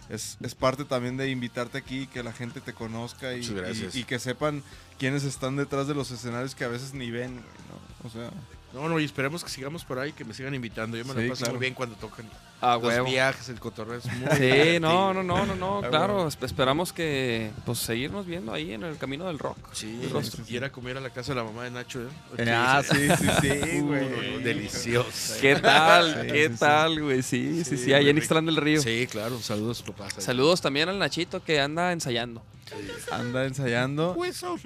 C: es, es parte también de invitarte aquí, que la gente te conozca y,
D: Muchas gracias.
C: y- y que sepan quiénes están detrás de los escenarios que a veces ni ven, güey, ¿no? O sea,
D: No, no, y esperemos que sigamos por ahí, que me sigan invitando. Yo me
C: Sí,
D: la paso
C: claro.
D: muy bien cuando tocan.
B: A
D: Los
B: huevo.
D: viajes, el cotorreo es muy
B: Sí, Ah,
D: divertido.
B: no, no, no, no, no, claro. esp- Esperamos que pues seguirnos viendo ahí en el camino del rock.
D: Sí,
B: El rostro.
D: y era comer a la casa de la mamá de Nacho, ¿eh?
C: ah, sí, sí, sí,
D: Uh,
C: güey.
D: Deliciosa.
B: ¿Qué tal?
C: Sí,
B: ¿Qué
C: sí, sí.
B: tal, güey? Sí, sí, sí,
D: Sí,
B: allá
D: muy
B: en
D: rico.
B: Ixtlán del Río.
D: Sí, claro. Saludos, papá.
B: Saludos también al Nachito que anda ensayando.
C: Anda ensayando.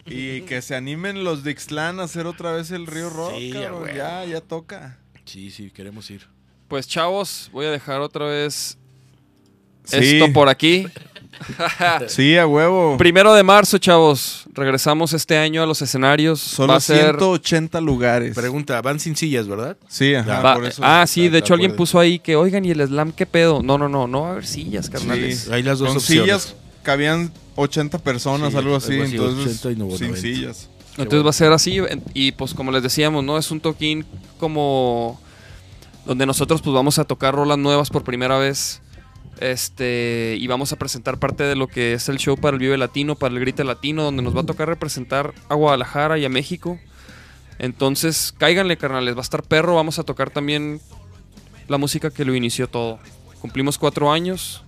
C: Y que se animen los de Ixtlán a hacer otra vez el Río Rock,
D: Sí, a
C: cabrón.
D: huevo.
C: Ya, ya toca.
D: Sí, sí, queremos ir.
B: Pues chavos, voy a dejar otra vez
C: Sí.
B: esto por aquí.
C: Sí, a huevo.
B: Primero de marzo, chavos. Regresamos este año a los escenarios. Va
C: Solo
B: a ser...
C: 180 lugares.
D: Pregunta, van sin sillas, ¿verdad?
C: Sí, ajá,
B: Va-
C: por eso.
B: ah, sí,
D: está-
B: de
D: está
B: hecho alguien
D: acuerdo.
B: puso ahí que, oigan, ¿y el slam qué pedo? No, no, no, no va a haber sillas, carnales.
C: Sí.
D: Hay las dos
C: Con
D: opciones.
C: sillas cabían 80 personas,
D: Sí,
C: algo así.
D: algo así,
C: entonces,
D: 80 y no-
C: sin
D: 90.
C: sillas.
B: Entonces va a ser así en- y pues como les decíamos, ¿no? Es un toquín como donde nosotros pues vamos a tocar rolas nuevas por primera vez. Este, y vamos a presentar parte de lo que es el show para el Vive Latino, para el Grita Latino, donde nos va a tocar representar a Guadalajara y a México. Entonces, cáiganle, carnales, va a estar perro. Vamos a tocar también la música que lo inició todo. Cumplimos cuatro años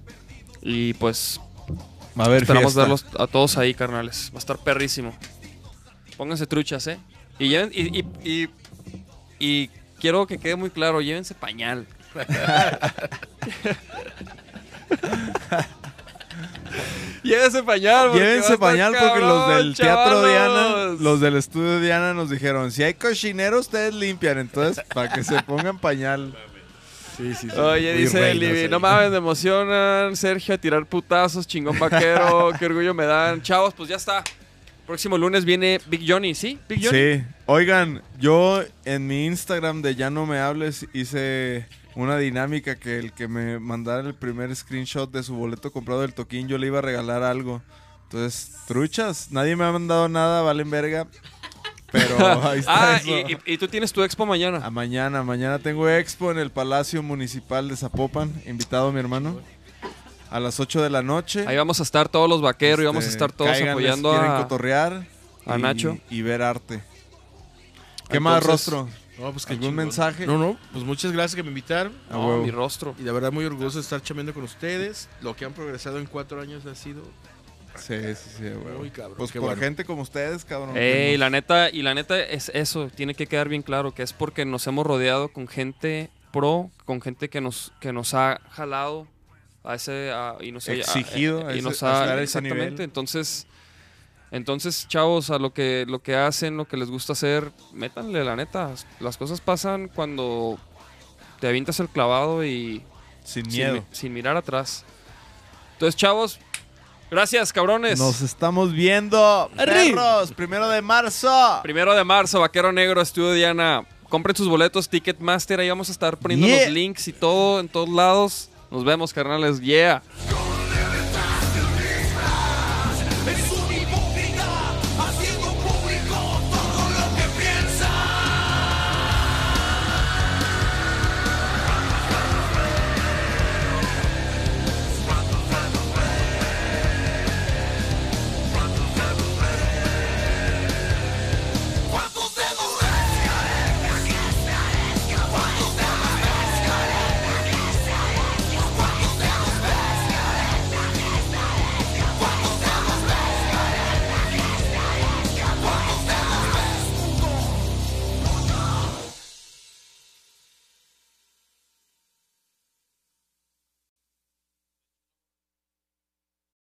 B: y pues
C: Va a haber
B: Esperamos
C: fiesta.
B: darlos a todos ahí, carnales. Va a estar perrísimo. Pónganse truchas, ¿eh? Y, lleven- y, y- y- y quiero que quede muy claro, llévense pañal. llévense pañal. porque va a
C: Llévense
B: estar
C: pañal porque los
B: cabrón,
C: del teatro Diana,
B: chavalos.
C: los del estudio Diana nos dijeron, si hay cochinero ustedes limpian, entonces para que se pongan pañal.
D: Sí, sí, sí.
B: Oye,
D: Muy
B: dice
D: reinas
B: Libby,
C: eh.
D: ahí.
B: no mames, me emocionan. Sergio a tirar putazos, chingón vaquero, qué orgullo me dan. Chavos, pues ya está. Próximo lunes viene Big Johnny, ¿sí? Big Johnny.
C: Sí, oigan, yo en mi Instagram de ya no me hables hice una dinámica que el que me mandara el primer screenshot de su boleto comprado del toquín yo le iba a regalar algo. Entonces, truchas, nadie me ha mandado nada, valen verga. Pero ahí está
B: Ah,
C: eso. Ah,
B: y, y- y tú tienes tu expo mañana.
C: A mañana, mañana tengo expo en el Palacio Municipal de Zapopan, invitado mi hermano, a las 8 de la noche.
B: Ahí vamos a estar todos los vaqueros y vamos a
C: Este,
B: estar todos
C: cáiganle si
B: apoyando
C: quieren
B: a...
C: cotorrear
B: a
C: y-
B: Nacho.
C: y ver arte. ¿Qué más
B: Entonces,
C: rostro?
D: No, pues qué
C: ¿Algún
D: chingón.
C: mensaje?
D: No, no, pues muchas gracias que me invitaron.
C: A
B: No,
C: huevo.
B: mi rostro.
D: Y la verdad, muy orgulloso de estar chambeando con ustedes. Lo que han progresado en cuatro años ha sido
C: Sí, sí, sí, güey.
D: muy cabrón.
C: Pues
D: Qué
C: por
D: bueno.
C: gente como ustedes, cabrón.
B: Ey, la neta, y la neta es eso, tiene que quedar bien claro que es porque nos hemos rodeado con gente pro, con gente que nos, que nos ha jalado a ese a- y nos ha-
C: Exigido
B: a-
C: a
B: y
C: ese-
B: nos
C: a
B: ha-
C: estar a ese
B: exactamente,
C: nivel.
B: entonces entonces, chavos, a lo que lo que hacen, lo que les gusta hacer, métanle la neta, las cosas pasan cuando te avientas el clavado y
C: Sin
B: sin,
C: miedo.
B: mi- sin mirar atrás. Entonces, chavos, gracias, cabrones.
C: Nos estamos viendo, perros, primero de marzo.
B: Primero de marzo, Vaquero Negro, Estudio Diana. Compren sus boletos, Ticketmaster. Ahí vamos a estar poniendo
C: Yeah.
B: los links y todo en todos lados. Nos vemos, carnales. Yeah.
A: Yo